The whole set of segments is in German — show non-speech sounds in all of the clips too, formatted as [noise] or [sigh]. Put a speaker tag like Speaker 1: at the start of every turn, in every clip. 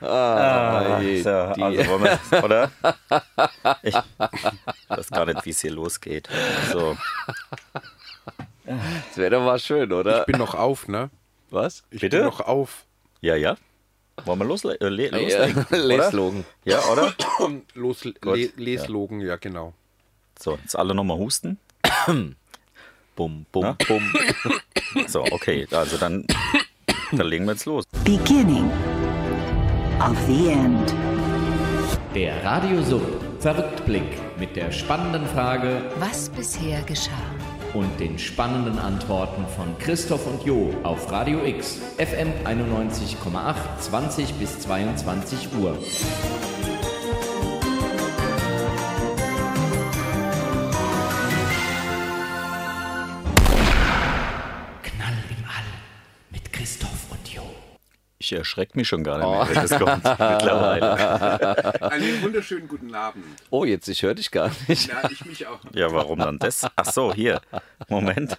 Speaker 1: Ah,
Speaker 2: Ah,
Speaker 1: je,
Speaker 2: so,
Speaker 1: die.
Speaker 2: also wollen wir
Speaker 1: [laughs]
Speaker 2: das, oder? Ich weiß gar nicht, wie es hier losgeht. Also, So,
Speaker 1: Das wäre doch mal schön, oder?
Speaker 3: Ich bin noch auf, ne?
Speaker 1: Was?
Speaker 3: Ich
Speaker 2: Bitte?
Speaker 3: bin
Speaker 1: [coughs]
Speaker 3: noch auf.
Speaker 2: ja, ja. Wollen wir losle äh, le loslegen?
Speaker 1: [laughs]
Speaker 2: oder?
Speaker 1: Leslogen.
Speaker 2: Ja, oder?
Speaker 3: Los, le Leslogen, ja. genau.
Speaker 2: So, jetzt alle
Speaker 1: [coughs]
Speaker 2: nochmal husten.
Speaker 1: Bum, bum,
Speaker 2: Na?
Speaker 1: bum.
Speaker 2: So, okay, also dann, dann legen wir jetzt los.
Speaker 4: Beginning of the end.
Speaker 5: Der Radio Sub verrückt Blick mit der spannenden Frage
Speaker 6: Was bisher geschah.
Speaker 5: und den spannenden Antworten von Christoph und Jo auf Radio X FM 91,8 20 bis 22 Uhr. Knall im All mit Christoph und Jo.
Speaker 2: Ich erschrecke mich schon gar nicht
Speaker 1: Oh.
Speaker 2: mehr, wenn das
Speaker 1: [laughs]
Speaker 2: kommt mittlerweile.
Speaker 3: Einen wunderschönen guten Abend.
Speaker 1: Oh, jetzt, ich höre dich gar nicht.
Speaker 3: Ja, ich mich auch.
Speaker 2: Ja, warum dann das? Ach so, hier. Moment.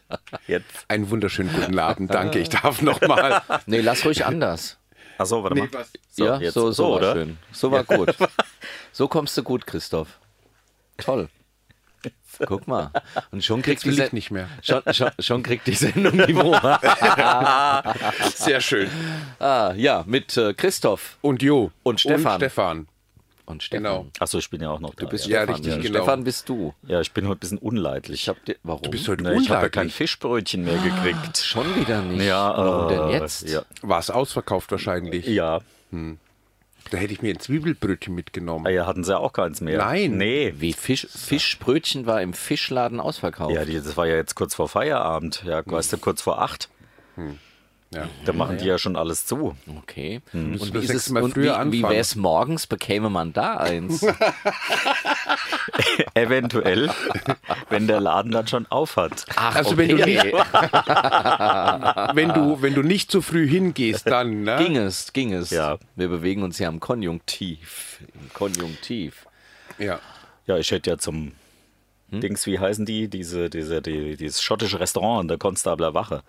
Speaker 2: Jetzt.
Speaker 3: Einen wunderschönen guten
Speaker 1: Äh.
Speaker 3: Abend, danke, ich darf [laughs] nochmal.
Speaker 1: Nee, lass ruhig anders.
Speaker 2: Ach so, warte mal. So,
Speaker 1: ja,
Speaker 2: jetzt.
Speaker 1: so, so, war
Speaker 2: oder?
Speaker 1: schön. So war gut. So kommst du gut, Christoph. Toll. Guck mal. Und schon kriegt
Speaker 3: Jetzt
Speaker 1: die
Speaker 3: will ich
Speaker 1: Sen-
Speaker 3: nicht mehr.
Speaker 1: [laughs] Schon, schon, schon kriegt die Sendung Niveau.
Speaker 3: Sehr schön.
Speaker 1: ah, ja, mit äh, Christoph
Speaker 3: Und Jo.
Speaker 1: Und Stefan.
Speaker 3: Und Stefan,
Speaker 1: und Stefan.
Speaker 3: genau.
Speaker 2: Ach so, ich bin ja auch noch da. Du
Speaker 3: bist
Speaker 2: ja.
Speaker 3: ja richtig,
Speaker 1: Ja,
Speaker 3: genau.
Speaker 1: Stefan bist du.
Speaker 2: ja, ich bin heute ein bisschen unleidlich. Ich hab dir, warum?
Speaker 3: Du bist heute
Speaker 2: nee, Ich habe ja
Speaker 3: unleidlich.
Speaker 2: kein Fischbrötchen mehr gekriegt.
Speaker 1: Schon wieder nicht.
Speaker 2: Ja,
Speaker 1: Warum
Speaker 2: äh,
Speaker 1: denn jetzt?
Speaker 2: Ja.
Speaker 3: War es ausverkauft wahrscheinlich.
Speaker 2: ja.
Speaker 3: Da hätte ich mir ein Zwiebelbrötchen mitgenommen.
Speaker 2: Ah, ja, hatten sie ja auch keins mehr.
Speaker 3: Nein.
Speaker 2: Nee.
Speaker 1: Wie Fisch, Fischbrötchen war im Fischladen ausverkauft.
Speaker 2: Ja, die, das war ja jetzt kurz vor Feierabend. Ja, weißt du, kurz vor acht.
Speaker 3: Ja.
Speaker 2: Da machen die ja schon alles zu. [laughs]
Speaker 1: Okay.
Speaker 3: Müssen
Speaker 1: Und
Speaker 3: wir
Speaker 1: wie, ist
Speaker 3: sechs
Speaker 1: es,
Speaker 3: Mal
Speaker 1: und wie, wie
Speaker 3: früher anfangen.
Speaker 1: wäre es morgens, bekäme man da eins?
Speaker 2: Eventuell, [laughs] wenn der Laden dann schon auf hat.
Speaker 1: Ach,
Speaker 3: Also
Speaker 1: okay.
Speaker 3: wenn, du nicht, [laughs] wenn, du, wenn du nicht zu früh hingehst, dann, ne?
Speaker 1: Ging es, ging es.
Speaker 2: Ja.
Speaker 1: Wir bewegen uns ja am Konjunktiv. Im Konjunktiv.
Speaker 3: Ja.
Speaker 2: Ja, ich hätte ja zum Dings, wie heißen die? Diese, diese, die, dieses schottische Restaurant in der Konstabler Wache.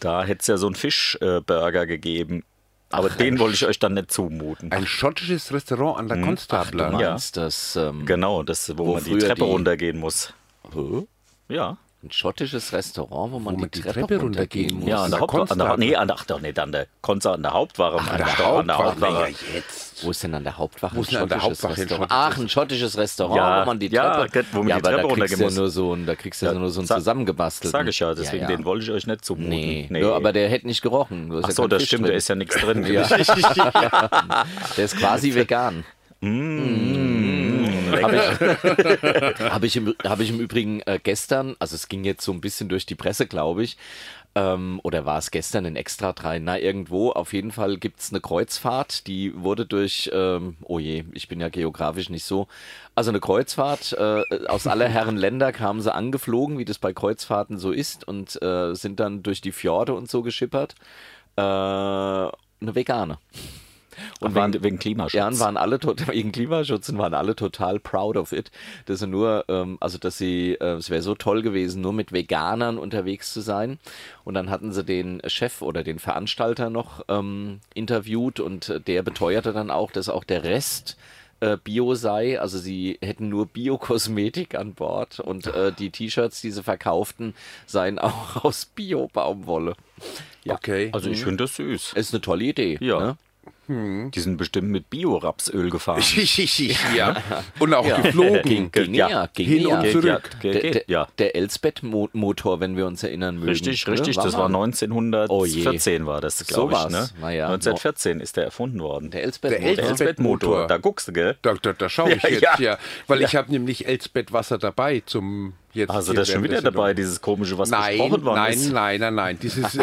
Speaker 2: Da hätte es ja so einen Fischburger äh, Burger gegeben. Aber den wollte ich euch dann nicht zumuten.
Speaker 3: Ein schottisches Restaurant an der Konstabler.
Speaker 1: Hm. Du
Speaker 2: Ja.
Speaker 1: meinst das ähm,
Speaker 2: Genau, das, wo,
Speaker 1: Wo
Speaker 2: man die
Speaker 1: früher
Speaker 2: Treppe
Speaker 1: die-
Speaker 2: runtergehen muss.
Speaker 1: hä?
Speaker 2: Ja.
Speaker 1: ein schottisches Restaurant, wo man,
Speaker 3: man
Speaker 1: die,
Speaker 3: die
Speaker 1: Treppe
Speaker 3: Treppe
Speaker 1: runtergehen
Speaker 3: runtergehen
Speaker 1: muss?
Speaker 3: muss.
Speaker 2: Ja, an der,
Speaker 3: der
Speaker 2: Haupt, an der,
Speaker 3: Konstable.
Speaker 2: nee, an der, ach doch nicht, an der Konzer, an der Hauptwache. Ach,
Speaker 3: der
Speaker 2: doch, an der
Speaker 3: Hauptwache.
Speaker 2: Hauptwache.
Speaker 1: Wo ist denn an der Hauptwache
Speaker 3: Wo
Speaker 1: ein
Speaker 3: ist denn an der
Speaker 1: schottisches
Speaker 3: Hauptwache ein
Speaker 1: Restaurant?
Speaker 3: schottisches-
Speaker 1: Ach, ein schottisches Restaurant,
Speaker 2: Ja,
Speaker 1: wo man die
Speaker 2: ja,
Speaker 1: Treppe...
Speaker 2: geht- wo man die
Speaker 1: aber
Speaker 2: Treppe
Speaker 1: da kriegst du
Speaker 2: runtergehen
Speaker 1: ja
Speaker 2: muss.
Speaker 1: nur so ein, da kriegst du ja, nur so ein
Speaker 2: sag-
Speaker 1: zusammengebastelten.
Speaker 2: Sag ich ja, deswegen den wollte ich euch nicht zumuten.
Speaker 1: Nee, Nur, aber der hätte nicht gerochen. Du hast
Speaker 2: Ach
Speaker 1: ja
Speaker 2: so,
Speaker 1: keinen
Speaker 2: das
Speaker 1: Fisch
Speaker 2: stimmt,
Speaker 1: drin.
Speaker 2: da ist ja nichts drin.
Speaker 1: Ja. Der ist quasi vegan. Habe ich, [laughs] hab ich, im- hab ich im Übrigen äh, gestern, also es ging jetzt so ein bisschen durch die Presse, glaube ich, ähm, oder war es gestern in Extra 3? Na, irgendwo, auf jeden Fall gibt es eine Kreuzfahrt, die wurde durch, ähm, oh je, ich bin ja geografisch nicht so, also eine Kreuzfahrt äh, aus aller Herren Länder kamen sie angeflogen, wie das bei Kreuzfahrten so ist, und äh, sind dann durch die Fjorde und so geschippert. Äh, eine vegane.
Speaker 2: Und wegen, wegen Klimaschutz.
Speaker 1: Ja, und waren alle tot, [laughs] wegen Klimaschutz und waren alle total proud of it, dass sie nur, ähm, also dass sie, äh, es wäre so toll gewesen, nur mit Veganern unterwegs zu sein. Und dann hatten sie den Chef oder den Veranstalter noch ähm, interviewt und äh, der beteuerte dann auch, dass auch der Rest äh, Bio sei, also sie hätten nur Biokosmetik an Bord und äh, die T-Shirts, die sie verkauften, seien auch [laughs] aus Bio-Baumwolle. Ja,
Speaker 3: Okay.
Speaker 2: also ich finde das süß.
Speaker 1: ist eine tolle Idee.
Speaker 2: Ja.
Speaker 1: Ne?
Speaker 3: Hm.
Speaker 2: Die sind bestimmt mit Bio-Rapsöl gefahren. [laughs]
Speaker 3: ja. Und auch [laughs] geflogen.
Speaker 1: Ging ja, ging ja.
Speaker 3: Hin und
Speaker 2: Geht, ja,
Speaker 3: zurück.
Speaker 2: geht,
Speaker 1: der,
Speaker 2: geht,
Speaker 1: der,
Speaker 2: ja.
Speaker 1: der Elsbeth-Motor, wenn wir uns erinnern mögen.
Speaker 2: Richtig,
Speaker 1: ne?
Speaker 2: richtig. Das war
Speaker 1: mal- Oh
Speaker 2: 1914 war das, glaube ich.
Speaker 1: war's.
Speaker 2: Ne?
Speaker 1: Naja.
Speaker 2: 1914 ist der erfunden worden.
Speaker 1: Der
Speaker 3: Der
Speaker 2: Der
Speaker 1: Elsbeth-Motor.
Speaker 3: Elsbeth-
Speaker 2: Elsbeth-Motor.
Speaker 3: Motor.
Speaker 2: Da guckst du, gell?
Speaker 3: Da, da, da schaue ich
Speaker 2: Ja,
Speaker 3: jetzt
Speaker 2: ja.
Speaker 3: ja. Weil ich habe nämlich Elsbeth Wasser dabei zum jetzt.
Speaker 2: Hast du
Speaker 3: hier
Speaker 2: das schon
Speaker 3: während
Speaker 2: wieder
Speaker 3: der Sendung.
Speaker 2: dabei, dieses komische, was
Speaker 3: Nein,
Speaker 2: gesprochen worden
Speaker 3: nein,
Speaker 2: ist?
Speaker 3: nein, nein, nein.
Speaker 2: [laughs]
Speaker 3: Dieses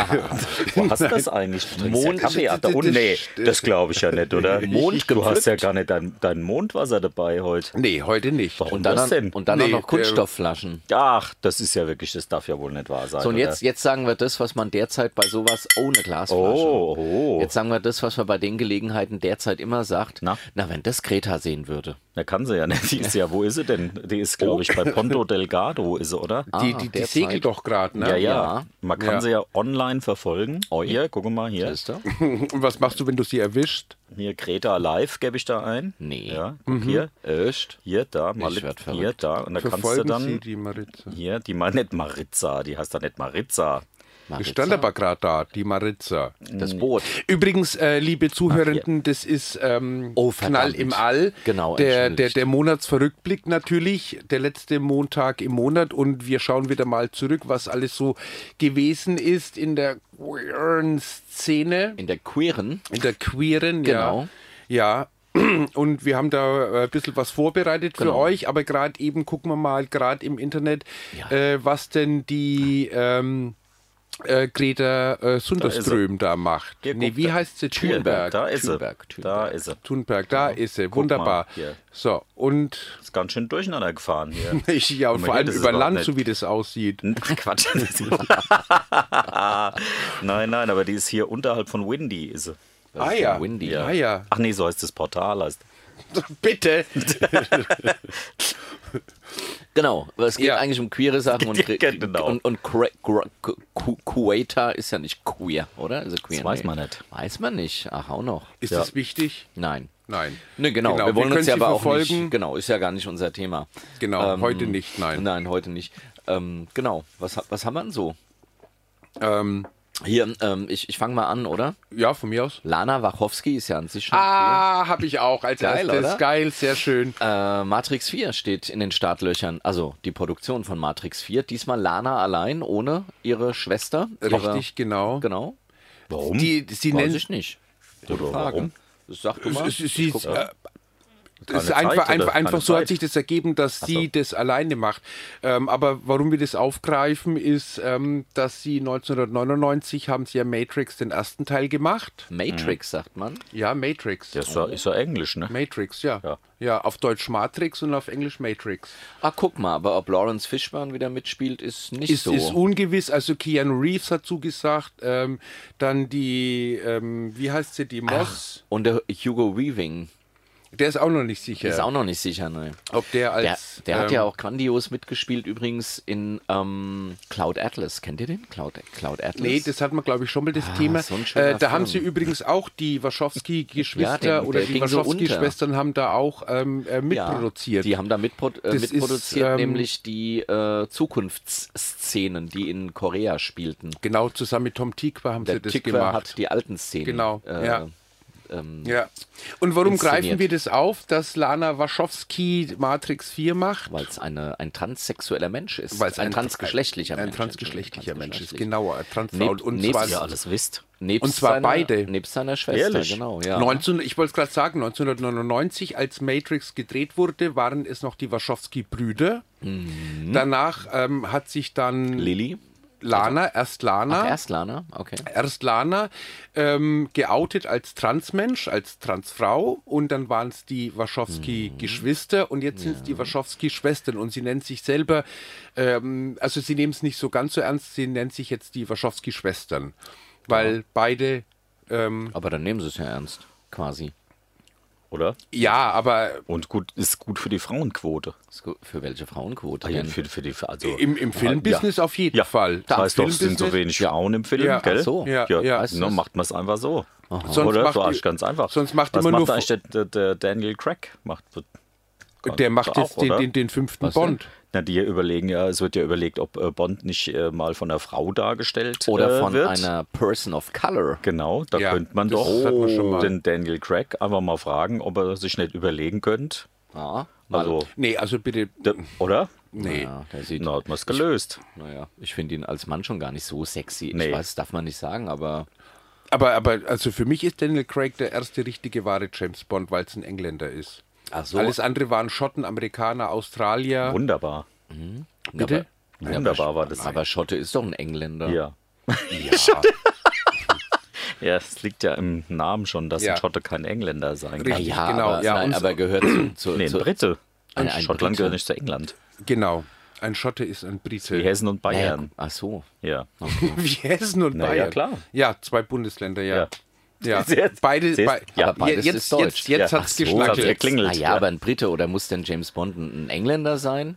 Speaker 2: Wo hast du das eigentlich? Du trinkst ja
Speaker 3: Mond-
Speaker 2: Kaffee ab. da
Speaker 3: das-
Speaker 2: unten. nee,
Speaker 3: das-
Speaker 2: das glaube ich ja nicht,
Speaker 3: [laughs]
Speaker 2: oder?
Speaker 1: Mond
Speaker 2: du hast
Speaker 1: gepflückt.
Speaker 2: ja gar nicht dein, dein Mondwasser dabei heute.
Speaker 3: Nee, heute nicht.
Speaker 2: Warum
Speaker 1: Und dann,
Speaker 2: das denn?
Speaker 1: und dann
Speaker 3: Nee,
Speaker 1: auch noch Kunststoffflaschen.
Speaker 2: Ach, das ist ja wirklich, das darf ja wohl nicht wahr sein.
Speaker 1: So, und
Speaker 2: oder?
Speaker 1: jetzt, jetzt sagen wir das, was man derzeit bei sowas ohne Glasflasche.
Speaker 2: Oh, oh.
Speaker 1: Jetzt sagen wir das, was man bei den Gelegenheiten derzeit immer sagt.
Speaker 2: Na?
Speaker 1: wenn das Greta sehen würde.
Speaker 2: Da kann sie ja nicht. Die ist ja, wo ist sie denn? Die ist, glaube ich, bei Ponto Delgado, ist sie, oder?
Speaker 3: Die, die, die
Speaker 1: derzeit.
Speaker 3: segelt doch gerade, ne?
Speaker 2: Ah, ja, ja. Man kann
Speaker 3: Ah, Ja.
Speaker 2: sie ja online verfolgen. Oh, hier, guck mal, hier.
Speaker 1: Ist er?
Speaker 3: [laughs] Und was machst du, wenn du sie erwischst?
Speaker 2: Hier, Greta Live gebe ich da ein.
Speaker 1: Nee.
Speaker 2: Ja,
Speaker 3: Mhm.
Speaker 2: guck hier.
Speaker 1: Echt?
Speaker 2: Hier, da, Malit,
Speaker 1: werd verrückt.
Speaker 2: hier, da. Und da kannst du
Speaker 3: Verfolgen
Speaker 2: dann.
Speaker 3: sie die Maritza.
Speaker 2: Hier, die mal nicht Maritza, die heißt da nicht Maritza.
Speaker 3: Die stand aber gerade da, die Maritza.
Speaker 1: Das Boot.
Speaker 3: Übrigens, äh, liebe Zuhörenden, das ist ähm,
Speaker 1: Oh, verdammt.
Speaker 3: Knall im All.
Speaker 1: Genau,
Speaker 3: der, der,
Speaker 1: entschuldigt.
Speaker 3: der Monatsverrückblick natürlich, der letzte Montag im Monat. Und wir schauen wieder mal zurück, was alles so gewesen ist in der queeren Szene,
Speaker 1: In der queeren.
Speaker 3: in der queeren,
Speaker 1: Genau.
Speaker 3: ja. [clears throat] Ja. Und wir haben da äh, ein bisschen was vorbereitet für euch, aber gerade eben gucken wir mal, gerade im Internet,
Speaker 1: Ja.
Speaker 3: äh, was denn die ähm, äh, Greta äh, Sunderström da, macht.
Speaker 2: Hier,
Speaker 3: nee,
Speaker 2: guck,
Speaker 3: wie
Speaker 2: da-
Speaker 3: heißt sie?
Speaker 2: Thunberg,
Speaker 3: Thunberg.
Speaker 2: da ist
Speaker 1: Thunberg,
Speaker 2: sie. Da
Speaker 1: Thunberg.
Speaker 2: ist sie.
Speaker 3: Thunberg, da ist sie. Wunderbar.
Speaker 2: hier.
Speaker 3: So, und [laughs]
Speaker 2: Ist ganz schön durcheinander gefahren hier.
Speaker 3: ich, ja, und
Speaker 2: Aber
Speaker 3: vor
Speaker 2: hier,
Speaker 3: allem
Speaker 2: das ist
Speaker 3: über
Speaker 2: überhaupt
Speaker 3: Land,
Speaker 2: nicht-
Speaker 3: so wie das aussieht.
Speaker 2: [laughs]
Speaker 3: [laughs]
Speaker 2: Quatsch. nein, nein, aber die ist hier unterhalb von Windy, ist sie.
Speaker 3: Ah ja.
Speaker 1: Windy.
Speaker 3: ah ja, [laughs]
Speaker 2: Ach nee, so heißt das Portal. Heißt.
Speaker 3: bitte.
Speaker 1: Genau, aber es geht
Speaker 3: Ja.
Speaker 1: eigentlich um queere Sachen
Speaker 2: [laughs]
Speaker 1: und,
Speaker 2: Genau.
Speaker 1: und, und Kra- Gra- Ku- Ku- Kuwaiter ist ja nicht queer, oder? Ist er queer?
Speaker 2: Das weiß man nicht.
Speaker 1: Weiß man nicht. Ach, auch noch.
Speaker 3: Ist
Speaker 2: Ja.
Speaker 3: das wichtig?
Speaker 1: Nein.
Speaker 3: Nein.
Speaker 1: Ne, genau. Wir wollen
Speaker 3: können
Speaker 1: uns ja
Speaker 3: sie
Speaker 1: aber auch
Speaker 3: verfolgen.
Speaker 1: nicht. Genau, ist ja gar nicht unser Thema. Ähm,
Speaker 3: Genau, heute nicht, nein.
Speaker 1: Nein, heute nicht. Ähm, genau, was, ha- was haben wir denn so?
Speaker 3: Ähm,
Speaker 1: Hier, ähm, ich, ich fange mal an, oder?
Speaker 3: ja, von mir aus.
Speaker 1: Lana Wachowski ist ja an sich schon.
Speaker 3: Ah, habe ich auch. Als
Speaker 1: Geil,
Speaker 3: erstes.
Speaker 1: oder?
Speaker 3: Geil, sehr schön.
Speaker 1: Äh, Matrix 4 steht in den Startlöchern, also die Produktion von Matrix 4. Diesmal Lana allein, ohne ihre Schwester. ihre-
Speaker 3: Richtig, genau.
Speaker 1: Genau.
Speaker 2: Warum?
Speaker 3: Die, sie
Speaker 1: Weiß
Speaker 3: nennt
Speaker 1: ich nicht.
Speaker 2: Oder warum?
Speaker 1: Sag du mal.
Speaker 3: Sie, sie,
Speaker 1: guck
Speaker 3: äh, es ist
Speaker 2: Zeit,
Speaker 3: einfach,
Speaker 2: oder?
Speaker 3: einfach,
Speaker 2: Keine
Speaker 3: einfach so
Speaker 2: Zeit.
Speaker 3: hat sich das ergeben, dass sie das alleine macht. Ähm, aber warum wir das aufgreifen, ist, ähm, dass sie 1999 haben sie ja Matrix den ersten Teil gemacht. Mhm.
Speaker 1: Matrix, sagt man.
Speaker 3: Ja, Matrix.
Speaker 2: Ja, ist ja, ist ja Englisch, ne?
Speaker 3: Matrix, ja.
Speaker 2: Ja.
Speaker 3: ja. auf Deutsch Matrix und auf Englisch Matrix.
Speaker 1: Ah, guck mal, aber ob Lawrence Fishburne wieder mitspielt, ist nicht
Speaker 3: Ist,
Speaker 1: so.
Speaker 3: ist ungewiss, also Keanu Reeves hat zugesagt, ähm, dann die, ähm, wie heißt sie, die Moss,
Speaker 1: Und der Hugo Weaving
Speaker 3: der ist auch noch nicht sicher,
Speaker 1: ist auch noch nicht sicher, ne?
Speaker 3: ob der
Speaker 1: Der,
Speaker 3: als...
Speaker 1: der hat
Speaker 3: ähm,
Speaker 1: ja auch grandios mitgespielt übrigens in ähm, Cloud Atlas. Kennt ihr den? Cloud, Cloud Atlas?
Speaker 3: Nee, das hatten wir, glaube ich, schon mal das Thema.
Speaker 1: Ah, so ein schöner
Speaker 3: äh, da haben sie
Speaker 1: Film.
Speaker 3: übrigens auch die Wachowski-Geschwister
Speaker 1: Ja, den-
Speaker 3: oder
Speaker 1: der
Speaker 3: die
Speaker 1: ging so
Speaker 3: Wachowski-Schwestern haben da auch ähm, äh,
Speaker 1: Ja,
Speaker 3: mitproduziert.
Speaker 1: Die haben da mitpro äh,
Speaker 3: Das ist,
Speaker 1: mitproduziert,
Speaker 3: ähm,
Speaker 1: nämlich die äh, Zukunftsszenen, die in Korea spielten.
Speaker 3: genau, zusammen mit Tom Tikva haben
Speaker 1: Der
Speaker 3: sie das
Speaker 1: Tickler
Speaker 3: gemacht.
Speaker 1: hat die alten Szenen.
Speaker 3: Genau,
Speaker 1: äh,
Speaker 3: ja.
Speaker 1: Ähm,
Speaker 3: ja. Und warum
Speaker 1: inszeniert.
Speaker 3: greifen wir das auf, dass Lana Wachowski Matrix 4 macht?
Speaker 1: Weil es eine, ein transsexueller Mensch ist.
Speaker 3: Weil es
Speaker 1: ein, transgeschlechtlicher
Speaker 3: ein
Speaker 1: Mensch.
Speaker 3: transgeschlechtlicher Mensch ist,
Speaker 1: Transgeschlechtlich.
Speaker 3: genau, eine Transfrau.
Speaker 1: Neb-
Speaker 3: und
Speaker 1: nebst-
Speaker 3: zwar
Speaker 1: ja,
Speaker 2: alles wisst.
Speaker 1: Nebst
Speaker 3: Und zwar
Speaker 1: seiner,
Speaker 3: beide.
Speaker 1: Nebst seiner Schwester,
Speaker 2: Ehrlich?
Speaker 1: genau. Ja.
Speaker 3: 19, ich wollte es gerade sagen, 1999, als Matrix gedreht wurde, waren es noch die Wachowski-Brüder.
Speaker 1: Mhm.
Speaker 3: Danach ähm, hat sich dann
Speaker 1: Lilly?
Speaker 3: Lana, erst Lana,
Speaker 1: also- Ach, erst Lana? Okay.
Speaker 3: erst Lana ähm, geoutet als Transmensch, als Transfrau und dann waren es die
Speaker 1: Mhm.
Speaker 3: Waschowski-Geschwister und jetzt sind es die Waschowski-Schwestern und sie nennt sich selber, ähm, also sie nehmen es nicht so ganz so ernst, sie nennt sich jetzt die Waschowski-Schwestern, weil beide, ähm,
Speaker 1: Aber dann nehmen sie es ja ernst, quasi.
Speaker 2: Oder?
Speaker 3: ja, aber
Speaker 2: Und gut, ist gut für die Frauenquote.
Speaker 1: Ist gut. Für welche Frauenquote?
Speaker 2: Ah, ja,
Speaker 1: denn?
Speaker 2: für, für die, für, also,
Speaker 3: im, im Filmbusiness auf jeden
Speaker 2: ja,
Speaker 3: Fall.
Speaker 2: Das
Speaker 3: Im
Speaker 2: heißt doch, es sind so
Speaker 3: Filmbusiness-
Speaker 2: wenig Frauen im Film,
Speaker 3: Ja.
Speaker 2: gell?
Speaker 1: Ach so.
Speaker 3: Ja,
Speaker 2: ja,
Speaker 3: ja.
Speaker 2: Na, macht man es einfach so.
Speaker 3: Sonst
Speaker 2: Oder?
Speaker 3: macht
Speaker 2: so,
Speaker 3: die-
Speaker 2: ist ganz einfach.
Speaker 3: sonst macht
Speaker 2: Was
Speaker 3: immer
Speaker 2: macht
Speaker 3: nur
Speaker 2: eigentlich der, der, der Daniel Craig? Macht,
Speaker 3: Der macht
Speaker 2: auch,
Speaker 3: jetzt den,
Speaker 2: oder?
Speaker 3: den, den fünften Bond.
Speaker 2: Na, die überlegen ja, es wird ja überlegt, ob äh, Bond nicht äh, mal von einer Frau dargestellt
Speaker 1: Oder
Speaker 2: äh,
Speaker 1: von
Speaker 2: wird.
Speaker 1: einer Person of Color.
Speaker 2: Genau, da
Speaker 3: Ja,
Speaker 2: könnte man
Speaker 3: das
Speaker 2: doch
Speaker 3: hatten wir schon mal.
Speaker 2: den Daniel Craig einfach mal fragen, ob er sich nicht überlegen könnte.
Speaker 1: Ja, mal-
Speaker 2: Also,
Speaker 3: Nee, also bitte,
Speaker 2: da, oder?
Speaker 3: nee.
Speaker 1: ja, der sieht,
Speaker 2: Na, hat man es gelöst.
Speaker 1: naja, ich finde ihn als Mann schon gar nicht so sexy.
Speaker 2: Nee.
Speaker 1: Ich weiß, darf man nicht sagen, aber
Speaker 3: Aber, aber also für mich ist Daniel Craig der erste richtige wahre James Bond, weil es ein Engländer ist.
Speaker 1: Ach so.
Speaker 3: Alles andere waren Schotten, Amerikaner, Australier.
Speaker 2: Wunderbar.
Speaker 1: Bitte?
Speaker 3: Ah,
Speaker 1: Aber,
Speaker 2: Wunderbar war das.
Speaker 1: aber Schotte ist doch ein Engländer.
Speaker 2: Ja.
Speaker 3: ja.
Speaker 2: [laughs] Ja, es liegt ja im Namen schon, dass
Speaker 3: Ja.
Speaker 2: ein Schotte kein Engländer sein kann.
Speaker 1: Ah,
Speaker 3: Richtig,
Speaker 1: ja,
Speaker 3: genau,
Speaker 1: aber,
Speaker 3: ja,
Speaker 1: nein,
Speaker 3: und-
Speaker 1: aber gehört
Speaker 2: [coughs]
Speaker 1: zu, zu,
Speaker 2: Nee, ein
Speaker 1: zu
Speaker 2: Brite.
Speaker 1: Ein- ein
Speaker 2: Schottland
Speaker 1: Brite.
Speaker 2: gehört nicht zu England.
Speaker 3: Genau. Ein Schotte ist ein Brite.
Speaker 2: Die Hessen und
Speaker 1: Naja,
Speaker 2: Bayern.
Speaker 1: Ah, ach so.
Speaker 2: Ja.
Speaker 3: [laughs] Wie Hessen und
Speaker 2: Na ja,
Speaker 3: Bayern.
Speaker 2: klar.
Speaker 3: Ja, zwei Bundesländer, ja.
Speaker 2: Ja. [laughs]
Speaker 3: Ja.
Speaker 2: Siehst?
Speaker 3: Beide,
Speaker 2: Siehst?
Speaker 3: bei,
Speaker 2: Ja,
Speaker 1: aber beides
Speaker 3: jetzt,
Speaker 1: ist deutsch.
Speaker 3: Jetzt, jetzt
Speaker 2: Ja.
Speaker 3: hat es
Speaker 2: Ach so, also
Speaker 3: geschnackelt.
Speaker 2: okay. klingelt,
Speaker 1: Ah, ja,
Speaker 2: ja.
Speaker 1: aber ein Brite oder muss denn James Bond ein ein Engländer sein?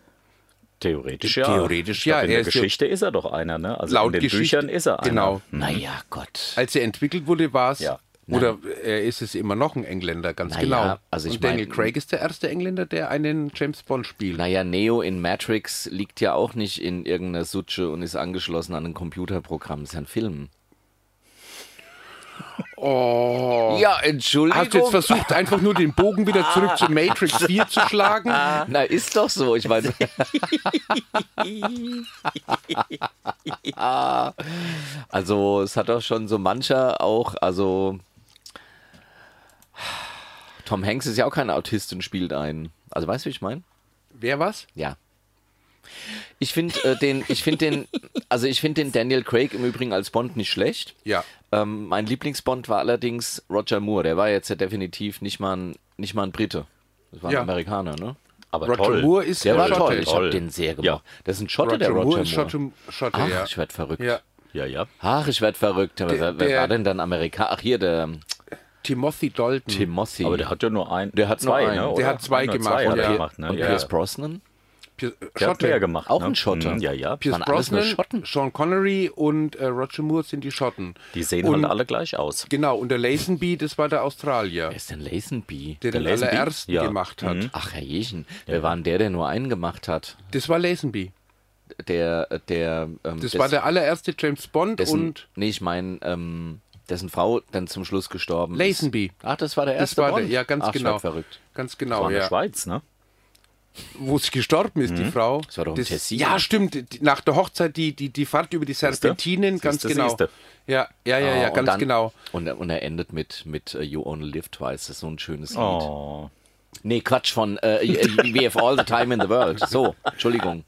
Speaker 2: Theoretisch ja.
Speaker 3: Theoretisch
Speaker 2: Ich glaub,
Speaker 3: ja,
Speaker 2: In
Speaker 3: er
Speaker 2: der
Speaker 3: ist
Speaker 2: Geschichte ist er doch einer, ne? Also
Speaker 3: Laut
Speaker 2: in den
Speaker 3: Geschichte-
Speaker 2: Büchern ist er einer.
Speaker 3: Genau.
Speaker 1: Naja, Gott.
Speaker 3: Als er entwickelt wurde, war es.
Speaker 2: Ja.
Speaker 3: Oder er ist es immer noch ein Engländer, ganz
Speaker 1: Naja,
Speaker 3: genau.
Speaker 1: also ich
Speaker 3: Und Daniel
Speaker 1: mein-
Speaker 3: Craig ist der erste Engländer, der einen James Bond spielt.
Speaker 1: Naja, Neo in Matrix liegt ja auch nicht in irgendeiner Sutsche und ist angeschlossen an ein Computerprogramm. Ist ja ein Film.
Speaker 3: Oh.
Speaker 1: Ja, Entschuldigung.
Speaker 3: Hast du jetzt versucht, einfach nur den Bogen wieder zurück
Speaker 1: [laughs]
Speaker 3: zu Matrix 4 zu schlagen?
Speaker 1: Na, ist doch so. Ich
Speaker 3: [laughs]
Speaker 1: meine. [laughs] also, es hat doch schon so mancher auch, also. Tom Hanks ist ja auch kein Autist und spielt einen. Also, weißt du, wie ich meine?
Speaker 3: Wer was?
Speaker 1: Ja. Ich finde äh, den, ich finde den, also ich finde den Daniel Craig im Übrigen als Bond nicht schlecht.
Speaker 3: Ja.
Speaker 1: Ähm, mein Lieblingsbond war allerdings Roger Moore. Der war jetzt ja definitiv nicht mal ein, nicht mal ein Brite. Das war ein
Speaker 3: Ja.
Speaker 1: Amerikaner, ne?
Speaker 2: Aber
Speaker 3: Roger
Speaker 2: toll.
Speaker 3: Moore ist
Speaker 1: Der war
Speaker 3: Schotte.
Speaker 1: toll. Ich habe
Speaker 2: Toll.
Speaker 1: den sehr
Speaker 2: Ja.
Speaker 1: gemacht. Das ist ein Schotte,
Speaker 3: Roger,
Speaker 1: der Roger
Speaker 3: Moore
Speaker 1: Moore.
Speaker 3: ist Schotte, Schotte
Speaker 1: Ach,
Speaker 3: ja.
Speaker 1: ich werd verrückt.
Speaker 3: Ja.
Speaker 2: Ja, ja.
Speaker 1: Ach, ich werd verrückt. Aber
Speaker 3: Der-
Speaker 1: wer, wer
Speaker 3: der-
Speaker 1: war denn dann Amerikaner? Ach, hier der ähm,
Speaker 3: Timothy Dalton.
Speaker 1: Timothy.
Speaker 2: Hm. Aber der hat ja nur ein,
Speaker 1: Der hat nur
Speaker 2: zwei,
Speaker 1: einen.
Speaker 2: ne?
Speaker 1: Der
Speaker 2: oder?
Speaker 3: hat zwei
Speaker 2: nur
Speaker 3: gemacht,
Speaker 2: Zwei hat
Speaker 3: ja.
Speaker 2: er
Speaker 3: Und-
Speaker 2: gemacht, ne?
Speaker 1: und
Speaker 2: ja.
Speaker 1: Pierce Brosnan?
Speaker 3: Pierce-
Speaker 2: Der hat mehr gemacht.
Speaker 1: Auch
Speaker 2: ne?
Speaker 1: ein Schotte.
Speaker 2: Mhm, Ja, ja.
Speaker 3: Pierce
Speaker 1: Waren alles nur
Speaker 3: Brosnan,
Speaker 1: Schotten?
Speaker 3: Sean Connery und äh, Roger Moore sind die Schotten.
Speaker 2: Die sehen
Speaker 3: und,
Speaker 2: halt alle gleich aus.
Speaker 3: Genau, und der Lazenby, das war der Australier,
Speaker 1: Wer ist denn Äh, Lazenby? Mhm.
Speaker 3: der den
Speaker 2: Lazenby?
Speaker 3: allerersten
Speaker 2: Ja.
Speaker 3: gemacht hat.
Speaker 1: Ach, Herr Jechen. Wer war denn der, der nur einen gemacht hat?
Speaker 3: Das war Lazenby.
Speaker 1: Der, der. Ähm,
Speaker 3: Das war der allererste James Bond
Speaker 1: dessen,
Speaker 3: und
Speaker 1: Nee, ich meine, ähm, dessen Frau dann zum Schluss gestorben
Speaker 3: Lazenby.
Speaker 1: ist. Ach, das war der erste
Speaker 3: das war der,
Speaker 1: Bond?
Speaker 3: ja, ganz
Speaker 1: Ach, ich
Speaker 3: genau.
Speaker 1: werd verrückt.
Speaker 3: Ganz
Speaker 2: War
Speaker 3: genau,
Speaker 2: in der
Speaker 3: ja.
Speaker 2: Schweiz, ne?
Speaker 3: Wo sie gestorben ist, die Frau.
Speaker 1: Mhm. Das war doch im Tessin.
Speaker 3: Ja, stimmt. die- Nach der Hochzeit, die, die, die Fahrt über die Serpentinen,
Speaker 2: Siehste,
Speaker 3: ganz genau.
Speaker 2: siehste.
Speaker 3: Ja, ja, ja,
Speaker 1: Ah,
Speaker 3: ja,
Speaker 1: Oh, und
Speaker 3: ganz
Speaker 1: dann-
Speaker 3: genau.
Speaker 1: Und, er- und er endet mit, mit äh, You Only Live Twice. Das ist so ein schönes Lied.
Speaker 2: Oh.
Speaker 1: Nee, Quatsch von äh, [laughs] We Have All the Time in the World. So,
Speaker 3: [laughs]
Speaker 1: Entschuldigung.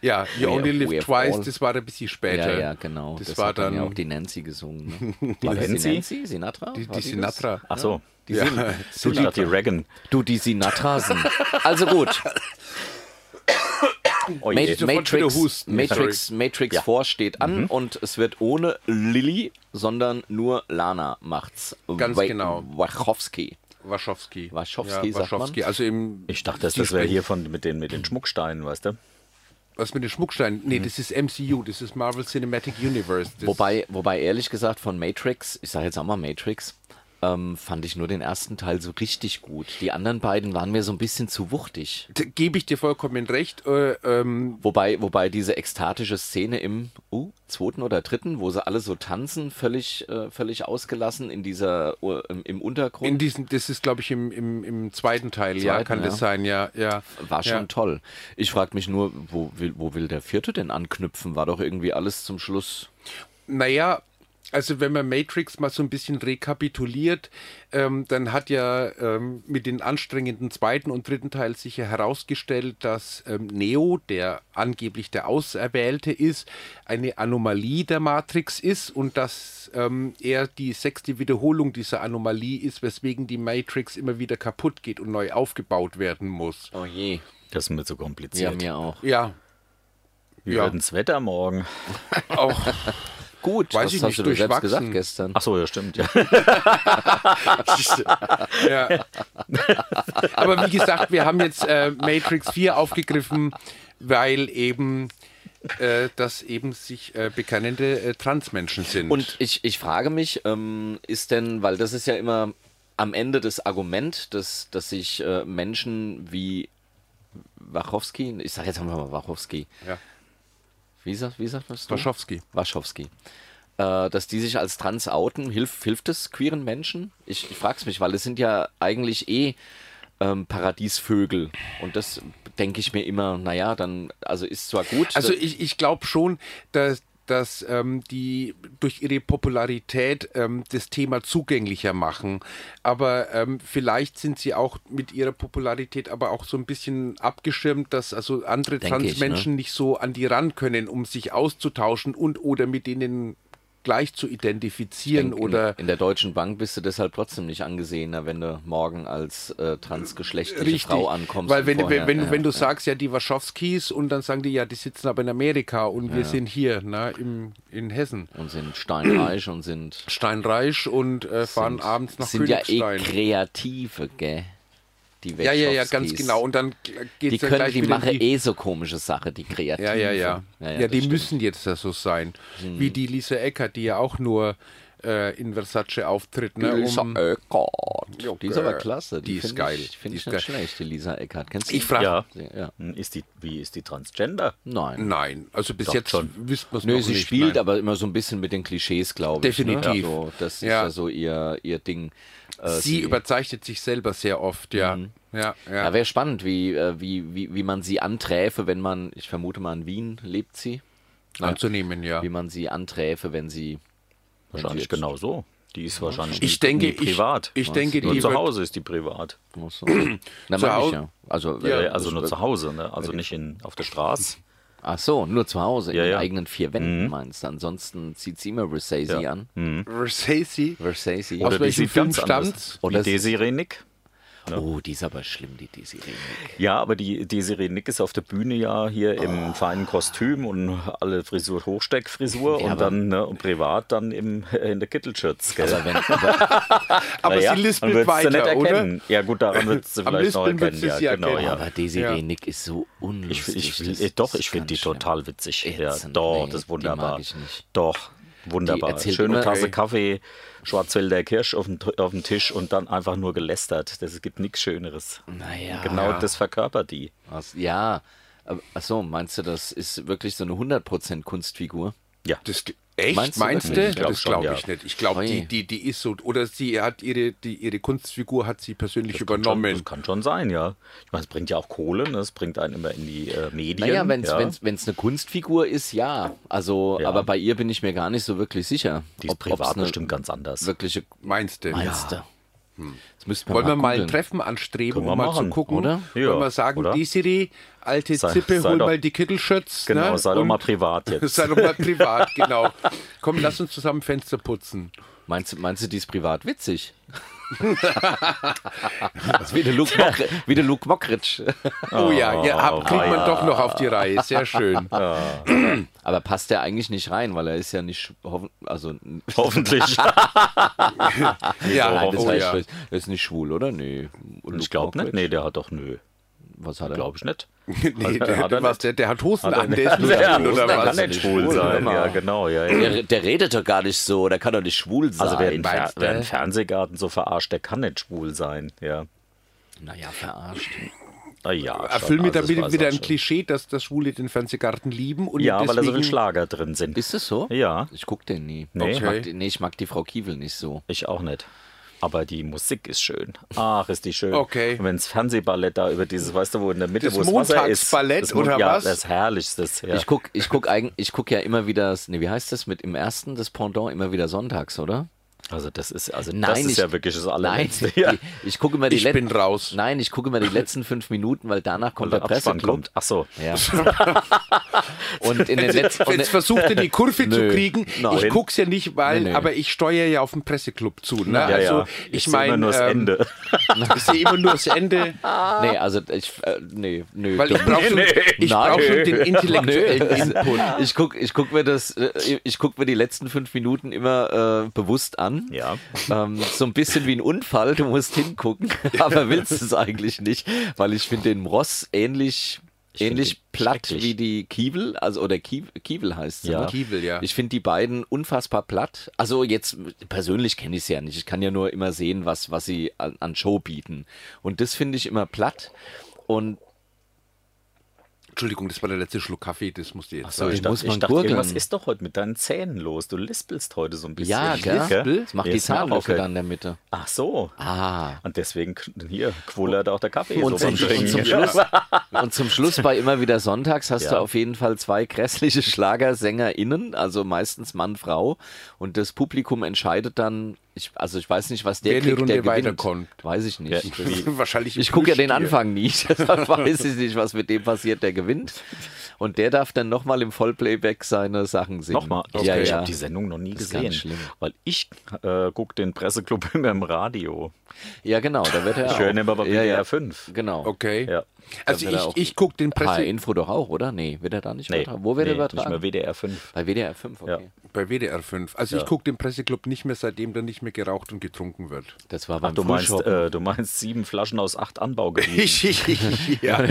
Speaker 3: Ja, You
Speaker 1: We have-
Speaker 3: Only
Speaker 1: we
Speaker 3: Live
Speaker 1: have all-
Speaker 3: Twice, das war ein bisschen
Speaker 1: Ja,
Speaker 3: später.
Speaker 1: ja, genau.
Speaker 3: Das,
Speaker 1: hat
Speaker 3: war dann
Speaker 1: ja auch die Nancy gesungen.
Speaker 3: [laughs]
Speaker 1: Ne? Die
Speaker 2: Nancy?
Speaker 1: Die Nancy? Sinatra?
Speaker 3: die,
Speaker 1: War
Speaker 3: die
Speaker 1: das?
Speaker 3: Sinatra.
Speaker 2: Ach so.
Speaker 1: Die
Speaker 3: [laughs]
Speaker 1: Sin-
Speaker 2: Du, die, die Reagan.
Speaker 1: Du, die Sinatrasen. Also
Speaker 3: [coughs]
Speaker 1: gut.
Speaker 2: Oh,
Speaker 1: Ma
Speaker 2: je.
Speaker 3: sofort wieder
Speaker 1: Matrix,
Speaker 3: husten. Mhm.
Speaker 1: Matrix, Matrix 4 steht an und es wird ohne Lilly, sondern nur Lana macht's.
Speaker 3: Ganz genau.
Speaker 1: Wachowski.
Speaker 3: Wachowski.
Speaker 1: Wachowski, sagt
Speaker 3: Wachowski. Also im,
Speaker 2: ich dachte, das,
Speaker 3: die
Speaker 2: das wäre
Speaker 3: sprechen-
Speaker 2: hier von, mit, den, mit den Schmucksteinen, weißt du?
Speaker 3: Was mit den Schmucksteinen? Nee, das ist MCU, das ist Marvel Cinematic Universe. Das
Speaker 1: Hm. Wobei, wobei ehrlich gesagt von Matrix, ich sage jetzt auch mal Matrix, ähm, fand ich nur den ersten Teil so richtig gut. Die anderen beiden waren mir so ein bisschen zu wuchtig.
Speaker 3: Da gebe ich dir vollkommen recht. Äh, ähm,
Speaker 1: Wobei, wobei diese ekstatische Szene im uh, zweiten oder dritten, wo sie alle so tanzen, völlig, äh, völlig ausgelassen in dieser äh, im, im Untergrund.
Speaker 3: in diesem, das ist, glaube ich, im, im, im zweiten Teil, ja,
Speaker 1: Zweiten,
Speaker 3: kann
Speaker 1: ja.
Speaker 3: das sein, ja, ja.
Speaker 1: War schon
Speaker 3: ja.
Speaker 1: toll. Ich frage mich nur, wo will, wo will der vierte denn anknüpfen? War doch irgendwie alles zum Schluss.
Speaker 3: Naja, also wenn man Matrix mal so ein bisschen rekapituliert, ähm, dann hat ja ähm, mit den anstrengenden zweiten und dritten Teil sicher herausgestellt, dass ähm, Neo, der angeblich der Auserwählte ist, eine Anomalie der Matrix ist und dass ähm, er die sechste Wiederholung dieser Anomalie ist, weswegen die Matrix immer wieder kaputt geht und neu aufgebaut werden muss.
Speaker 1: Oh je.
Speaker 2: Das ist mir zu
Speaker 1: Ja,
Speaker 2: kompliziert.
Speaker 1: mir auch.
Speaker 3: Ja,
Speaker 2: Wie
Speaker 3: ja.
Speaker 2: wird denn das Wetter morgen?
Speaker 3: auch.
Speaker 1: Gut,
Speaker 3: Weiß
Speaker 1: was
Speaker 3: ich
Speaker 1: hast
Speaker 3: nicht,
Speaker 1: du denn selbst
Speaker 3: durchwachsen.
Speaker 1: gesagt gestern?
Speaker 2: Ach so, ja, stimmt.
Speaker 3: [laughs]
Speaker 2: Ja.
Speaker 3: Ja. Aber wie gesagt, wir haben jetzt äh, Matrix 4 aufgegriffen, weil eben äh, das eben sich äh, bekennende äh, Transmenschen sind.
Speaker 1: Und ich, ich frage mich, ähm, ist denn, weil das ist ja immer am Ende das Argument, dass, dass sich äh, Menschen wie Wachowski, ich sage jetzt einfach mal Wachowski,
Speaker 3: ja.
Speaker 1: wie, sagt, wie sagt man das?
Speaker 3: Wachowski.
Speaker 1: Waschowski. Äh, dass die sich als trans outen, hilf, hilft es queeren Menschen? Ich, ich frage es mich, weil es sind ja eigentlich eh ähm, Paradiesvögel. Und das denke ich mir immer, naja, dann, also ist zwar gut.
Speaker 3: Also
Speaker 1: dass-
Speaker 3: ich, ich glaube schon, dass dass ähm, die durch ihre Popularität ähm, das Thema zugänglicher machen. Aber ähm, vielleicht sind sie auch mit ihrer Popularität aber auch so ein bisschen abgeschirmt, dass also andere
Speaker 1: Denke ich, ne?
Speaker 3: Transmenschen nicht so an die ran können, um sich auszutauschen und oder mit denen gleich zu identifizieren
Speaker 1: In-
Speaker 3: oder
Speaker 1: in, in der Deutschen Bank bist du deshalb trotzdem nicht angesehener, wenn du morgen als äh, transgeschlechtliche
Speaker 3: richtig.
Speaker 1: Frau ankommst.
Speaker 3: Weil wenn,
Speaker 1: und vorher-
Speaker 3: wenn, wenn,
Speaker 1: ja,
Speaker 3: wenn du
Speaker 1: ja.
Speaker 3: sagst, ja, die Waschowskis und dann sagen die, ja, die sitzen aber in Amerika und wir sind hier, ne, im, in Hessen.
Speaker 1: und sind steinreich und
Speaker 3: [clears throat]
Speaker 1: sind
Speaker 3: Steinreich und äh, fahren abends nach
Speaker 1: sind ja eh
Speaker 3: Königstein.
Speaker 1: Kreative, gell? Die
Speaker 3: Ja, ja, ja, ganz
Speaker 1: Wetschowskis.
Speaker 3: genau. Und dann geht
Speaker 1: Die
Speaker 3: es ja
Speaker 1: können,
Speaker 3: gleich
Speaker 1: die
Speaker 3: wieder
Speaker 1: machen
Speaker 3: in die,
Speaker 1: eh so komische Sachen, die Kreativen.
Speaker 3: Ja, ja, ja. Ja,
Speaker 1: ja,
Speaker 3: die
Speaker 1: das stimmt. Hm.
Speaker 3: müssen jetzt ja so sein. Wie die Lisa Ecker, die ja auch nur äh, in Versace auftritt. Ne,
Speaker 1: Lisa
Speaker 3: um,
Speaker 1: Eckert. Die ist aber klasse.
Speaker 3: Die ist
Speaker 1: find
Speaker 3: geil.
Speaker 1: Ich, find
Speaker 3: Die
Speaker 1: ich
Speaker 3: ist
Speaker 1: nicht
Speaker 3: geil.
Speaker 1: schlecht, die Lisa Eckert. Kennst du
Speaker 3: ich
Speaker 1: die?
Speaker 3: frage,
Speaker 2: Ja.
Speaker 1: Ja.
Speaker 2: Hm, Ist die, wie ist die Transgender?
Speaker 1: Nein.
Speaker 3: nein, also bis
Speaker 2: Doch,
Speaker 3: jetzt
Speaker 2: schon.
Speaker 3: wisst man es
Speaker 1: Nö,
Speaker 3: noch
Speaker 1: sie
Speaker 3: nicht.
Speaker 1: spielt
Speaker 3: nein.
Speaker 1: aber immer so ein bisschen mit den Klischees, glaube ich.
Speaker 3: Definitiv.
Speaker 1: Ne? Also, das
Speaker 3: Ja.
Speaker 1: ist ja so ihr, ihr Ding. Äh,
Speaker 3: Sie, überzeichnet sich selber sehr oft, ja. Ja, ja.
Speaker 1: Mhm. Ja, wäre spannend, wie, äh, wie, wie, wie man sie anträfe, wenn man, ich vermute mal in Wien lebt sie,
Speaker 3: anzunehmen, ja.
Speaker 1: wie man sie anträfe, wenn sie. wenn
Speaker 2: Wahrscheinlich
Speaker 1: sie jetzt-
Speaker 2: genau so. Die ist wahrscheinlich
Speaker 3: Ich
Speaker 2: nie-
Speaker 3: denke,
Speaker 2: nie privat. ne?
Speaker 3: Ich, ich denke,
Speaker 2: nur
Speaker 3: die
Speaker 2: zu
Speaker 3: wird-
Speaker 2: Hause ist die privat.
Speaker 1: Ach
Speaker 2: [clears throat]
Speaker 1: so. Na,
Speaker 3: Zu
Speaker 1: meine ich
Speaker 3: Hau-
Speaker 1: ja. Also,
Speaker 3: Ja,
Speaker 1: äh,
Speaker 2: genau. also
Speaker 1: das-
Speaker 2: nur zu Hause, ne? also nicht in, auf der Straße.
Speaker 1: Ach so, nur zu Hause, in
Speaker 2: Ja,
Speaker 1: den
Speaker 2: ja.
Speaker 1: eigenen vier Wänden meinst du. Ansonsten zieht sie immer Versace
Speaker 2: Ja. Mhm.
Speaker 1: an.
Speaker 3: Versace.
Speaker 1: Versace.
Speaker 3: Aus
Speaker 2: Oder die
Speaker 3: welchem
Speaker 2: sieht ganz
Speaker 3: Film
Speaker 2: anders.
Speaker 3: stammt's?
Speaker 2: Oder
Speaker 1: Oder
Speaker 2: die
Speaker 1: sie-
Speaker 2: Desiree Nick.
Speaker 1: oh, die ist aber schlimm, die Desiree.
Speaker 2: Ja, aber die Desiree Nick ist auf der Bühne ja hier im feinen Kostüm und alle Frisur Hochsteckfrisur und dann ne, und privat dann im, äh, in der Kittelschürz. Gell? [laughs]
Speaker 1: Aber wenn, aber,
Speaker 3: Aber
Speaker 2: ja,
Speaker 3: sie
Speaker 2: man
Speaker 3: lispelt
Speaker 2: wird's ja
Speaker 3: weiter,
Speaker 2: nicht
Speaker 3: oder?
Speaker 2: erkennen. Ja gut, daran wird sie
Speaker 3: Am
Speaker 2: vielleicht noch
Speaker 3: Lispeln
Speaker 2: erkennen.
Speaker 3: wird
Speaker 2: Ja,
Speaker 3: sie
Speaker 2: genau,
Speaker 3: erkennen.
Speaker 2: ja.
Speaker 1: aber Desiree
Speaker 3: Ja.
Speaker 1: Nick ist so
Speaker 2: Ich,
Speaker 1: unlustig.
Speaker 2: ich,
Speaker 1: das
Speaker 2: will-
Speaker 1: ist
Speaker 2: doch, ich finde
Speaker 1: ganz
Speaker 2: die
Speaker 1: schlimm.
Speaker 2: total witzig. Ja,
Speaker 1: Ätzend, nee,
Speaker 2: doch, das ist
Speaker 1: die
Speaker 2: wunderbar.
Speaker 1: mag ich nicht.
Speaker 2: Doch,
Speaker 1: Die
Speaker 2: wunderbar.
Speaker 1: erzählt
Speaker 2: Schöne
Speaker 1: immer-
Speaker 2: Tasse
Speaker 1: Ey.
Speaker 2: Kaffee, Schwarzwälder Kirsch auf dem, auf dem Tisch und dann einfach nur gelästert. Das gibt nichts Schöneres.
Speaker 1: Naja.
Speaker 2: Genau das verkörpert die.
Speaker 1: Was- Ja. aber- Ach so, meinst du, das ist wirklich so eine 100% Kunstfigur?
Speaker 2: Ja.
Speaker 3: Das, gl- echt?
Speaker 1: Meinst
Speaker 3: Meinst
Speaker 1: du
Speaker 3: du?
Speaker 1: wirklich?
Speaker 2: Ich glaub
Speaker 3: das
Speaker 2: schon,
Speaker 3: glaube
Speaker 2: ja.
Speaker 3: ich nicht. Ich glaube,
Speaker 1: Oi.
Speaker 3: die, die, die ist so. Oder sie hat ihre, die, ihre Kunstfigur hat sie persönlich
Speaker 2: Schon,
Speaker 3: übernommen.
Speaker 2: das kann schon sein, ja. Ich meine, es bringt ja auch Kohle, ne? es bringt einen immer in die äh, Medien.
Speaker 1: Naja, wenn es
Speaker 2: ja.
Speaker 1: wenn's, wenn's eine Kunstfigur ist, ja. Also,
Speaker 2: Ja.
Speaker 1: aber bei ihr bin ich mir gar nicht so wirklich sicher.
Speaker 2: die ist
Speaker 1: ob's ne
Speaker 2: privat
Speaker 1: eine
Speaker 2: bestimmt ganz anders.
Speaker 1: Wirkliche
Speaker 3: Meinst du?
Speaker 1: Meinst du? Das müsste man
Speaker 3: Wollen wir mal
Speaker 1: googeln.
Speaker 3: ein Treffen anstreben,
Speaker 2: Können wir
Speaker 3: um mal
Speaker 2: machen,
Speaker 3: zu gucken,
Speaker 1: oder?
Speaker 2: Ja,
Speaker 3: Wollen wir sagen,
Speaker 2: oder?
Speaker 3: Desiree, alte
Speaker 2: Sei-
Speaker 3: Zippe,
Speaker 2: sei
Speaker 3: hol
Speaker 2: doch-
Speaker 3: mal die Kittelschürz.
Speaker 2: Genau,
Speaker 3: ne?
Speaker 2: sei doch
Speaker 3: Und-
Speaker 2: mal privat jetzt.
Speaker 3: [laughs] sei doch mal privat, genau. Komm, lass uns zusammen Fenster putzen.
Speaker 1: Meinst, du- meinst du, die ist privat witzig? Das ist wie der Luke, Mockri wie der Luke Mockridge.
Speaker 3: Oh, ja, ja hab, kriegt
Speaker 2: weia.
Speaker 3: man doch noch auf die Reihe. Sehr schön.
Speaker 1: Aber passt der eigentlich nicht rein, weil er ist ja nicht, hoffen, also n-
Speaker 2: [laughs] Hoffentlich.
Speaker 3: [laughs] Ja,
Speaker 1: [laughs] nein, das
Speaker 3: oh,
Speaker 1: war
Speaker 3: ja.
Speaker 1: schlecht. er ist nicht schwul, oder? Nee. Luke
Speaker 2: ich glaube nicht.
Speaker 1: Mockridge?
Speaker 2: Nee, der hat doch nö.
Speaker 1: Was hat er?
Speaker 2: Glaube ich nicht.
Speaker 3: [laughs] [laughs]
Speaker 2: Hat
Speaker 3: Nee,
Speaker 2: er
Speaker 3: der, der,
Speaker 2: nicht.
Speaker 3: was, der, der hat Hosen an, der ist nur
Speaker 2: Ja,
Speaker 3: schwul, oder
Speaker 2: der
Speaker 3: was?
Speaker 2: kann nicht schwul
Speaker 1: Schwul,
Speaker 2: sein.
Speaker 1: immer.
Speaker 2: Ja, genau. Ja, ja.
Speaker 1: Der, der redet doch gar nicht so, der kann doch nicht schwul sein.
Speaker 2: Also wer im, Fer
Speaker 3: meinst du?
Speaker 2: wer im Fernsehgarten so verarscht, der kann nicht schwul sein. Ja.
Speaker 1: naja, verarscht.
Speaker 2: Ah, ja,
Speaker 3: Erfüll
Speaker 2: schon,
Speaker 3: mir
Speaker 2: also
Speaker 3: da
Speaker 2: das
Speaker 3: bitte
Speaker 2: weiß
Speaker 3: wieder
Speaker 2: er
Speaker 3: ein
Speaker 2: schon.
Speaker 3: Klischee, dass, dass Schwule den Fernsehgarten lieben und
Speaker 2: Ja,
Speaker 3: deswegen,
Speaker 2: weil da so viele Schlager drin sind.
Speaker 1: Ist es so?
Speaker 2: Ja.
Speaker 1: Ich guck den nie.
Speaker 2: Nee.
Speaker 1: Ich mag
Speaker 3: Okay.
Speaker 1: die, nee, ich mag die Frau Kiewel nicht so.
Speaker 2: Ich auch nicht. Aber die Musik ist schön. Ach, ist die schön.
Speaker 3: Okay.
Speaker 2: Und wenn das Fernsehballett da über dieses, weißt du, wo in der Mitte,
Speaker 3: Das
Speaker 2: wo das Wasser ist.
Speaker 3: Montagsballett
Speaker 2: das Mon-
Speaker 3: oder
Speaker 2: ja,
Speaker 3: was?
Speaker 2: Das Herrlichste. Ja.
Speaker 1: Ich guck, ich guck eigentlich, ich guck ja immer wieder, das- nee, wie heißt das mit im ersten, das Pendant immer wieder sonntags, oder?
Speaker 2: also das ist, also das
Speaker 1: Nein,
Speaker 2: ist
Speaker 1: ich-
Speaker 2: ja wirklich das
Speaker 1: Nein,
Speaker 2: allerletzte. ja.
Speaker 1: die, ich gucke immer die
Speaker 3: Ich
Speaker 1: Let-
Speaker 3: bin raus.
Speaker 1: Nein, ich gucke immer die letzten fünf Minuten, weil danach kommt der,
Speaker 2: Der Abspann
Speaker 1: Presseclub.
Speaker 2: kommt. Ach so.
Speaker 1: Ja. und in
Speaker 3: [laughs]
Speaker 1: den letzten und,
Speaker 3: [laughs] Jetzt versucht er die
Speaker 2: [laughs]
Speaker 3: Kurve zu
Speaker 1: Nö.
Speaker 3: kriegen.
Speaker 1: Nein.
Speaker 3: Ich guck's ja nicht, weil,
Speaker 1: Nee, nee.
Speaker 3: aber ich steuere ja auf den Presseclub zu. Ne?
Speaker 2: Ja,
Speaker 3: also
Speaker 2: ja.
Speaker 3: ich,
Speaker 2: seh
Speaker 3: meine,
Speaker 2: immer nur das
Speaker 3: ähm,
Speaker 2: Ende.
Speaker 3: ich sehe [laughs] immer nur
Speaker 2: [laughs]
Speaker 3: das Ende,
Speaker 1: nee, also ich äh, nee, nö.
Speaker 3: weil ich
Speaker 1: doch
Speaker 3: brauche schon,
Speaker 2: nee.
Speaker 3: [laughs] ich
Speaker 1: Nein.
Speaker 3: brauch
Speaker 2: [laughs]
Speaker 3: schon den intellektuellen
Speaker 1: Nö.
Speaker 3: Input.
Speaker 1: Ich guck, ich guck mir das, äh, ich guck mir die letzten fünf Minuten immer äh, bewusst an.
Speaker 2: Ja.
Speaker 1: Ähm, so ein bisschen wie ein Unfall, du musst hingucken, [laughs] aber willst es eigentlich nicht, weil ich finde den Ross ähnlich,
Speaker 2: find
Speaker 1: ähnlich
Speaker 2: ihn
Speaker 1: platt
Speaker 2: schrecklich.
Speaker 1: wie die Kiebel, also oder Kiebel, Kiebel heißt sie.
Speaker 2: Ja.
Speaker 1: Ne?
Speaker 3: Kiebel, ja.
Speaker 1: Ich finde die beiden unfassbar platt. Also jetzt persönlich kenne ich sie ja nicht. Ich kann ja nur immer sehen, was, was sie an, an Show bieten. Und das finde ich immer platt. Und
Speaker 3: Entschuldigung, das war der letzte Schluck Kaffee, das musste jetzt
Speaker 1: so,
Speaker 3: sein.
Speaker 1: ich muss man
Speaker 2: ich dachte
Speaker 1: gurgeln.
Speaker 2: irgendwas ist doch heute mit deinen Zähnen los. Du lispelst heute so ein bisschen.
Speaker 1: Ja, gell? Das macht die
Speaker 2: Jetzt mal
Speaker 1: Zahnlücke
Speaker 2: aufhören.
Speaker 1: dann in der Mitte.
Speaker 2: Ach so.
Speaker 1: Ah.
Speaker 2: Und deswegen, hier, quollert auch der Kaffee so
Speaker 1: Und zum,
Speaker 2: beim Trinken.
Speaker 1: und, zum
Speaker 2: Ja.
Speaker 1: Schluss, und zum Schluss bei immer wieder Sonntags hast
Speaker 2: Ja.
Speaker 1: du auf jeden Fall zwei grässliche SchlagersängerInnen, also meistens Mann, Frau. Und das Publikum entscheidet dann, Ich, also ich weiß nicht, was der
Speaker 3: Wer eine
Speaker 1: kriegt, der
Speaker 3: Runde
Speaker 1: gewinnt.
Speaker 3: weiterkommt.
Speaker 1: Weiß ich nicht.
Speaker 2: Ja,
Speaker 1: Das-
Speaker 3: [laughs] Wahrscheinlich im
Speaker 1: ich gucke ja den
Speaker 3: Plüschtier.
Speaker 1: Anfang nicht. [laughs] Deshalb weiß ich nicht, was mit dem passiert, der gewinnt. Und der darf dann nochmal im Vollplayback seine Sachen singen.
Speaker 2: Nochmal, ich,
Speaker 1: ja,
Speaker 2: ich
Speaker 1: ja.
Speaker 2: habe die Sendung noch nie
Speaker 1: Das ist ganz
Speaker 2: gesehen,
Speaker 1: schlimm.
Speaker 2: weil ich äh, gucke den Presseclub [laughs] immer im Radio.
Speaker 1: ja, genau, da wird er
Speaker 2: Ich höre
Speaker 1: auch-
Speaker 2: ihn immer bei
Speaker 1: ja, ja,
Speaker 2: WDR 5.
Speaker 1: Genau.
Speaker 3: Okay.
Speaker 2: Ja.
Speaker 3: Also
Speaker 1: Dann wird er
Speaker 3: ich,
Speaker 1: auch-
Speaker 3: ich gucke den
Speaker 1: HR
Speaker 3: Presse
Speaker 1: Info doch auch, oder? Nee, wird er da nicht
Speaker 2: Nee,
Speaker 1: übertragen? Wo wird
Speaker 2: nee,
Speaker 1: er übertragen?
Speaker 2: Nicht mehr WDR 5.
Speaker 1: Bei WDR 5, okay.
Speaker 2: Ja.
Speaker 3: bei WDR 5. Also ich gucke den Presseclub nicht mehr, seitdem da nicht mehr geraucht und getrunken wird.
Speaker 1: Das war beim
Speaker 2: Du meinst,
Speaker 1: Frühschoppen.
Speaker 2: äh, du meinst sieben Flaschen aus acht Anbaugebieten.
Speaker 3: [laughs] ja,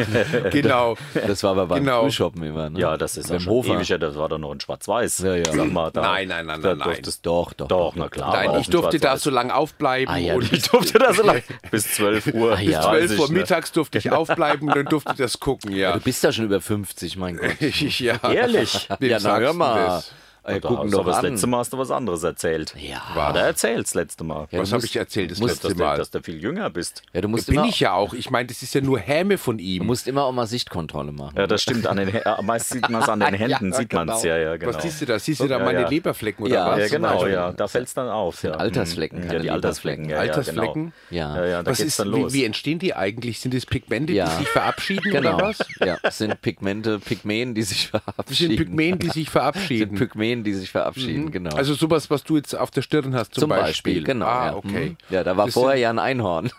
Speaker 3: genau.
Speaker 1: Das war aber beim
Speaker 3: Genau.
Speaker 1: Frühschoppen immer, ne?
Speaker 2: [laughs] äh, ja, das ist
Speaker 1: beim
Speaker 2: auch schon
Speaker 1: Hofer.
Speaker 2: ewiger, das war doch noch in Schwarz-Weiß.
Speaker 1: Ja, ja.
Speaker 2: Sag mal, da,
Speaker 3: Nein, nein, nein,
Speaker 2: da
Speaker 3: nein, nein.
Speaker 2: durftest-
Speaker 1: Doch, doch,
Speaker 2: Doch, na klar. aber
Speaker 3: Nein,
Speaker 2: auch
Speaker 3: ich
Speaker 2: in
Speaker 3: durfte da
Speaker 2: Schwarz-Weiß.
Speaker 3: so lange aufbleiben
Speaker 1: Ah, ja,
Speaker 3: und
Speaker 2: Ich durfte [laughs] da
Speaker 1: [laughs]
Speaker 2: so lange. Bis 12 Uhr.
Speaker 1: Bis
Speaker 3: [laughs]
Speaker 2: ja,
Speaker 1: weiß
Speaker 3: 12
Speaker 2: ich,
Speaker 3: Uhr
Speaker 2: ne?
Speaker 3: mittags durfte ich aufbleiben und dann durfte ich das gucken, ja.
Speaker 1: Du
Speaker 3: [laughs]
Speaker 1: bist da schon über 50, mein Gott.
Speaker 3: ja.
Speaker 2: Ehrlich?
Speaker 3: Wem
Speaker 1: ja, na
Speaker 3: sagst
Speaker 1: hör
Speaker 3: du
Speaker 1: mal.
Speaker 3: das?
Speaker 1: Ey,
Speaker 2: Da
Speaker 1: gucken
Speaker 2: hast du
Speaker 1: doch
Speaker 2: aber das
Speaker 1: an.
Speaker 2: letzte Mal hast du was anderes erzählt.
Speaker 1: Ja.
Speaker 2: War da erzählt das letzte Mal.
Speaker 1: Ja,
Speaker 3: Was
Speaker 1: du
Speaker 3: habe
Speaker 1: musst-
Speaker 3: ich erzählt das
Speaker 1: musst-
Speaker 2: dass,
Speaker 3: letzte
Speaker 2: du,
Speaker 3: Mal?
Speaker 2: dass du viel jünger bist.
Speaker 1: Ja, du musst
Speaker 3: Bin
Speaker 1: immer,
Speaker 3: ich ja auch. Ich meine, das ist ja nur Häme von
Speaker 1: du
Speaker 3: ihm.
Speaker 1: musst immer auch mal Sichtkontrolle machen.
Speaker 2: Ja, das stimmt. An den, Hä- äh, meist sieht man es
Speaker 3: [laughs]
Speaker 2: an den Händen, sieht man es. Ja, ja, genau.
Speaker 3: Was siehst du da? Siehst du da
Speaker 2: Ja,
Speaker 3: meine
Speaker 2: ja.
Speaker 3: Leberflecken oder
Speaker 1: Ja,
Speaker 3: was?
Speaker 2: Ja,
Speaker 1: zum
Speaker 2: genau,
Speaker 1: Beispiel?
Speaker 2: ja, da fällt es dann auf. Ja.
Speaker 1: Altersflecken,
Speaker 2: Mhm.
Speaker 1: keine
Speaker 2: Ja, die Altersflecken. Ja,
Speaker 3: Altersflecken?
Speaker 2: Ja, genau.
Speaker 1: Ja.
Speaker 2: ja, ja da
Speaker 3: Was
Speaker 2: geht's
Speaker 3: ist,
Speaker 2: dann
Speaker 3: wie,
Speaker 2: los.
Speaker 3: wie entstehen die eigentlich? Sind es Pigmente,
Speaker 1: Ja.
Speaker 3: die sich verabschieden
Speaker 1: Genau.
Speaker 3: oder was?
Speaker 1: Ja, es sind Pigmente, Pigmäen, die sich
Speaker 3: Das
Speaker 1: verabschieden.
Speaker 3: sind Pigmente,
Speaker 1: [laughs]
Speaker 3: die sich
Speaker 1: sind
Speaker 3: verabschieden.
Speaker 1: Pigmäen, die sich verabschieden, genau.
Speaker 3: Also sowas, was du jetzt auf der Stirn hast zum,
Speaker 1: zum Beispiel, genau.
Speaker 3: Ah,
Speaker 1: ja.
Speaker 3: okay.
Speaker 1: Mhm. Ja, da war
Speaker 3: Das sind-
Speaker 1: vorher ja ein Einhorn.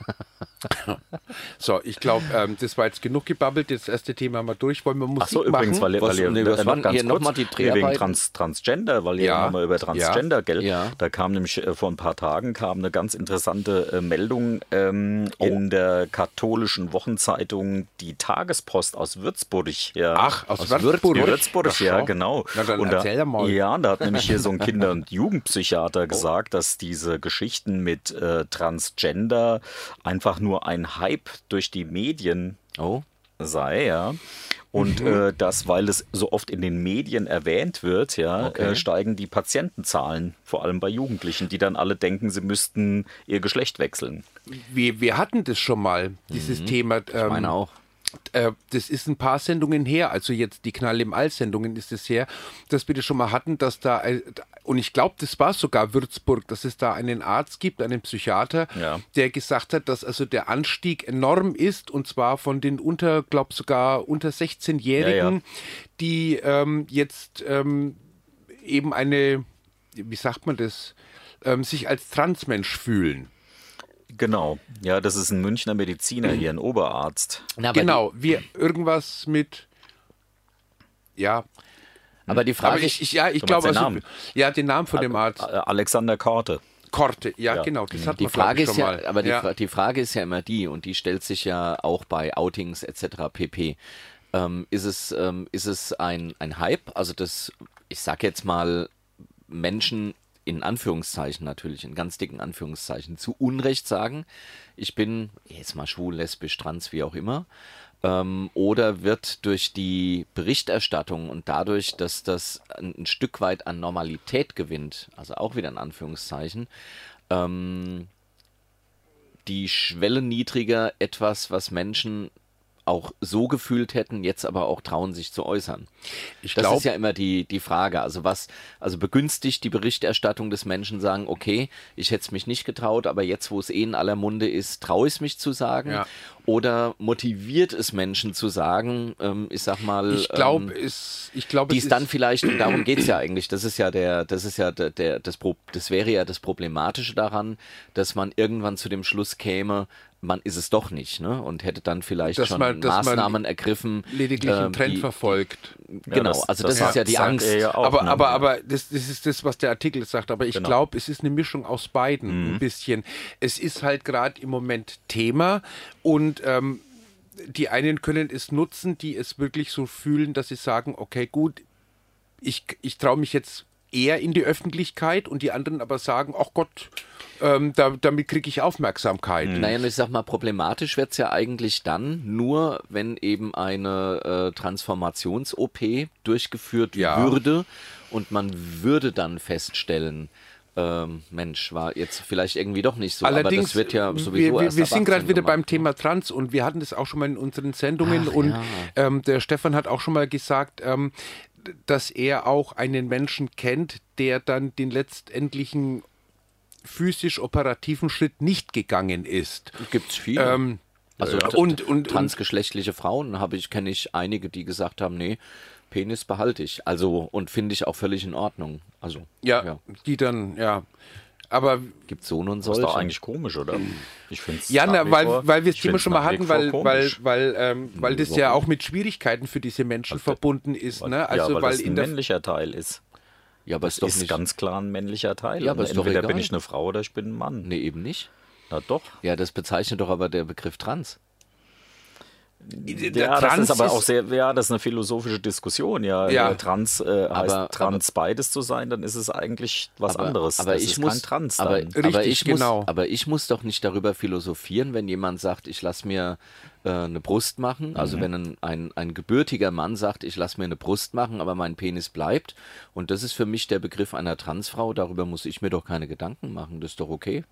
Speaker 3: So, ich glaube, ähm, das war jetzt genug gebabbelt. Das erste Thema haben wir durch. Wollen wir Musik
Speaker 2: Ach so,
Speaker 3: machen?
Speaker 2: übrigens, weil,
Speaker 1: Was-
Speaker 2: weil ihr
Speaker 1: nee, was
Speaker 2: äh,
Speaker 1: waren
Speaker 2: noch ganz
Speaker 1: hier noch
Speaker 2: kurz,
Speaker 1: mal die
Speaker 2: nee, wegen
Speaker 1: Dreharbeiten?
Speaker 2: Trans, Transgender, weil
Speaker 3: Ja,
Speaker 2: ihr haben wir über Transgender, gell?
Speaker 1: Ja.
Speaker 2: Da kam nämlich äh, vor ein paar Tagen kam eine ganz interessante äh, Meldung ähm,
Speaker 1: Oh.
Speaker 2: in der katholischen Wochenzeitung Die Tagespost aus Würzburg. Ja.
Speaker 3: Ach, aus
Speaker 2: Die
Speaker 3: Würzburg?
Speaker 2: Würzburg,
Speaker 3: Ach
Speaker 2: ja,
Speaker 3: so.
Speaker 2: genau.
Speaker 3: Na, dann
Speaker 2: und da,
Speaker 3: erzähl doch mal. Oh.
Speaker 2: Ja, und da hat nämlich hier so
Speaker 3: [laughs]
Speaker 2: ein Kinder- und Jugendpsychiater gesagt, dass diese Geschichten mit äh, Transgender einfach nur ein Hype durch die Medien
Speaker 1: Oh.
Speaker 2: sei, ja.
Speaker 3: Mhm.
Speaker 2: Und äh, das, weil es so oft in den Medien erwähnt wird, ja, äh, steigen die Patientenzahlen, vor allem bei Jugendlichen, die dann alle denken, sie müssten ihr Geschlecht wechseln.
Speaker 3: wir, wir hatten das schon mal, dieses Thema. Ähm, ich
Speaker 1: Meine auch.
Speaker 3: äh, das ist ein paar Sendungen her, also jetzt die Knall im All-Sendungen ist es her, dass wir das schon mal hatten, dass da, äh, und ich glaube, das war sogar Würzburg, dass es da einen Arzt gibt, einen Psychiater,
Speaker 2: Ja.
Speaker 3: der gesagt hat, dass also der Anstieg enorm ist und zwar von den unter, glaube sogar unter 16-Jährigen,
Speaker 2: Ja, ja.
Speaker 3: die ähm, jetzt ähm, eben eine, wie sagt man das, ähm, sich als Transmensch fühlen.
Speaker 2: Genau. Ja, das ist ein Münchner Mediziner hier, ein Oberarzt.
Speaker 1: Na, aber
Speaker 3: genau, wir irgendwas mit, ja,
Speaker 1: Die, [laughs] aber die Frage
Speaker 3: aber ich,
Speaker 1: ist,
Speaker 3: ich, ja, ich
Speaker 2: Du meinst
Speaker 3: glaube,
Speaker 2: den
Speaker 3: also,
Speaker 2: Namen?
Speaker 3: ja, den Namen von dem
Speaker 2: Äh,
Speaker 3: Arzt.
Speaker 2: Alexander Korte.
Speaker 3: Korte, ja,
Speaker 2: Ja.
Speaker 3: genau, das hat
Speaker 1: Also, ah, Die
Speaker 3: man glaub
Speaker 1: Frage
Speaker 3: ich,
Speaker 1: ist
Speaker 3: schon
Speaker 1: ja,
Speaker 3: mal.
Speaker 1: aber die,
Speaker 3: ja.
Speaker 1: Fra- die Frage ist ja immer die und die stellt sich ja auch bei Outings etc. pp. Ähm, ist es ähm, ist es ein ein Hype? Also das, ich sag jetzt mal Menschen in Anführungszeichen natürlich, in ganz dicken Anführungszeichen, zu Unrecht sagen, ich bin jetzt mal schwul, lesbisch, trans, wie auch immer. Ähm, oder wird durch die Berichterstattung und dadurch, dass das ein, ein Stück weit an Normalität gewinnt, also auch wieder in Anführungszeichen, die Schwelle niedriger, etwas, was Menschen auch so gefühlt hätten, jetzt aber auch trauen, sich zu äußern.
Speaker 3: Ich
Speaker 1: das
Speaker 3: glaub-
Speaker 1: ist ja immer die, die Frage. Also was, also begünstigt die Berichterstattung des Menschen sagen, okay, ich hätte es mich nicht getraut, aber jetzt, wo es eh in aller Munde ist, traue ich es mich zu sagen.
Speaker 3: Ja.
Speaker 1: Oder motiviert es Menschen zu sagen, ähm, ich sag mal,
Speaker 3: ich glaube,
Speaker 1: ähm,
Speaker 3: es, ich glaube,
Speaker 1: die
Speaker 3: es
Speaker 1: es dann vielleicht, und
Speaker 3: [clears throat]
Speaker 1: darum geht es ja eigentlich, das ist ja der, das ist ja der, der das, Pro, das wäre ja das Problematische daran, dass man irgendwann zu dem Schluss käme, man ist es doch nicht, ne? Und hätte dann vielleicht
Speaker 3: Dass
Speaker 1: schon
Speaker 3: man- dass man
Speaker 1: Maßnahmen ergriffen.
Speaker 3: lediglich einen
Speaker 1: ähm,
Speaker 3: Trend
Speaker 1: die,
Speaker 3: verfolgt.
Speaker 1: Genau,
Speaker 2: das-
Speaker 1: also
Speaker 2: das
Speaker 1: das, ist ja
Speaker 2: sagt-
Speaker 1: die
Speaker 2: sagt
Speaker 1: Angst.
Speaker 2: er ja Genau. auch,
Speaker 3: aber,
Speaker 2: ne?
Speaker 3: aber, aber das, das ist das, was der Artikel sagt. Aber ich glaube, es ist eine Mischung aus
Speaker 2: Mhm.
Speaker 3: beiden ein bisschen. Es ist halt gerade im Moment Thema und ähm, die einen können es nutzen, die es wirklich so fühlen, dass sie sagen, okay, gut, ich, ich traue mich jetzt eher in die Öffentlichkeit und die anderen aber sagen, ach Gott, ähm, da, damit kriege ich Aufmerksamkeit.
Speaker 1: Naja, und ich sag mal, problematisch wird's ja eigentlich dann nur, wenn eben eine äh, Transformations-OP durchgeführt
Speaker 3: Ja.
Speaker 1: würde und man würde dann feststellen, ähm, Mensch, war jetzt vielleicht irgendwie doch nicht so, aber das wird ja sowieso
Speaker 3: äh, wir, wir,
Speaker 1: erst
Speaker 3: wir
Speaker 1: ab
Speaker 3: sind gerade
Speaker 1: 18
Speaker 3: wieder beim
Speaker 1: gemacht, ne?
Speaker 3: Thema Trans und wir hatten das auch schon mal in unseren Sendungen
Speaker 1: Ach,
Speaker 3: und
Speaker 1: ja.
Speaker 3: ähm, der Stefan hat auch schon mal gesagt, ähm, dass er auch einen Menschen kennt, der dann den letztendlichen physisch operativen Schritt nicht gegangen ist.
Speaker 1: Gibt's viele.
Speaker 3: Ähm,
Speaker 1: also
Speaker 3: ja,
Speaker 1: t-
Speaker 3: und-
Speaker 1: t-
Speaker 3: und-
Speaker 1: transgeschlechtliche Frauen habe ich kenne ich einige, die gesagt haben, nee, Penis behalte ich. Also und finde ich auch völlig in Ordnung. Also
Speaker 3: Ja, die dann, ja. Aber
Speaker 1: gibt so und
Speaker 2: Das
Speaker 1: solche.
Speaker 2: ist doch eigentlich komisch, oder? Ich finde es.
Speaker 3: ja, na, weil, weil wir es immer schon mal hatten, weil, weil, weil, ähm, weil das ja
Speaker 2: Hm, warum?
Speaker 3: auch mit Schwierigkeiten für diese Menschen verbunden ist. Ne?
Speaker 2: also
Speaker 3: Also
Speaker 2: ja, weil,
Speaker 3: weil
Speaker 2: das ein
Speaker 3: in der
Speaker 2: männlicher Teil ist.
Speaker 1: ja, aber ist
Speaker 2: Das
Speaker 1: doch
Speaker 2: ist
Speaker 1: nicht.
Speaker 2: ganz klar ein männlicher Teil.
Speaker 1: Ja, aber
Speaker 2: Und
Speaker 1: ist doch
Speaker 2: Entweder
Speaker 1: egal.
Speaker 2: bin ich eine Frau oder ich bin ein Mann.
Speaker 1: nee, eben nicht.
Speaker 2: Na doch.
Speaker 1: Ja, das bezeichnet doch aber der Begriff Trans.
Speaker 3: der
Speaker 2: ja, das
Speaker 3: Trans
Speaker 2: ist aber
Speaker 3: ist-
Speaker 2: auch sehr, ja, das ist eine philosophische Diskussion. Ja,
Speaker 3: Ja.
Speaker 2: Äh, Trans äh, heißt
Speaker 1: Aber-
Speaker 2: Trans beides zu sein, dann ist es eigentlich was
Speaker 1: aber,
Speaker 2: anderes.
Speaker 1: Aber
Speaker 2: das
Speaker 1: ich
Speaker 2: ist
Speaker 1: muss
Speaker 2: kein Trans dann.
Speaker 1: aber, aber
Speaker 3: Richtig,
Speaker 1: ich
Speaker 3: genau.
Speaker 1: muss, aber ich muss doch nicht darüber philosophieren, wenn jemand sagt, ich lasse mir äh, eine Brust machen. Also
Speaker 2: Mhm.
Speaker 1: wenn ein, ein, ein gebürtiger Mann sagt, ich lasse mir eine Brust machen, aber mein Penis bleibt. Und das ist für mich der Begriff einer Transfrau. Darüber muss ich mir doch keine Gedanken machen. Das ist doch okay.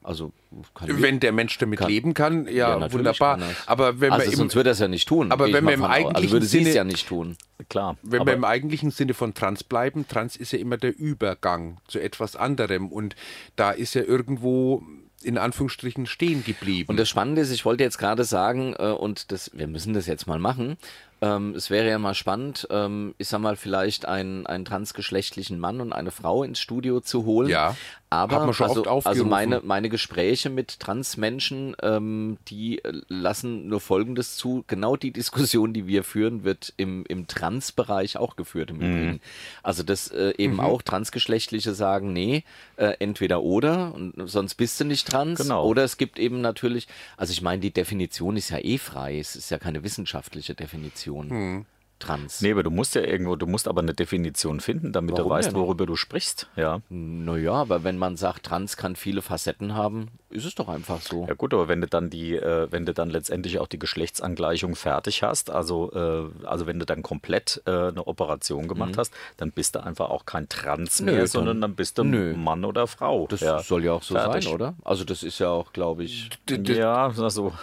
Speaker 1: Also kann ich-
Speaker 3: wenn der Mensch damit
Speaker 1: Kann-
Speaker 3: leben kann, ja,
Speaker 1: natürlich
Speaker 3: wunderbar.
Speaker 1: kann er's.
Speaker 3: Aber wenn
Speaker 1: also
Speaker 3: man im,
Speaker 1: sonst würde er es ja nicht tun.
Speaker 3: aber
Speaker 1: Gehe ich
Speaker 3: wenn
Speaker 1: mal
Speaker 3: wir im
Speaker 1: von aus. also
Speaker 3: eigentlichen
Speaker 1: würde sie es
Speaker 3: Sinne-
Speaker 1: ja nicht tun.
Speaker 2: Klar.
Speaker 3: Wenn
Speaker 2: aber,
Speaker 3: wir im eigentlichen Sinne von trans bleiben, trans ist ja immer der Übergang zu etwas anderem und da ist ja irgendwo in Anführungsstrichen stehen geblieben.
Speaker 1: Und das Spannende ist, ich wollte jetzt gerade sagen, äh, und das, wir müssen das jetzt mal machen. Ähm, es wäre ja mal spannend, ähm, ich sag mal, vielleicht einen, einen transgeschlechtlichen Mann und eine Frau ins Studio zu holen.
Speaker 3: Ja.
Speaker 1: aber
Speaker 3: Hat man schon
Speaker 1: also,
Speaker 3: oft aufgerufen.
Speaker 1: also meine, meine Gespräche mit Transmenschen, ähm, die äh, lassen nur Folgendes zu. Genau die Diskussion, die wir führen, wird im, im Trans-Bereich auch geführt im
Speaker 3: Mhm.
Speaker 1: Übrigen. Also dass äh, eben auch Transgeschlechtliche sagen, nee, äh, entweder oder, und sonst bist du nicht trans.
Speaker 2: Genau.
Speaker 1: Oder es gibt eben natürlich, also ich meine, die Definition ist ja eh frei. Es ist ja keine wissenschaftliche Definition. Trans.
Speaker 2: nee, aber du musst ja irgendwo, du musst aber eine Definition finden, damit
Speaker 1: Warum
Speaker 2: du weißt,
Speaker 1: denn?
Speaker 2: worüber du sprichst. Ja.
Speaker 1: Naja, aber wenn man sagt, trans kann viele Facetten haben, ist es doch einfach so.
Speaker 2: Ja gut, aber wenn du dann die, äh, wenn du dann letztendlich auch die Geschlechtsangleichung fertig hast, also, äh, also wenn du dann komplett äh, eine Operation gemacht hast, dann bist du einfach auch kein Trans
Speaker 1: Mhm. Nö,
Speaker 2: mehr,
Speaker 1: dann-
Speaker 2: sondern dann bist du
Speaker 1: nö.
Speaker 2: Mann oder Frau.
Speaker 1: Das soll ja auch so sein, oder? Also das ist ja auch, glaube ich.
Speaker 2: Ja,
Speaker 1: [laughs]
Speaker 2: also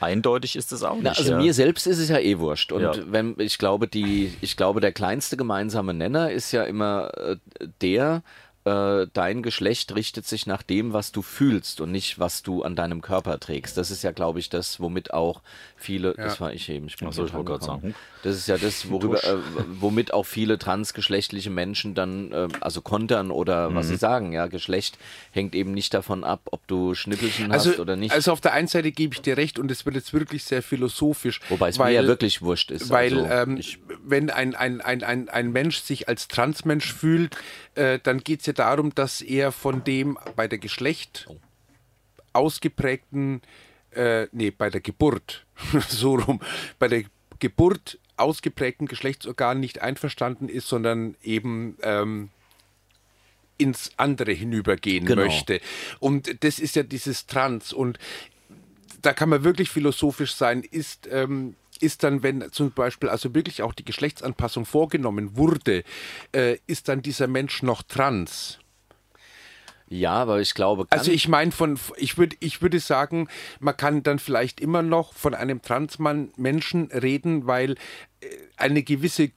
Speaker 2: eindeutig ist es auch nicht.
Speaker 1: Na, also
Speaker 2: ja.
Speaker 1: mir selbst ist es ja eh wurscht. Und
Speaker 2: Ja.
Speaker 1: wenn ich glaube, die, ich glaube, der kleinste gemeinsame Nenner ist ja immer äh, der, äh, dein Geschlecht richtet sich nach dem, was du fühlst und nicht, was du an deinem Körper trägst. Das ist ja, glaube ich, das, womit auch viele, das war ich eben, ich bin
Speaker 2: Ach so,
Speaker 1: hier
Speaker 2: ich wollte
Speaker 1: dran
Speaker 2: gerade
Speaker 1: gekommen.
Speaker 2: sagen,
Speaker 1: Das ist ja
Speaker 2: [laughs]
Speaker 1: das, worüber, äh, womit auch viele transgeschlechtliche Menschen dann, äh, also kontern oder was
Speaker 2: Mhm.
Speaker 1: sie sagen. Ja, Geschlecht hängt eben nicht davon ab, ob du Schnippelchen hast oder nicht.
Speaker 3: Also auf der einen Seite gebe ich dir recht und es wird jetzt wirklich sehr philosophisch.
Speaker 1: Wobei es mir
Speaker 3: weil-
Speaker 1: ja wirklich wurscht ist.
Speaker 3: Weil
Speaker 1: also,
Speaker 3: ähm,
Speaker 1: ich,
Speaker 3: wenn ein, ein, ein, ein, ein Mensch sich als Transmensch fühlt, äh, dann geht es ja darum, dass er von dem bei der Geschlecht
Speaker 1: Oh.
Speaker 3: ausgeprägten, äh, nee, bei der Geburt, [laughs] so rum, bei der Geburt ausgeprägten Geschlechtsorgan nicht einverstanden ist, sondern eben ähm, ins andere hinübergehen
Speaker 1: Genau.
Speaker 3: möchte. Und das ist ja dieses Trans. Und da kann man wirklich philosophisch sein, ist, ähm, ist dann, wenn zum Beispiel also wirklich auch die Geschlechtsanpassung vorgenommen wurde, äh, ist dann dieser Mensch noch trans?
Speaker 1: ja, aber ich glaube, kann,
Speaker 3: Also ich meine von, ich würde, ich würde sagen, man kann dann vielleicht immer noch von einem Transmann Menschen reden, weil äh, eine gewisse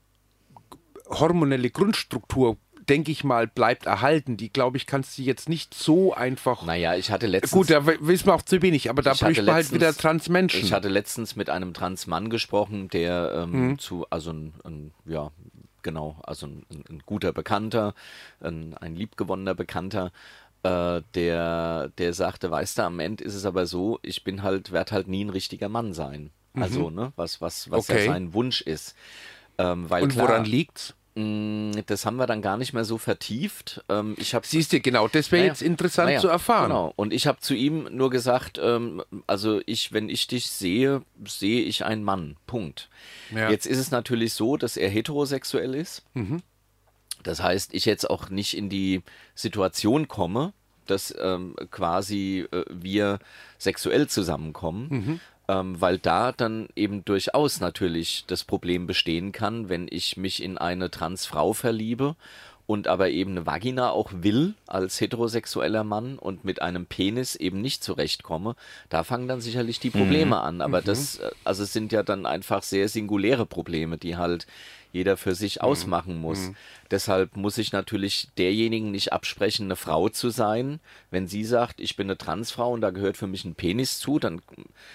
Speaker 3: hormonelle Grundstruktur, denke ich mal, bleibt erhalten. Die, glaube ich, kannst du jetzt nicht so einfach.
Speaker 1: naja, ich hatte letztens.
Speaker 3: Gut, da wissen wir auch zu wenig, aber da
Speaker 1: ich hatte
Speaker 3: bricht man halt
Speaker 1: letztens-
Speaker 3: wieder Transmenschen.
Speaker 1: Ich hatte letztens mit einem Transmann gesprochen, der ähm,
Speaker 3: Mhm.
Speaker 1: zu, also ein, ein ja, genau, also ein, ein, ein guter Bekannter, ein, ein liebgewonnener Bekannter, äh, der, der sagte, weißt du, am Ende ist es aber so, ich bin halt, werd halt nie ein richtiger Mann sein. Also, ne, was, was, was
Speaker 3: Mhm. Okay.
Speaker 1: ja sein Wunsch ist. Ähm, weil
Speaker 3: Und
Speaker 1: klar,
Speaker 3: woran liegt's?
Speaker 1: mh, Das haben wir dann gar nicht mehr so vertieft. Ähm, ich habe
Speaker 3: Siehst du, genau, das wäre
Speaker 1: Naja,
Speaker 3: jetzt interessant
Speaker 1: naja,
Speaker 3: zu erfahren.
Speaker 1: Genau. Und ich habe zu ihm nur gesagt, ähm, also ich, wenn ich dich sehe, sehe ich einen Mann. Punkt.
Speaker 3: Ja.
Speaker 1: Jetzt ist es natürlich so, dass er heterosexuell ist. Das heißt, ich jetzt auch nicht in die Situation komme, dass ähm, quasi äh, wir sexuell zusammenkommen. Ähm, weil da dann eben durchaus natürlich das Problem bestehen kann, wenn ich mich in eine Transfrau verliebe und aber eben eine Vagina auch will als heterosexueller Mann und mit einem Penis eben nicht zurechtkomme, da fangen dann sicherlich die Probleme an. Aber das, äh, also es sind ja dann einfach sehr singuläre Probleme, die halt jeder für sich ausmachen muss. Deshalb muss ich natürlich derjenigen nicht absprechen, eine Frau zu sein. Wenn sie sagt, ich bin eine Transfrau und da gehört für mich ein Penis zu, dann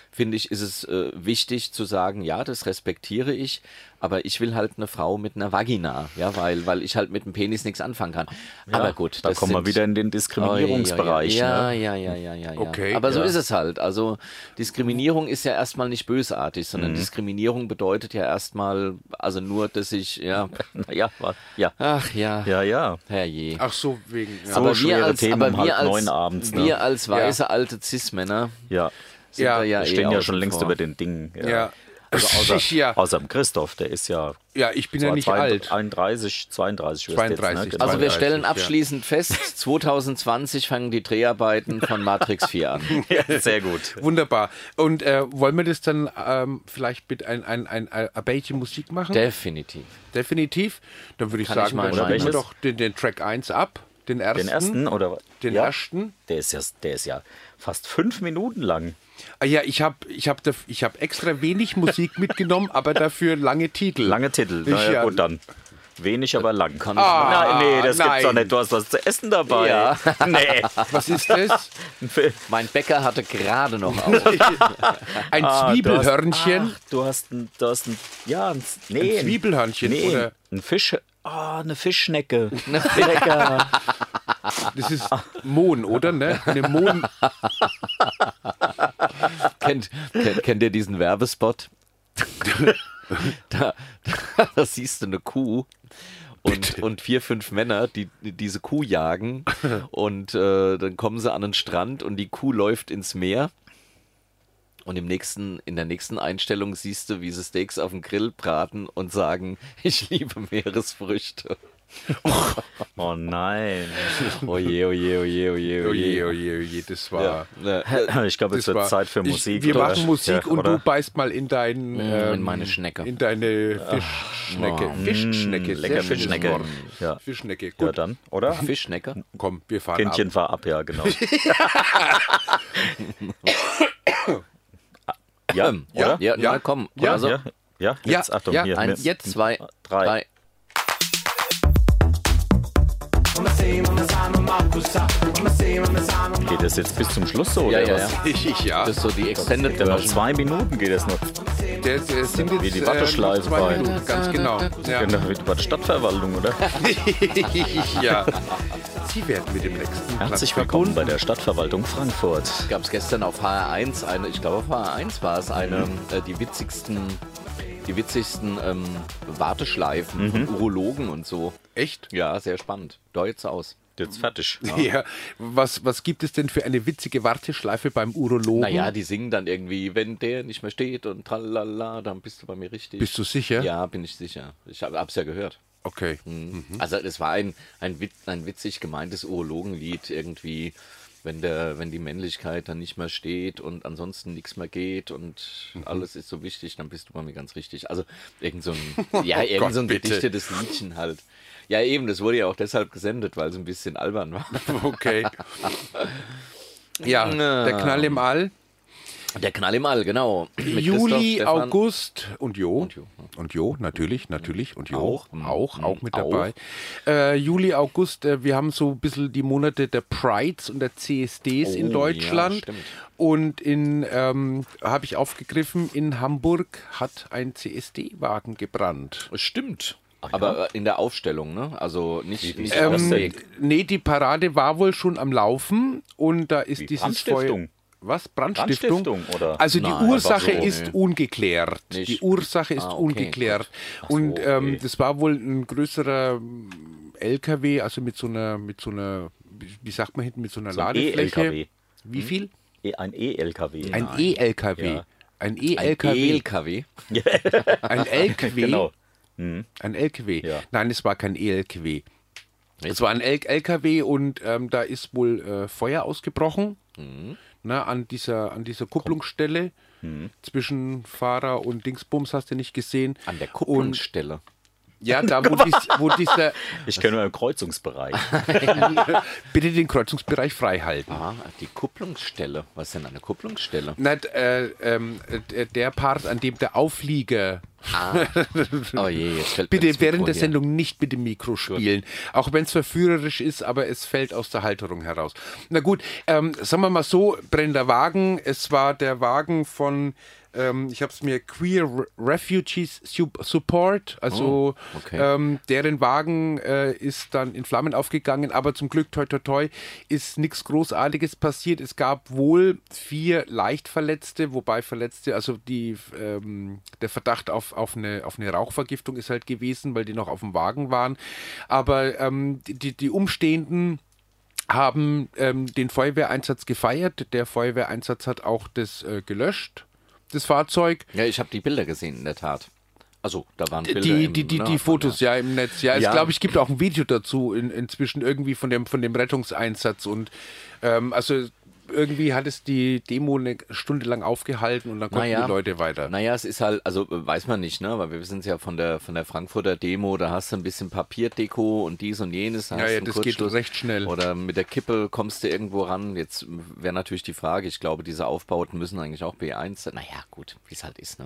Speaker 1: finde ich, ist es äh, wichtig zu sagen, ja, das respektiere ich, aber ich will halt eine Frau mit einer Vagina, ja, weil, weil ich halt mit dem Penis nichts anfangen kann. aber gut,
Speaker 2: Da
Speaker 1: das
Speaker 2: kommen wir
Speaker 1: sind-
Speaker 2: wieder in den Diskriminierungsbereich.
Speaker 1: ja,
Speaker 2: ne?
Speaker 1: ja, ja, ja, ja, ja.
Speaker 3: Okay,
Speaker 1: Aber so
Speaker 3: ja.
Speaker 1: ist es halt. Also Diskriminierung ist ja erstmal nicht bösartig,
Speaker 2: Mhm.
Speaker 1: sondern Diskriminierung bedeutet ja erstmal, also nur, dass ich, ja,
Speaker 2: [laughs] Na Ja, wa- ja.
Speaker 1: ach ja,
Speaker 2: Ja, ja.
Speaker 1: herrje.
Speaker 3: Ach so, wegen. Ja.
Speaker 2: So schwere Themen um halb neun abends, ne?
Speaker 1: wir als weiße alte Cis-Männer
Speaker 2: Ja.
Speaker 1: sind
Speaker 3: Ja.
Speaker 1: da ja
Speaker 2: Wir
Speaker 1: eh
Speaker 2: stehen ja
Speaker 1: außen
Speaker 2: schon längst
Speaker 1: vor.
Speaker 2: über den Dingen.
Speaker 3: Ja.
Speaker 1: [laughs]
Speaker 2: Also außer,
Speaker 3: [laughs] Ja.
Speaker 2: außer dem Christoph, der ist ja.
Speaker 3: Ja, ich bin ja
Speaker 2: zwar
Speaker 3: nicht
Speaker 2: 32,
Speaker 3: alt.
Speaker 2: 31, 32 wirst
Speaker 3: 32,
Speaker 2: Jetzt, ne?
Speaker 1: Also wir
Speaker 3: 32,
Speaker 2: [laughs]
Speaker 1: stellen
Speaker 3: ja.
Speaker 1: abschließend
Speaker 3: [laughs]
Speaker 1: fest, 2020 fangen die Dreharbeiten von Matrix 4
Speaker 3: [laughs]
Speaker 1: an.
Speaker 2: ja, sehr
Speaker 1: Also
Speaker 2: [laughs] gut.
Speaker 3: Wunderbar. Und äh, wollen wir das dann ähm, vielleicht mit ein, ein, ein, ein, ein bisschen Musik machen?
Speaker 1: Definitiv.
Speaker 3: Definitiv. Dann würde ich
Speaker 1: Kann ich
Speaker 3: sagen,
Speaker 1: mal
Speaker 3: dann
Speaker 2: einen
Speaker 3: spielen wir
Speaker 2: machen?
Speaker 3: doch den, den Track 1 ab. Den ersten.
Speaker 2: Den ersten oder
Speaker 3: Den
Speaker 2: ja,
Speaker 3: ersten.
Speaker 2: Der ist ja, der ist ja fast fünf Minuten lang.
Speaker 3: Ah, ja, ich habe ich hab, daf- ich hab extra wenig Musik mitgenommen, [laughs] aber dafür lange Titel.
Speaker 2: Lange Titel.
Speaker 3: Ich, äh,
Speaker 2: Na ja,
Speaker 3: ja.
Speaker 2: gut dann. Wenig, aber lang.
Speaker 1: ich
Speaker 2: nein, nee, das
Speaker 3: nein.
Speaker 2: gibt's doch nicht. Du hast was zu essen dabei.
Speaker 1: Ja.
Speaker 2: [laughs] Nee.
Speaker 3: Was
Speaker 2: [laughs]
Speaker 3: ist das?
Speaker 1: Mein Bäcker hatte gerade noch auf.
Speaker 3: Ein
Speaker 2: Ah,
Speaker 3: Zwiebelhörnchen.
Speaker 2: Du hast ein, du hast ein, ja, ein, nee,
Speaker 3: Ein Zwiebelhörnchen,
Speaker 2: nee,
Speaker 3: oder?
Speaker 2: ein Fisch, ah,
Speaker 1: [laughs]
Speaker 2: eine Fischschnecke.
Speaker 1: Ne
Speaker 2: Lecker. Ah.
Speaker 3: Das ist Mohn, oder? Ne? Eine
Speaker 2: [laughs]
Speaker 3: Mohn.
Speaker 1: kennt, kennt, kennt ihr diesen
Speaker 3: [laughs]
Speaker 1: Werbespot? da, da, da siehst du eine Kuh und, und vier, fünf Männer, die die diese Kuh
Speaker 3: [laughs]
Speaker 1: jagen. Und äh, dann kommen sie an den Strand und die Kuh läuft ins Meer. Und im nächsten, in der nächsten Einstellung siehst du, wie sie Steaks auf dem Grill braten und sagen, [laughs] ich liebe Meeresfrüchte. Oh
Speaker 2: Oh
Speaker 3: [laughs]
Speaker 2: nein.
Speaker 1: Oje, oje, oje, oje,
Speaker 2: Oh
Speaker 3: Oje, oje, oje, das war.
Speaker 1: Ja, ne,
Speaker 2: Ich glaube, es
Speaker 3: Das
Speaker 2: wird
Speaker 3: war-
Speaker 2: Zeit für
Speaker 3: ich-
Speaker 2: Musik.
Speaker 3: wir
Speaker 2: oder?
Speaker 3: machen Musik
Speaker 2: Ja,
Speaker 3: und
Speaker 2: oder? Mm,
Speaker 3: du beißt mal in deinen. ähm,
Speaker 1: in meine Schnecke.
Speaker 3: In deine Fischschnecke. Fischschnecke. sehr
Speaker 2: Mm, lecker
Speaker 3: schönes
Speaker 2: Fischschnecke.
Speaker 3: Wort.
Speaker 2: Ja.
Speaker 3: Fischschnecke. Gut,
Speaker 2: Ja, dann, oder?
Speaker 1: Fischschnecke?
Speaker 3: komm, wir fahren
Speaker 2: Kindchen
Speaker 3: ab.
Speaker 2: war ab, ja,
Speaker 3: [laughs]
Speaker 2: genau. ja,
Speaker 1: Ja,
Speaker 2: oder?
Speaker 1: Ähm, ja,
Speaker 3: Ja.
Speaker 1: na komm.
Speaker 3: Ja.
Speaker 1: also,
Speaker 2: ja, ja,
Speaker 3: Ja,
Speaker 2: jetzt, Achtung,
Speaker 3: ja,
Speaker 2: hier.
Speaker 1: Eins,
Speaker 2: mit-
Speaker 1: jetzt zwei,
Speaker 2: drei.
Speaker 1: drei.
Speaker 2: Geht das jetzt bis zum Schluss so,
Speaker 1: Ja,
Speaker 2: oder
Speaker 1: ja,
Speaker 2: was?
Speaker 1: ja.
Speaker 3: Ich, ich, ja.
Speaker 1: Das ist so die Extended
Speaker 2: Ja, noch
Speaker 1: Version.
Speaker 2: Genau, zwei Minuten geht das noch.
Speaker 3: Der, der sind jetzt,
Speaker 2: Wie die
Speaker 3: äh,
Speaker 2: Warteschleife
Speaker 3: zwei
Speaker 2: bei.
Speaker 3: Minuten, Ganz genau. Ja. [laughs]
Speaker 2: Genau, wie bei der Stadtverwaltung, oder?
Speaker 3: ja. Sie werden mit dem nächsten
Speaker 2: Herzlich willkommen bei der Stadtverwaltung Frankfurt.
Speaker 1: Gab es gestern auf HR1 eine, ich glaube auf HR1 war es eine, äh, die witzigsten, die witzigsten ähm, Warteschleifen von Urologen und so.
Speaker 3: Echt?
Speaker 1: Ja, sehr spannend. Deutsch aus.
Speaker 2: Jetzt fertig.
Speaker 3: Ja. Was, was gibt es denn für eine witzige Warteschleife beim Urologen?
Speaker 1: Naja, die singen dann irgendwie, wenn der nicht mehr steht und tralala, dann bist du bei mir richtig.
Speaker 3: Bist du sicher?
Speaker 1: Ja, bin ich sicher. Ich hab, hab's ja gehört.
Speaker 3: Okay.
Speaker 2: Hm.
Speaker 1: Also es war ein, ein, wit- ein witzig gemeintes Urologenlied irgendwie, wenn, der, wenn die Männlichkeit dann nicht mehr steht und ansonsten nichts mehr geht und
Speaker 3: Mhm.
Speaker 1: alles ist so wichtig, dann bist du bei mir ganz richtig. Also irgend so
Speaker 3: [laughs]
Speaker 1: ein, ja, irgend so ein
Speaker 3: Oh Gott, bitte.
Speaker 1: gedichtetes Liedchen halt. Ja eben, das wurde ja auch deshalb gesendet, weil es ein bisschen albern
Speaker 3: [laughs]
Speaker 1: war.
Speaker 2: [laughs]
Speaker 3: Okay. Ja,
Speaker 1: Na.
Speaker 3: der Knall im All.
Speaker 1: Der Knall im All, genau. Mit Christoph,
Speaker 3: Juli,
Speaker 1: Stefan.
Speaker 3: August und Jo. Und
Speaker 1: Jo,
Speaker 3: Jo, natürlich, natürlich. Und Jo
Speaker 1: Auch. mhm.
Speaker 3: auch, auch, auch mit
Speaker 1: Auch.
Speaker 3: dabei. Äh, Juli, August, äh, wir haben so ein bisschen die Monate der Prides und der CSDs
Speaker 1: Oh,
Speaker 3: in
Speaker 1: ja,
Speaker 3: Deutschland.
Speaker 1: stimmt.
Speaker 3: und in, ähm, habe ich aufgegriffen, in Hamburg hat ein CSD-Wagen gebrannt.
Speaker 1: Stimmt. Aber in der Aufstellung, ne? Also nicht, nicht
Speaker 2: Ähm,
Speaker 1: auf dem
Speaker 2: Nee.
Speaker 1: Weg.
Speaker 3: Nee, die Parade war wohl schon am Laufen und da ist
Speaker 2: Wie,
Speaker 3: dieses
Speaker 2: Brandstiftung?
Speaker 3: Feuer. Was? Brandstiftung?
Speaker 2: Brandstiftung, oder?
Speaker 3: Also die
Speaker 1: Nein,
Speaker 3: Ursache
Speaker 1: einfach so,
Speaker 3: ist
Speaker 1: nee.
Speaker 3: ungeklärt.
Speaker 1: Nicht.
Speaker 3: Die Ursache ist
Speaker 1: Ah, okay, gut.
Speaker 3: ungeklärt.
Speaker 1: Ach so,
Speaker 3: und ähm,
Speaker 1: okay.
Speaker 3: das war wohl ein größerer LKW, also mit so einer, mit so einer, wie sagt man hinten, mit so einer
Speaker 2: ein
Speaker 1: E
Speaker 3: Ladefläche.
Speaker 2: E-LKW.
Speaker 1: Hm?
Speaker 3: Wie viel?
Speaker 2: E- Ein E-LKW.
Speaker 1: Genau.
Speaker 3: Ein E? E-LKW.
Speaker 2: Ja.
Speaker 3: Ein
Speaker 1: Ein
Speaker 3: E
Speaker 1: E
Speaker 3: E-LKW.
Speaker 1: LKW.
Speaker 3: Ein
Speaker 1: [laughs]
Speaker 3: LKW.
Speaker 2: Genau.
Speaker 3: Ein LKW.
Speaker 2: Ja.
Speaker 3: Nein, es war kein E ELKW. Es war ein L LKW und ähm, da ist wohl äh, Feuer ausgebrochen.
Speaker 1: Mhm.
Speaker 3: Na, an, dieser, an dieser Kupplungsstelle zwischen Fahrer und Dingsbums hast du nicht gesehen.
Speaker 1: An der
Speaker 3: Und
Speaker 1: Kupplungsstelle.
Speaker 3: ja, da
Speaker 1: [laughs]
Speaker 3: wo, dies, wo dieser. [laughs]
Speaker 2: Ich kenne nur einen Kreuzungsbereich.
Speaker 3: Bitte den Kreuzungsbereich frei halten.
Speaker 1: Ah, die Kupplungsstelle. Was ist denn eine Kupplungsstelle?
Speaker 3: Na, d- äh, ähm, äh, der Part, an dem der Auflieger
Speaker 1: Oh je, jetzt fällt mir
Speaker 3: Bitte
Speaker 1: das Mikro
Speaker 3: während der
Speaker 1: hier.
Speaker 3: Sendung nicht mit dem Mikro spielen. Auch wenn es verführerisch ist, aber es fällt aus der Halterung heraus. Na gut, ähm, sagen wir mal so, brennender Wagen. Es war der Wagen von, ähm, ich habe es mir Queer Re- Refugees Su- Support, also
Speaker 1: Oh, okay.
Speaker 3: ähm, deren Wagen äh, ist dann in Flammen aufgegangen. Aber zum Glück, toi toi toi, ist nichts Großartiges passiert. Es gab wohl vier Leichtverletzte, wobei Verletzte, also die, ähm, der Verdacht auf, auf, eine, auf eine Rauchvergiftung ist halt gewesen, weil die noch auf dem Wagen waren. Aber ähm, die- die, die Umstehenden haben ähm, den Feuerwehreinsatz gefeiert. Der Feuerwehreinsatz hat auch das äh, gelöscht, das Fahrzeug.
Speaker 1: Ja, ich habe die Bilder gesehen, in der Tat. Also, da waren Bilder.
Speaker 3: Die,
Speaker 1: im,
Speaker 3: die, die,
Speaker 1: ne,
Speaker 3: die
Speaker 1: von der-
Speaker 3: Fotos ja im Netz. Ja,
Speaker 1: Ja.
Speaker 3: es glaube ich gibt auch ein Video dazu in, inzwischen irgendwie von dem, von dem Rettungseinsatz und ähm, also irgendwie hat es die Demo eine Stunde lang aufgehalten und dann konnten die Leute weiter.
Speaker 1: Naja, es ist halt, also äh, weiß man nicht, ne? Weil wir wissen es ja von der von der Frankfurter Demo, da hast du ein bisschen Papierdeko und dies und jenes. da
Speaker 3: Ja,
Speaker 1: hast du
Speaker 3: ja,
Speaker 1: einen
Speaker 3: das geht
Speaker 1: Kurzschluss.
Speaker 3: recht schnell.
Speaker 1: Oder mit der Kippe kommst du irgendwo ran. Jetzt wäre natürlich die Frage, ich glaube, diese Aufbauten müssen eigentlich auch B1 sein. Naja, gut, wie es halt ist, ne?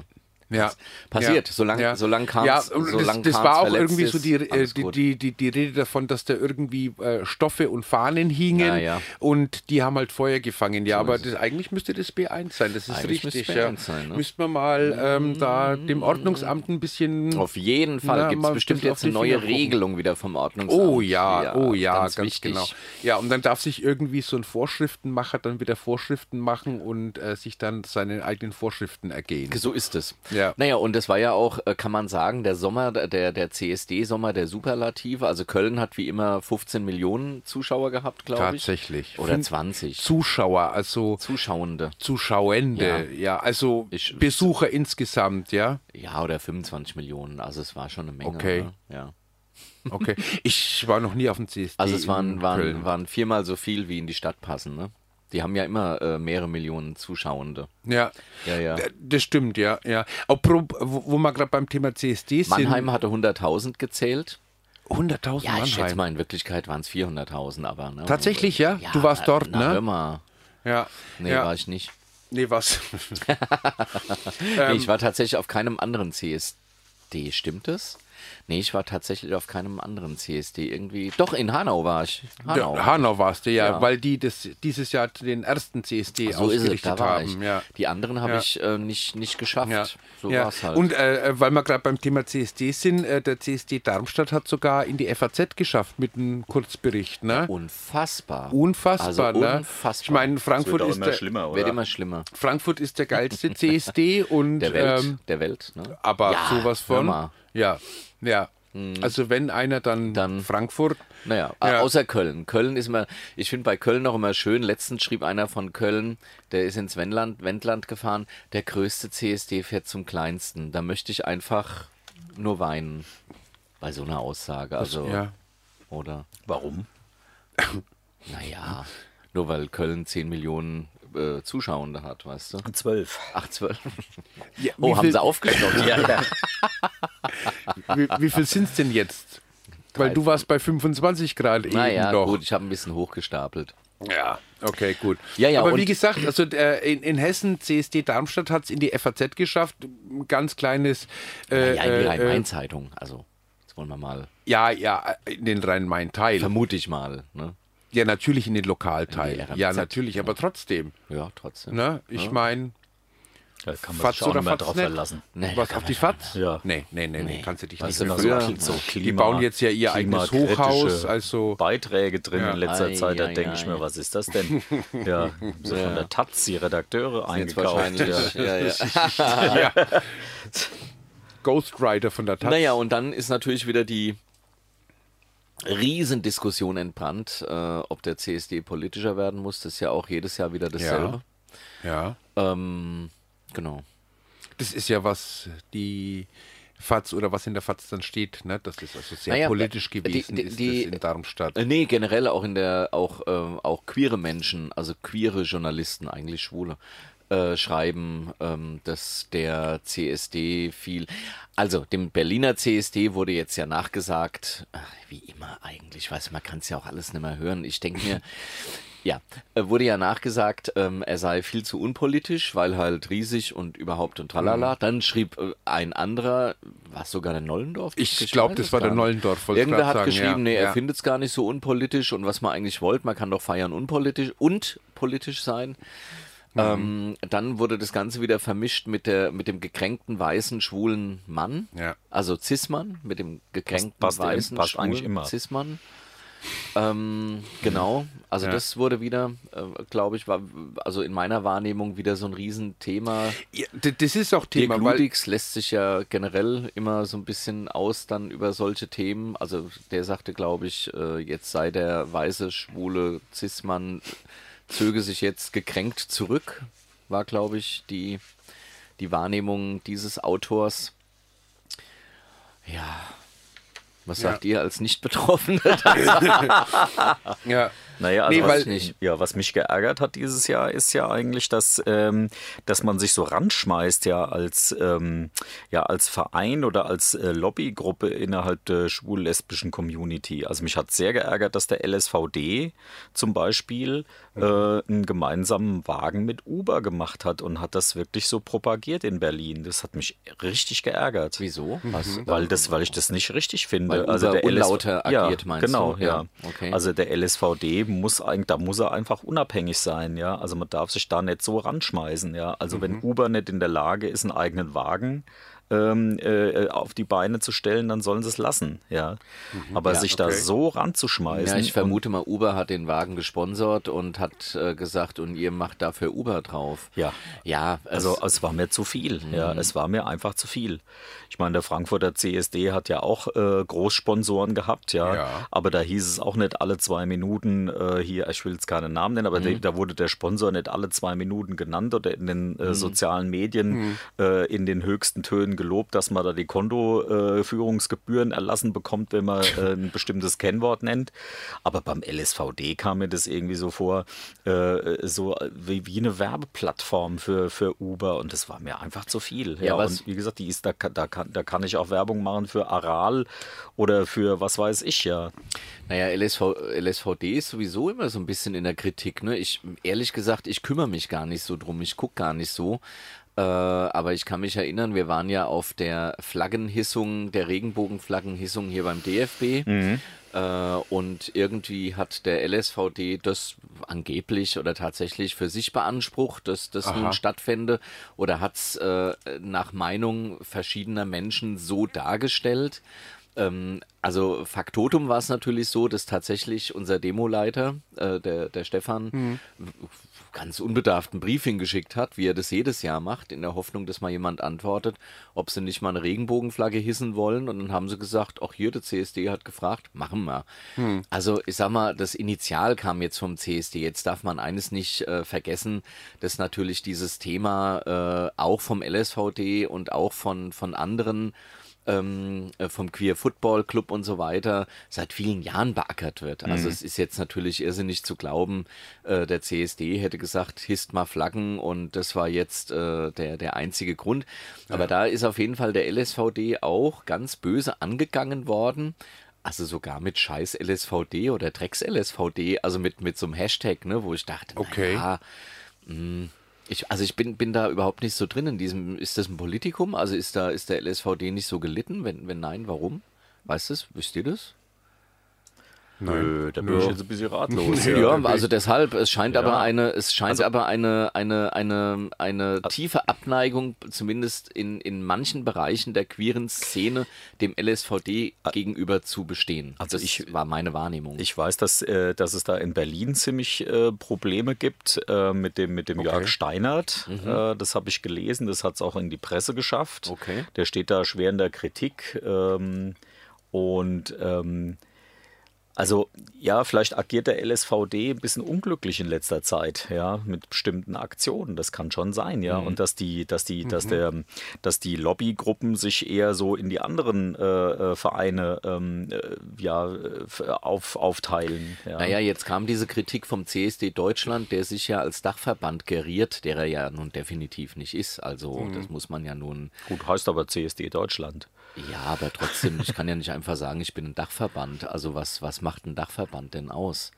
Speaker 3: Ja.
Speaker 1: Passiert,
Speaker 3: ja.
Speaker 1: solange
Speaker 3: ja.
Speaker 1: solange Kahns,
Speaker 3: Ja, und
Speaker 1: solange
Speaker 3: das, das
Speaker 1: Kahns
Speaker 3: war auch
Speaker 1: verletzt
Speaker 3: irgendwie so
Speaker 1: ist,
Speaker 3: die, äh,
Speaker 1: alles
Speaker 3: die,
Speaker 1: gut.
Speaker 3: die, die, die Rede davon, dass da irgendwie äh, Stoffe und Fahnen hingen
Speaker 1: Ja, ja.
Speaker 3: und die haben halt Feuer gefangen. Ja, aber das, eigentlich müsste das B1 sein, das ist
Speaker 1: Eigentlich müsste
Speaker 3: richtig.
Speaker 1: es
Speaker 3: ja.
Speaker 1: B1 sein, ne? Mhm.
Speaker 3: Müsste man mal ähm, da dem Ordnungsamt ein bisschen.
Speaker 1: Auf jeden Fall
Speaker 3: Na,
Speaker 1: gibt es
Speaker 3: mal
Speaker 1: bestimmt
Speaker 3: bisschen auf
Speaker 1: jetzt eine
Speaker 3: die Finger
Speaker 1: neue
Speaker 3: gucken.
Speaker 1: Regelung wieder vom Ordnungsamt.
Speaker 3: Oh ja, oh ja, ganz,
Speaker 1: wichtig.
Speaker 3: genau. Ja, und dann darf sich irgendwie so ein Vorschriftenmacher dann wieder Vorschriften machen und äh, sich dann seine eigenen Vorschriften ergehen.
Speaker 1: So ist es.
Speaker 3: Ja.
Speaker 1: Naja, und das war ja auch, äh, kann man sagen, der Sommer, der, der CSD-Sommer der Superlative. Also Köln hat wie immer 15 Millionen Zuschauer gehabt, glaube ich.
Speaker 3: Tatsächlich.
Speaker 1: Oder
Speaker 3: Fünf-
Speaker 1: 20.
Speaker 3: Zuschauer, also
Speaker 1: Zuschauende.
Speaker 3: Zuschauende, ja, also
Speaker 1: Ich-
Speaker 3: Besucher insgesamt, ja.
Speaker 1: Ja, oder 25 Millionen. Also es war schon eine Menge.
Speaker 3: Okay.
Speaker 1: Ne? Ja. [laughs]
Speaker 3: Okay. ich war noch nie auf dem CSD.
Speaker 1: Also es waren,
Speaker 3: in
Speaker 1: waren,
Speaker 3: Köln.
Speaker 1: waren viermal so viel, wie in die Stadt passen. Ne? Die haben ja immer äh, mehrere Millionen Zuschauende.
Speaker 3: Ja.
Speaker 1: Ja, ja.
Speaker 3: D- Das stimmt, ja, ja. Apro- wo, wo wir gerade beim Thema CSD sind.
Speaker 1: Mannheim hatte 100.000 gezählt.
Speaker 3: 100.000
Speaker 1: Ja, ich schätze
Speaker 3: Mannheim.
Speaker 1: mal, in Wirklichkeit waren es 400.000, aber. Ne?
Speaker 3: Tatsächlich, ja? Du warst dort,
Speaker 1: na,
Speaker 3: ne?
Speaker 1: Hör mal.
Speaker 3: Ja.
Speaker 1: Nee,
Speaker 3: ja.
Speaker 1: war ich nicht.
Speaker 3: Nee, was? Ähm,
Speaker 1: nee, ich war tatsächlich auf keinem anderen CSD, stimmt es? Nee, ich war tatsächlich auf keinem anderen CSD irgendwie. Doch, in Hanau war ich. Hanau.
Speaker 3: Ja, Hanau warst du, ja,
Speaker 1: Ja.
Speaker 3: weil die das, dieses Jahr den ersten CSD
Speaker 1: so ist es,
Speaker 3: ausgerichtet
Speaker 1: da war
Speaker 3: haben.
Speaker 1: ich.
Speaker 3: Ja.
Speaker 1: Die anderen habe
Speaker 3: Ja.
Speaker 1: ich äh, nicht, nicht geschafft.
Speaker 3: Ja.
Speaker 1: So
Speaker 3: ja.
Speaker 1: war es halt.
Speaker 3: Und äh, äh, weil wir gerade beim Thema CSD sind, äh, der CSD Darmstadt hat sogar in die FAZ geschafft mit einem Kurzbericht. Ne?
Speaker 1: unfassbar.
Speaker 3: Unfassbar,
Speaker 1: also,
Speaker 3: ne?
Speaker 1: Unfassbar.
Speaker 3: Ich meine, Frankfurt
Speaker 2: wird auch
Speaker 3: ist,
Speaker 2: immer
Speaker 3: der,
Speaker 2: schlimmer, oder?
Speaker 1: Wird immer schlimmer.
Speaker 3: Frankfurt ist
Speaker 1: [laughs]
Speaker 3: der geilste CSD und
Speaker 1: Der Welt.
Speaker 3: ähm,
Speaker 1: der Welt, ne?
Speaker 3: aber
Speaker 1: Ja,
Speaker 3: sowas
Speaker 1: hör
Speaker 3: von.
Speaker 1: mal. Hm.
Speaker 3: Ja, ja. Also wenn einer dann,
Speaker 1: Dann-
Speaker 3: Frankfurt.
Speaker 1: Naja,
Speaker 3: Ja.
Speaker 1: außer Köln. Köln ist immer, ich finde bei Köln noch immer schön. Letztens schrieb einer von Köln, der ist ins Wendland, Wendland gefahren, der größte CSD fährt zum kleinsten. Da möchte ich einfach nur weinen. Bei so einer Aussage. Also,
Speaker 3: Ja.
Speaker 1: oder?
Speaker 2: Warum?
Speaker 1: Naja, nur weil Köln 10 Millionen äh, Zuschauende hat, weißt du?
Speaker 2: Zwölf.
Speaker 1: Ach, 12.
Speaker 3: Ja, wie
Speaker 1: Oh, haben
Speaker 3: viel-
Speaker 1: sie aufgestockt.
Speaker 2: Ja,
Speaker 3: [laughs]
Speaker 2: ja.
Speaker 3: Wie, wie viel sind es denn jetzt? Weil du warst bei 25 Grad eben
Speaker 1: Naja,
Speaker 3: doch.
Speaker 1: gut, ich habe ein bisschen hochgestapelt.
Speaker 3: Ja, okay, gut.
Speaker 1: Ja, ja,
Speaker 3: Aber
Speaker 1: und-
Speaker 3: wie gesagt, also äh, in, in Hessen, CSD Darmstadt hat es in die FAZ geschafft. Ein ganz kleines. Äh,
Speaker 1: Ja, in die
Speaker 3: äh, äh,
Speaker 1: Rhein-Main-Zeitung. Also, jetzt wollen wir mal,
Speaker 3: ja, ja, in den Rhein-Main-Teil.
Speaker 1: vermute ich mal, ne?
Speaker 3: Ja, natürlich in den
Speaker 1: In
Speaker 3: Lokalteil.
Speaker 1: die RMZ.
Speaker 3: ja, natürlich, aber trotzdem.
Speaker 1: Ja, trotzdem.
Speaker 3: Ne? Ich meine,
Speaker 2: Da kann man
Speaker 3: Fatz
Speaker 2: sich auch
Speaker 3: oder
Speaker 2: nicht mehr
Speaker 3: Fatz
Speaker 2: drauf
Speaker 3: nicht?
Speaker 2: verlassen.
Speaker 1: Nee,
Speaker 3: was
Speaker 1: kann
Speaker 3: auf
Speaker 1: man
Speaker 3: die Fatz?
Speaker 2: Ja.
Speaker 3: Nee, nee, nee, nee, kannst du dich
Speaker 1: Weißt
Speaker 3: nicht
Speaker 1: du,
Speaker 3: mehr
Speaker 1: was
Speaker 3: so
Speaker 1: früher-
Speaker 3: machen.
Speaker 1: so
Speaker 3: Die bauen jetzt ja ihr eigenes
Speaker 2: klimakritische
Speaker 3: Hochhaus, also-
Speaker 2: Beiträge drin
Speaker 3: Ja.
Speaker 2: in letzter
Speaker 1: Ei,
Speaker 2: Zeit, da
Speaker 1: ei,
Speaker 2: denke ich
Speaker 1: ei.
Speaker 2: mir, was ist das denn?
Speaker 3: [laughs]
Speaker 2: Ja, so von der Taz die Redakteure
Speaker 1: Jetzt
Speaker 2: eingekauft.
Speaker 1: wahrscheinlich.
Speaker 2: Ja.
Speaker 1: Ja, ja.
Speaker 3: ja. Ghost Rider von der Taz.
Speaker 1: Naja, und dann ist natürlich wieder die Riesendiskussion entbrannt, äh, ob der CSD politischer werden muss. Das ist ja auch jedes Jahr wieder dasselbe.
Speaker 3: ja.
Speaker 1: Ähm, genau.
Speaker 3: Das ist ja was die FAZ oder was in der FAZ dann steht, ne? Das ist also sehr
Speaker 1: Naja,
Speaker 3: politisch
Speaker 1: die-
Speaker 3: gewesen,
Speaker 1: die-
Speaker 3: ist
Speaker 1: die-
Speaker 3: das in Darmstadt.
Speaker 1: Äh, Nee, generell auch in der, auch, äh, auch queere Menschen, also queere Journalisten, eigentlich Schwule, äh, schreiben, ähm, dass der CSD viel. Also, dem Berliner CSD wurde jetzt ja
Speaker 3: [laughs]
Speaker 1: nachgesagt, ach, wie immer eigentlich, ich weiß, man kann es ja auch alles nicht mehr hören. Ich denke mir, Ja, äh, wurde ja nachgesagt, ähm, er sei viel zu unpolitisch, weil halt riesig und überhaupt und
Speaker 3: Mhm.
Speaker 1: tralala. Dann schrieb äh, ein anderer, was sogar der Nollendorf?
Speaker 3: Ich glaube,
Speaker 1: weiß es
Speaker 3: das war
Speaker 1: gar
Speaker 3: der
Speaker 1: nicht.
Speaker 3: Nollendorf. wollte ich
Speaker 1: Irgendwer
Speaker 3: grad
Speaker 1: hat
Speaker 3: sagen,
Speaker 1: geschrieben,
Speaker 3: ja.
Speaker 1: nee, er
Speaker 3: ja.
Speaker 1: findet es gar nicht so unpolitisch und was man eigentlich wollte, man kann doch feiern unpolitisch und politisch sein. Ähm, dann wurde das Ganze wieder vermischt mit, der, mit dem gekränkten weißen schwulen Mann,
Speaker 3: Ja.
Speaker 1: also Cis-Mann, mit dem gekränkten
Speaker 2: Passt- passt-
Speaker 1: weißen
Speaker 2: passt eigentlich
Speaker 1: schwulen
Speaker 2: immer.
Speaker 1: Cis-Mann. Ähm, genau, also
Speaker 3: Ja.
Speaker 1: das wurde wieder, äh, glaube ich, war also in meiner Wahrnehmung wieder so ein Riesenthema.
Speaker 3: Ja, d- das ist auch
Speaker 1: Dirk
Speaker 3: Thema, weil
Speaker 1: Ludix lässt sich ja generell immer so ein bisschen aus dann über solche Themen. Also der sagte, glaube ich, äh, jetzt sei der weiße, schwule Cis-Mann, zöge sich jetzt gekränkt zurück, war, glaube ich, die, die Wahrnehmung dieses Autors. Ja, was
Speaker 3: Ja.
Speaker 1: sagt ihr als [laughs] Nicht-Betroffene?
Speaker 3: ja,
Speaker 2: Naja, also
Speaker 3: Nee,
Speaker 2: was,
Speaker 3: weil-
Speaker 1: nicht.
Speaker 2: Ja, was mich geärgert hat dieses Jahr, ist ja eigentlich, dass, ähm, dass man sich so ranschmeißt, ja, als, ähm, ja, als Verein oder als äh, Lobbygruppe innerhalb der schwul-lesbischen Community. Also mich hat sehr geärgert, dass der LSVD zum Beispiel äh,
Speaker 3: Mhm.
Speaker 2: einen gemeinsamen Wagen mit Uber gemacht hat und hat das wirklich so propagiert in Berlin. Das hat mich richtig geärgert.
Speaker 1: Wieso? Was?
Speaker 3: Mhm.
Speaker 2: Weil, das, weil ich das nicht richtig finde.
Speaker 1: Weil
Speaker 2: also
Speaker 1: Uber
Speaker 2: der LSV
Speaker 1: unlauter
Speaker 2: ja,
Speaker 1: agiert, meinst
Speaker 2: genau,
Speaker 1: du?
Speaker 2: Ja,
Speaker 1: Ja, okay.
Speaker 2: Also der LSVD muss eigentlich, da muss er einfach unabhängig sein, ja. Also man darf sich da nicht so ranschmeißen, ja. Also wenn
Speaker 1: Mhm.
Speaker 2: Uber nicht in der Lage ist, einen eigenen Wagen ähm, äh, auf die Beine zu stellen, dann sollen sie es lassen, ja. Aber sich da
Speaker 3: okay.
Speaker 2: so ranzuschmeißen.
Speaker 1: Mhm. Ja, ich
Speaker 2: und-
Speaker 1: vermute mal, Uber hat den Wagen gesponsert und hat äh, gesagt, und ihr macht dafür Uber drauf.
Speaker 2: Ja.
Speaker 1: Ja,
Speaker 2: Also
Speaker 1: also
Speaker 2: es war mir zu viel. Ja,
Speaker 1: Mhm.
Speaker 2: es war mir einfach zu viel. Ich meine, der Frankfurter CSD hat ja auch äh, Großsponsoren gehabt, ja,
Speaker 3: Ja.
Speaker 2: Aber da hieß es auch nicht alle zwei Minuten äh, hier, ich will jetzt keinen Namen nennen, aber de- da wurde der Sponsor nicht alle zwei Minuten genannt oder in den äh, sozialen Medien äh, in den höchsten Tönen gelobt, dass man da die Kontoführungsgebühren äh, erlassen bekommt, wenn man äh, ein bestimmtes Kennwort nennt. Aber beim LSVD kam mir das irgendwie so vor, äh, so wie, wie eine Werbeplattform für, für Uber und das war mir einfach zu viel. Ja,
Speaker 1: Ja, was-
Speaker 2: und wie gesagt, die ist, da, kann- da, kann, da kann ich auch Werbung machen für Aral oder für was weiß ich ja.
Speaker 1: naja, LSV, LSVD ist sowieso immer so ein bisschen in der Kritik. Ne? Ich, ehrlich gesagt, ich kümmere mich gar nicht so drum, ich gucke gar nicht so. Äh, aber ich kann mich erinnern, wir waren ja auf der Flaggenhissung, der Regenbogenflaggenhissung hier beim DFB. Äh, und irgendwie hat der LSVD das angeblich oder tatsächlich für sich beansprucht, dass das nun stattfände oder hat es äh, nach Meinung verschiedener Menschen so dargestellt. Ähm, also Faktotum war es natürlich so, dass tatsächlich unser Demoleiter, äh, der, der Stefan, ganz unbedarften Brief hingeschickt hat, wie er das jedes Jahr macht, in der Hoffnung, dass mal jemand antwortet, ob sie nicht mal eine Regenbogenflagge hissen wollen. Und dann haben sie gesagt, auch hier, der CSD hat gefragt, machen wir. Also ich sag mal, das Initial kam jetzt vom CSD. Jetzt darf man eines nicht äh, vergessen, dass natürlich dieses Thema äh, auch vom LSVD und auch von, von anderen ähm, äh, vom Queer Football Club und so weiter seit vielen Jahren beackert wird. Also es ist jetzt natürlich irrsinnig zu glauben, äh, der CSD hätte gesagt, hisst mal Flaggen und das war jetzt äh, der, der einzige Grund. Aber da ist auf jeden Fall der LSVD auch ganz böse angegangen worden. Also sogar mit Scheiß LSVD oder Drecks LSVD, also mit, mit so einem Hashtag, ne, wo ich dachte, okay.
Speaker 3: Okay.
Speaker 1: naja, ich, also ich bin, bin da überhaupt nicht so drin in diesem, ist das ein Politikum? Also ist da, ist der LSVD nicht so gelitten? Wenn, wenn nein, warum? Weißt du es? Wisst ihr das?
Speaker 2: Nö, da bin ich jetzt ein bisschen
Speaker 1: [laughs]
Speaker 2: ratlos.
Speaker 3: Ja,
Speaker 1: Ja,
Speaker 3: okay.
Speaker 1: also deshalb, es scheint aber eine, es scheint
Speaker 2: Also-
Speaker 1: aber eine, eine, eine, eine tiefe Abneigung, zumindest in, in manchen Bereichen der queeren Szene, dem LSVD gegenüber zu bestehen.
Speaker 2: Also
Speaker 1: das
Speaker 2: ich-
Speaker 1: war meine Wahrnehmung.
Speaker 2: Ich weiß, dass, äh, dass es da in Berlin ziemlich äh, Probleme gibt äh, mit dem, mit dem Jörg Steinert. Äh, das habe ich gelesen, das hat es auch in die Presse geschafft.
Speaker 1: Okay.
Speaker 2: Der steht da schwer in der Kritik. Ähm, und ähm, also ja, vielleicht agiert der LSVD ein bisschen unglücklich in letzter Zeit, ja, mit bestimmten Aktionen. Das kann schon sein,
Speaker 1: Mhm.
Speaker 2: ja. Und dass die, dass die, dass der, dass die Lobbygruppen sich eher so in die anderen äh, äh, Vereine ähm, äh, ja, äh, f- auf, aufteilen. Ja.
Speaker 1: Naja, jetzt kam diese Kritik vom CSD Deutschland, der sich ja als Dachverband geriert, der er ja nun definitiv nicht ist. Also,
Speaker 2: Mhm.
Speaker 1: das muss man ja nun
Speaker 2: Gut, heißt aber CSD Deutschland.
Speaker 1: Ja, aber trotzdem, ich kann ja nicht einfach sagen, ich bin ein Dachverband. Also was, was macht ein Dachverband denn aus?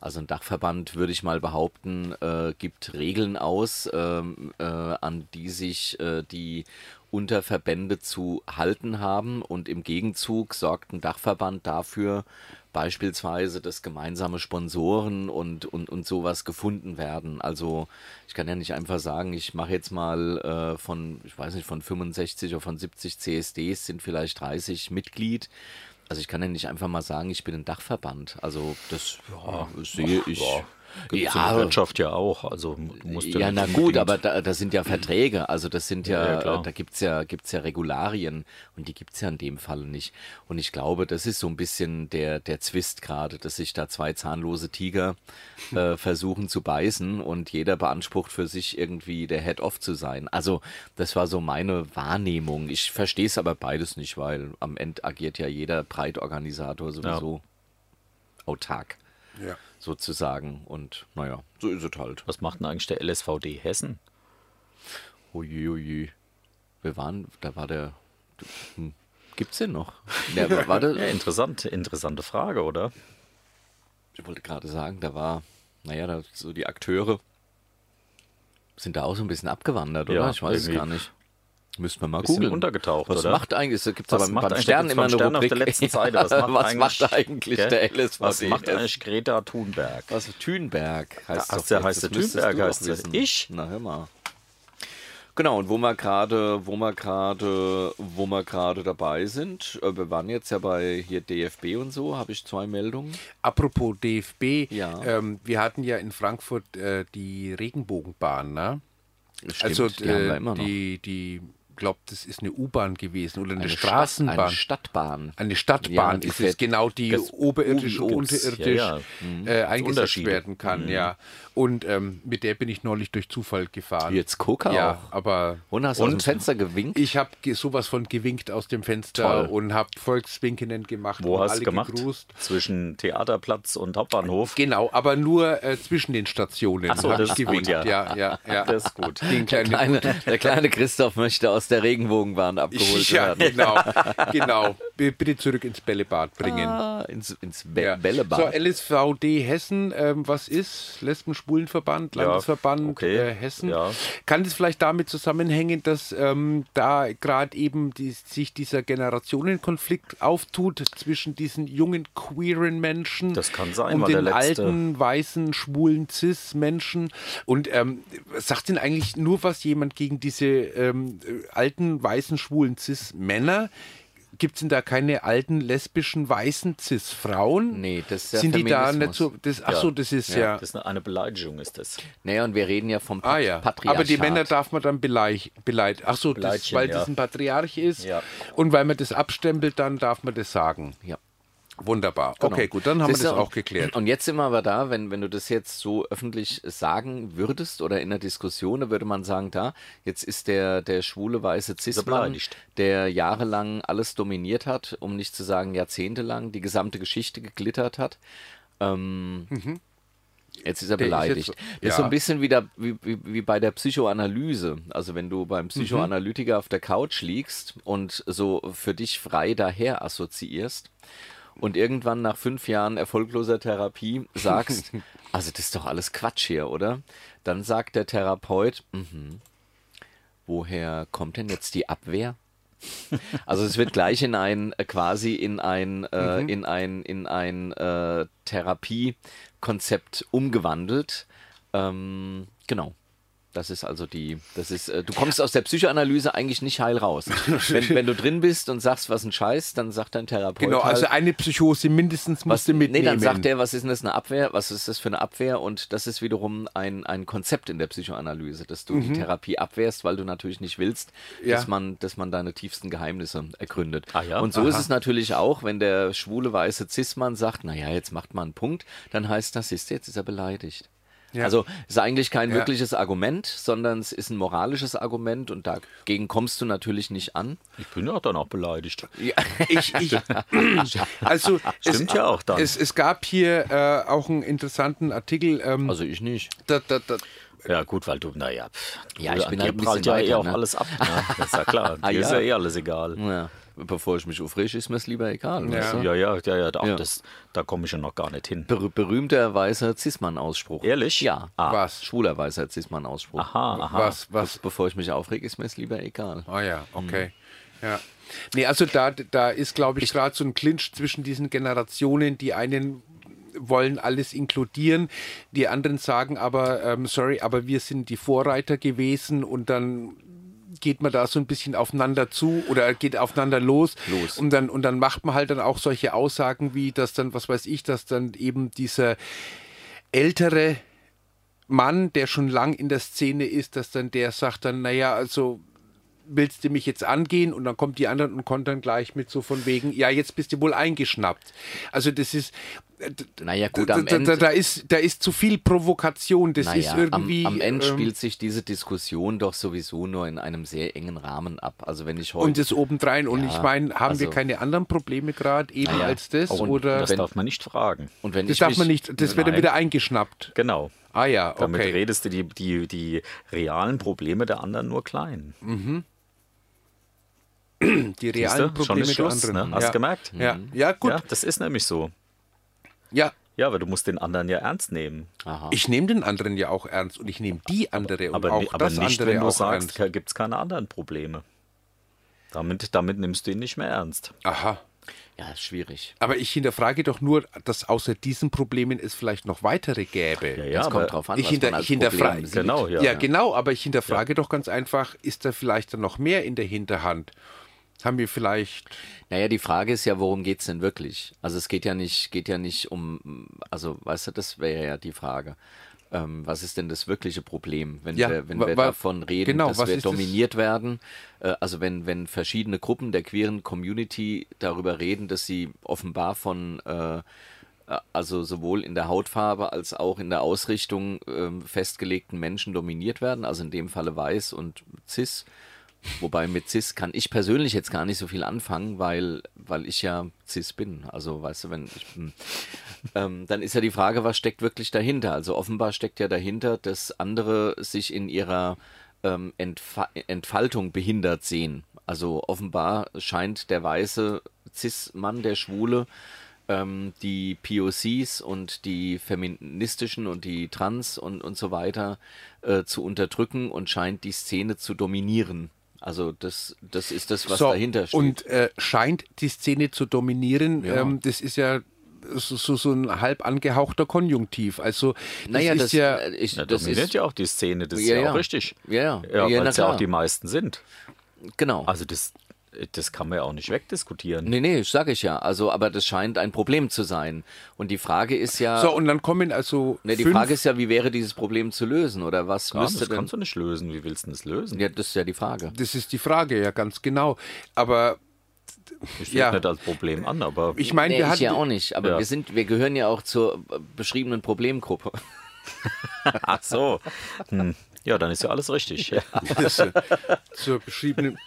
Speaker 1: Also ein Dachverband, würde ich mal behaupten, äh, gibt Regeln aus, ähm, äh, an die sich äh, die Unterverbände zu halten haben und im Gegenzug sorgt ein Dachverband dafür, beispielsweise, dass gemeinsame Sponsoren und, und, und sowas gefunden werden. Also ich kann ja nicht einfach sagen, ich mache jetzt mal äh, von, ich weiß nicht, von 65 oder von 70 CSDs sind vielleicht 30 Mitglied. Also ich kann ja nicht einfach mal sagen, ich bin ein Dachverband. Also das ja, sehe ich.
Speaker 2: Ja. Gibt's in der Wirtschaft ja auch. Also du musst
Speaker 1: Ja,
Speaker 2: nicht
Speaker 1: na gut,
Speaker 2: unbedingt-
Speaker 1: aber da, das sind ja Verträge, also das sind ja,
Speaker 2: ja, klar.
Speaker 1: äh, da gibt's ja, gibt's ja Regularien und die gibt's ja in dem Fall nicht. Und ich glaube, das ist so ein bisschen der, der Zwist gerade, dass sich da zwei zahnlose Tiger
Speaker 2: [laughs]
Speaker 1: äh, versuchen zu beißen und jeder beansprucht für sich irgendwie der Head-Off zu sein. Also das war so meine Wahrnehmung. Ich verstehe es aber beides nicht, weil am Ende agiert ja jeder Breitorganisator sowieso autark
Speaker 3: Ja.
Speaker 1: sozusagen. Und naja, so ist es halt.
Speaker 2: Was macht denn eigentlich der LSVD Hessen?
Speaker 1: Oje, oje. Wir waren, da war der. Hm, Gibt's den
Speaker 2: [laughs]
Speaker 1: noch? Der, war
Speaker 2: Ja,
Speaker 1: der,
Speaker 2: interessant, interessante Frage, oder?
Speaker 1: ich wollte gerade sagen, da war, naja, da, so die Akteure sind da auch so ein bisschen abgewandert, oder?
Speaker 2: Ja,
Speaker 1: ich weiß es
Speaker 2: irgendwie.
Speaker 1: gar nicht. Müssten wir mal
Speaker 2: Bisschen
Speaker 1: googeln.
Speaker 2: untergetaucht,
Speaker 1: was
Speaker 2: oder?
Speaker 1: macht eigentlich, es gibt
Speaker 2: Was
Speaker 1: aber
Speaker 2: macht
Speaker 1: beim
Speaker 2: eigentlich-
Speaker 1: Stern
Speaker 2: gibt's
Speaker 1: immer
Speaker 2: beim
Speaker 1: eine
Speaker 2: Stern auf
Speaker 1: Rubrik.
Speaker 2: der
Speaker 1: [laughs]
Speaker 2: letzten Seite? Was macht eigentlich,
Speaker 1: eigentlich
Speaker 2: gell?
Speaker 1: der LSVD?
Speaker 2: Was macht eigentlich Greta Thunberg?
Speaker 1: Was Thünberg heißt
Speaker 2: Ach,
Speaker 1: doch
Speaker 2: der
Speaker 1: jetzt,
Speaker 2: heißt
Speaker 1: das
Speaker 2: der
Speaker 1: müsstest
Speaker 2: Thünberg,
Speaker 1: du doch
Speaker 2: heißt der.
Speaker 1: wissen.
Speaker 2: Ich?
Speaker 1: Na hör mal. Genau, und wo wir gerade, wo wir gerade, wo wir gerade dabei sind, äh, wir waren jetzt ja bei hier DFB und so, habe ich zwei Meldungen.
Speaker 3: Apropos DFB,
Speaker 1: Ja.
Speaker 3: ähm, wir hatten ja in Frankfurt äh, die Regenbogenbahn, ne?
Speaker 1: Stimmt,
Speaker 3: also
Speaker 1: die haben wir immer noch.
Speaker 3: die, die glaubt, das ist eine U-Bahn gewesen oder eine,
Speaker 1: Eine Stadt-
Speaker 3: Straßenbahn.
Speaker 1: Eine Stadtbahn.
Speaker 3: Eine
Speaker 1: Ja,
Speaker 3: Stadtbahn
Speaker 1: die
Speaker 3: ist
Speaker 1: fährt
Speaker 3: es, genau die
Speaker 1: das
Speaker 3: oberirdisch und
Speaker 1: Ubi-Obs.
Speaker 3: unterirdisch
Speaker 2: Ja, Mhm. ja.
Speaker 3: Äh, eingesetzt
Speaker 2: Unterschiede.
Speaker 3: werden
Speaker 2: Mhm.
Speaker 3: kann, ja. Und ähm, mit der bin ich neulich durch Zufall gefahren.
Speaker 1: Jetzt guck auch.
Speaker 3: Ja, aber
Speaker 1: Und hast du aus dem
Speaker 2: Und?
Speaker 1: Fenster gewinkt?
Speaker 3: ich habe sowas von gewinkt aus dem
Speaker 2: Toll.
Speaker 3: Fenster und habe Volkswinkenden gemacht
Speaker 2: Wo
Speaker 3: und
Speaker 2: hast
Speaker 3: alle
Speaker 2: du gemacht?
Speaker 3: gegrüßt.
Speaker 2: Zwischen Theaterplatz und Hauptbahnhof.
Speaker 3: Genau, aber nur äh, zwischen den Stationen.
Speaker 2: Ach so,
Speaker 3: hab
Speaker 2: das
Speaker 3: ich
Speaker 2: ist gut,
Speaker 3: gewinkt.
Speaker 2: ja.
Speaker 3: ja, ja, ja.
Speaker 2: [laughs] Das ist gut.
Speaker 3: Den kleinen
Speaker 1: Kleine,
Speaker 2: [laughs]
Speaker 1: der kleine Christoph möchte aus der Regenbogenbahn abgeholt
Speaker 3: [laughs] ja,
Speaker 1: werden.
Speaker 3: genau, genau. B- Bitte zurück ins Bällebad bringen.
Speaker 1: Ah, [laughs] Ins, ins Be
Speaker 3: Ja. So,
Speaker 1: Bällebad.
Speaker 3: LSVD Hessen, ähm, was ist? Lesben-Schwulenverband,
Speaker 2: Ja,
Speaker 3: Landesverband
Speaker 2: okay,
Speaker 3: äh, Hessen.
Speaker 2: ja.
Speaker 3: Kann das vielleicht damit zusammenhängen, dass ähm, da gerade eben die, sich dieser Generationenkonflikt auftut zwischen diesen jungen queeren Menschen
Speaker 2: Das kann sein,
Speaker 3: und
Speaker 2: weil der
Speaker 3: den
Speaker 2: letzte-
Speaker 3: alten, weißen, schwulen Cis-Menschen. Und ähm, sagt denn eigentlich nur was jemand gegen diese ähm, äh, alten, weißen, schwulen Cis-Männer? Gibt es denn da keine alten, lesbischen, weißen Cis-Frauen?
Speaker 1: Nee, das ist ja
Speaker 3: Sind die da
Speaker 1: Feminismus.
Speaker 3: nicht so. Das, ach so, das ist ja.
Speaker 2: Das ist eine- eine Beleidigung, ist das.
Speaker 1: Naja, und wir reden ja vom Pat
Speaker 3: Ah ja,
Speaker 1: Patriarchat.
Speaker 3: aber die Männer darf man dann beleidigen. Beleid, ach so, das,
Speaker 2: Beleidchen,
Speaker 3: weil
Speaker 2: ja.
Speaker 3: das ein Patriarch ist
Speaker 2: Ja.
Speaker 3: und weil man das abstempelt, dann darf man das sagen.
Speaker 1: Ja.
Speaker 3: Wunderbar.
Speaker 1: Genau.
Speaker 3: Okay, gut, dann haben
Speaker 1: Siehst
Speaker 3: wir
Speaker 1: du,
Speaker 3: das auch
Speaker 1: und-
Speaker 3: geklärt.
Speaker 1: Und jetzt sind wir aber da, wenn, wenn du das jetzt so öffentlich sagen würdest oder in der Diskussion, da würde man sagen, da, jetzt ist der, der schwule weiße Cis-Mann,
Speaker 2: beleidigt.
Speaker 1: der jahrelang alles dominiert hat, um nicht zu sagen jahrzehntelang, die gesamte Geschichte geglittert hat. Ähm, Jetzt ist er
Speaker 3: Mhm. Der ist
Speaker 1: beleidigt.
Speaker 3: jetzt-
Speaker 1: das ist so
Speaker 3: ja.
Speaker 1: ein bisschen wie, da, wie, wie, wie bei der Psychoanalyse. Also wenn du
Speaker 3: Mhm.
Speaker 1: beim Psychoanalytiker auf der Couch liegst und so für dich frei daher assoziierst und irgendwann nach fünf Jahren erfolgloser Therapie
Speaker 3: [laughs]
Speaker 1: sagst, also das ist doch alles Quatsch hier, oder? Dann sagt der Therapeut, mhm, woher kommt denn jetzt die Abwehr? Also es wird gleich in ein äh, quasi in ein äh,
Speaker 3: Mhm.
Speaker 1: in ein in ein äh, Therapiekonzept umgewandelt. Ähm, genau. Das ist also die, das ist, äh, du kommst aus der Psychoanalyse eigentlich nicht heil
Speaker 3: [laughs]
Speaker 1: raus. Wenn, wenn du drin bist und sagst, was ein Scheiß, dann sagt dein Therapeut.
Speaker 3: Genau, also
Speaker 1: halt,
Speaker 3: eine Psychose mindestens
Speaker 1: was,
Speaker 3: musst du
Speaker 1: nee,
Speaker 3: mitnehmen.
Speaker 1: dann sagt er, was ist denn das eine Abwehr? Was ist das für eine Abwehr? Und das ist wiederum ein, ein Konzept in der Psychoanalyse, dass du die Therapie abwehrst, weil du natürlich nicht willst,
Speaker 3: Mhm. Ja.
Speaker 1: dass, man, dass man deine tiefsten Geheimnisse ergründet.
Speaker 2: Ah ja?
Speaker 1: Und so ist es natürlich auch, wenn der schwule weiße Cis-Mann sagt, naja, jetzt macht man einen Punkt, dann heißt das, siehst du, jetzt ist er beleidigt.
Speaker 3: Ja.
Speaker 1: Also ist eigentlich kein
Speaker 3: Ja.
Speaker 1: wirkliches Argument, sondern es ist ein moralisches Argument und dagegen kommst du natürlich nicht an.
Speaker 2: Ich bin ja dann auch beleidigt.
Speaker 3: ich, ich, also
Speaker 2: Stimmt
Speaker 3: es,
Speaker 2: ja auch dann.
Speaker 3: Es, es gab hier äh, auch einen interessanten Artikel.
Speaker 1: [laughs]
Speaker 3: Ähm,
Speaker 1: Also ich nicht.
Speaker 3: da, da, da,
Speaker 2: Ja, gut, weil du, naja. pff,
Speaker 1: Ja,
Speaker 2: du,
Speaker 1: ich
Speaker 2: an
Speaker 1: bin
Speaker 2: dir
Speaker 1: halt ein
Speaker 2: prallt
Speaker 1: bisschen
Speaker 2: ja eh
Speaker 1: [laughs] weiter,
Speaker 2: auch
Speaker 1: ne?
Speaker 2: alles ab. Ne? Das ist ja klar.
Speaker 1: Ah,
Speaker 2: Dir ist
Speaker 1: ja.
Speaker 2: ja eh alles egal.
Speaker 1: Ja. bevor ich mich aufrege, ist mir es lieber egal. weißt du?
Speaker 2: Ja, ja, ja, ja, auch
Speaker 1: Ja.
Speaker 2: Das, da komme ich ja noch gar nicht hin.
Speaker 1: Berü berühmter weißer Zismann-Ausspruch.
Speaker 2: Ehrlich?
Speaker 1: Ja.
Speaker 2: Ah.
Speaker 3: Was?
Speaker 1: Schwuler weißer Zismann-Ausspruch.
Speaker 2: Aha, aha.
Speaker 3: Was, was?
Speaker 1: Bevor ich mich aufrege, ist mir es lieber egal.
Speaker 3: Ah ja, okay. Ja. Nee, also da, da ist, glaube ich, gerade so ein Clinch zwischen diesen Generationen, die einen wollen alles inkludieren, die anderen sagen aber, ähm, sorry, aber wir sind die Vorreiter gewesen und dann geht man da so ein bisschen aufeinander zu oder geht aufeinander los.
Speaker 1: Los.
Speaker 3: Und dann, und dann macht man halt dann auch solche Aussagen wie, dass dann, was weiß ich, dass dann eben dieser ältere Mann, der schon lang in der Szene ist, dass dann der sagt dann, naja, also willst du mich jetzt angehen? Und dann kommt die anderen und kontern gleich mit so von wegen, ja, jetzt bist du wohl eingeschnappt. Also das ist,
Speaker 1: Naja, gut,
Speaker 3: da,
Speaker 1: am
Speaker 3: da,
Speaker 1: Ende.
Speaker 3: da, da, ist, da ist zu viel Provokation, das
Speaker 1: Naja,
Speaker 3: ist irgendwie...
Speaker 1: am, am Ende
Speaker 3: ähm,
Speaker 1: spielt sich diese Diskussion doch sowieso nur in einem sehr engen Rahmen ab. Also wenn ich heute
Speaker 3: und das obendrein. Und ich meine, haben wir
Speaker 1: also-
Speaker 3: keine anderen Probleme gerade eben
Speaker 1: Naja,
Speaker 3: als das?
Speaker 1: und
Speaker 3: oder
Speaker 2: das
Speaker 1: wenn-
Speaker 2: darf man nicht fragen.
Speaker 1: und wenn
Speaker 3: das
Speaker 1: ich
Speaker 3: darf
Speaker 1: mich,
Speaker 3: man nicht, das wird dann
Speaker 2: Nein.
Speaker 3: wieder eingeschnappt.
Speaker 2: Genau.
Speaker 3: Ah ja,
Speaker 2: Damit
Speaker 3: okay.
Speaker 2: redest du die, die, die realen Probleme der anderen nur klein.
Speaker 3: Die
Speaker 2: Siehst
Speaker 3: realen
Speaker 2: du? Schon
Speaker 3: Probleme
Speaker 2: ist Schluss.
Speaker 3: der anderen.
Speaker 2: Ne? Hast
Speaker 3: ja.
Speaker 2: gemerkt?
Speaker 3: Ja, ja gut.
Speaker 2: Ja, das ist nämlich so.
Speaker 3: ja.
Speaker 2: Ja, aber du musst den anderen ja ernst nehmen.
Speaker 3: Ich nehme den anderen ja auch ernst und ich nehme die andere und
Speaker 2: Aber,
Speaker 3: auch
Speaker 2: ni- aber
Speaker 3: das
Speaker 2: nicht,
Speaker 3: andere
Speaker 2: wenn du
Speaker 3: auch
Speaker 2: sagst,
Speaker 3: ernst.
Speaker 2: gibt es keine anderen Probleme. Damit, damit nimmst du ihn nicht mehr ernst.
Speaker 3: Aha.
Speaker 1: ja schwierig.
Speaker 3: Aber ich hinterfrage doch nur, dass außer diesen Problemen es vielleicht noch weitere gäbe.
Speaker 2: Ja,
Speaker 1: Ja, es
Speaker 2: aber-
Speaker 1: kommt drauf an,
Speaker 3: ich
Speaker 1: was
Speaker 3: hinter,
Speaker 1: man als
Speaker 3: ich hinterfrage.
Speaker 1: Problem sieht.
Speaker 2: Genau, ja.
Speaker 3: ja. genau, aber ich hinterfrage doch ganz einfach, ist da vielleicht dann noch mehr in der Hinterhand? Haben wir vielleicht.
Speaker 1: Naja, die Frage ist ja, worum geht's denn wirklich? Also es geht ja nicht, geht ja nicht um, also weißt du, das wäre ja die Frage. Ähm, was ist denn das wirkliche Problem, wenn
Speaker 3: Ja,
Speaker 1: wir, wenn
Speaker 3: wa-
Speaker 1: wir
Speaker 3: wa-
Speaker 1: davon reden,
Speaker 3: genau,
Speaker 1: dass
Speaker 3: was
Speaker 1: wir
Speaker 3: ist das?
Speaker 1: dominiert werden? Äh, also wenn, wenn verschiedene Gruppen der queeren Community darüber reden, dass sie offenbar von äh, äh, also sowohl in der Hautfarbe als auch in der Ausrichtung ähm, festgelegten Menschen dominiert werden, also in dem Falle weiß und cis. Wobei mit cis kann ich persönlich jetzt gar nicht so viel anfangen, weil, weil ich ja cis bin. Also weißt du, wenn ich, hm. ähm, dann ist ja die Frage, was steckt wirklich dahinter? Also offenbar steckt ja dahinter, dass andere sich in ihrer ähm, Entfa Entfaltung behindert sehen. Also offenbar scheint der weiße Cis-Mann, der Schwule, ähm, die POCs und die feministischen und die Trans und, und so weiter äh, zu unterdrücken und scheint die Szene zu dominieren. Also das, das ist das, was dahinter steht.
Speaker 3: Und äh, scheint die Szene zu dominieren.
Speaker 1: Ja.
Speaker 3: Ähm, das ist ja so, so, so ein halb angehauchter Konjunktiv. Also, das
Speaker 1: naja,
Speaker 3: ist
Speaker 1: das,
Speaker 3: ja.
Speaker 1: äh, ich,
Speaker 2: Ja,
Speaker 1: das
Speaker 2: dominiert
Speaker 1: ist
Speaker 2: ja auch die Szene, das ist
Speaker 1: Ja,
Speaker 2: ja,
Speaker 1: ja.
Speaker 2: auch richtig.
Speaker 1: Ja, ja. Ja,
Speaker 2: ja
Speaker 1: na
Speaker 2: weil es ja
Speaker 1: klar.
Speaker 2: auch die meisten sind.
Speaker 1: genau.
Speaker 2: Also das, das kann man ja auch nicht wegdiskutieren.
Speaker 1: nee, nee, sag ich ja. Also, aber das scheint ein Problem zu sein. Und die Frage ist ja.
Speaker 3: so, und dann kommen also.
Speaker 1: Ne, die
Speaker 3: fünf,
Speaker 1: Frage ist ja, wie wäre dieses Problem zu lösen oder was
Speaker 2: Gar nicht,
Speaker 1: müsste
Speaker 2: das
Speaker 1: denn?
Speaker 2: kannst du nicht lösen. Wie willst du das lösen?
Speaker 1: Ja, das ist ja die Frage.
Speaker 3: Das ist die Frage, ja, ganz genau. Aber
Speaker 2: Ich sehe
Speaker 3: ja.
Speaker 2: nicht als Problem an, aber
Speaker 3: ich meine,
Speaker 1: Nee,
Speaker 3: wir
Speaker 1: ich
Speaker 3: hatten.
Speaker 1: ja auch nicht, aber
Speaker 2: Ja.
Speaker 1: wir sind, wir gehören ja auch zur äh, beschriebenen Problemgruppe. [laughs]
Speaker 2: ach so. Hm. Ja, dann ist ja alles richtig, ja.
Speaker 3: zur beschriebenen.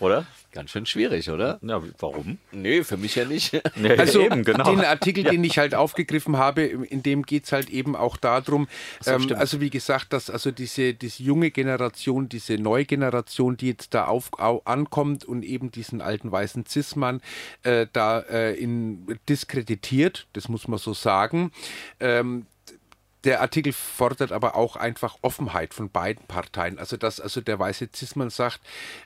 Speaker 2: oder?
Speaker 1: Ganz schön schwierig, oder?
Speaker 2: Ja,
Speaker 3: [laughs]
Speaker 2: warum?
Speaker 1: Nee, für mich ja nicht.
Speaker 2: Ja,
Speaker 3: Also
Speaker 2: eben, genau.
Speaker 3: den Artikel, den ich halt aufgegriffen habe, in dem geht es halt eben auch darum, ähm, also wie gesagt, dass also diese, diese junge Generation, diese neue Generation, die jetzt da auf, au, ankommt und eben diesen alten weißen Cis-Mann äh, da äh, in, diskreditiert, das muss man so sagen, ähm, der Artikel fordert aber auch einfach Offenheit von beiden Parteien. Also, dass also der weiße Zisman sagt,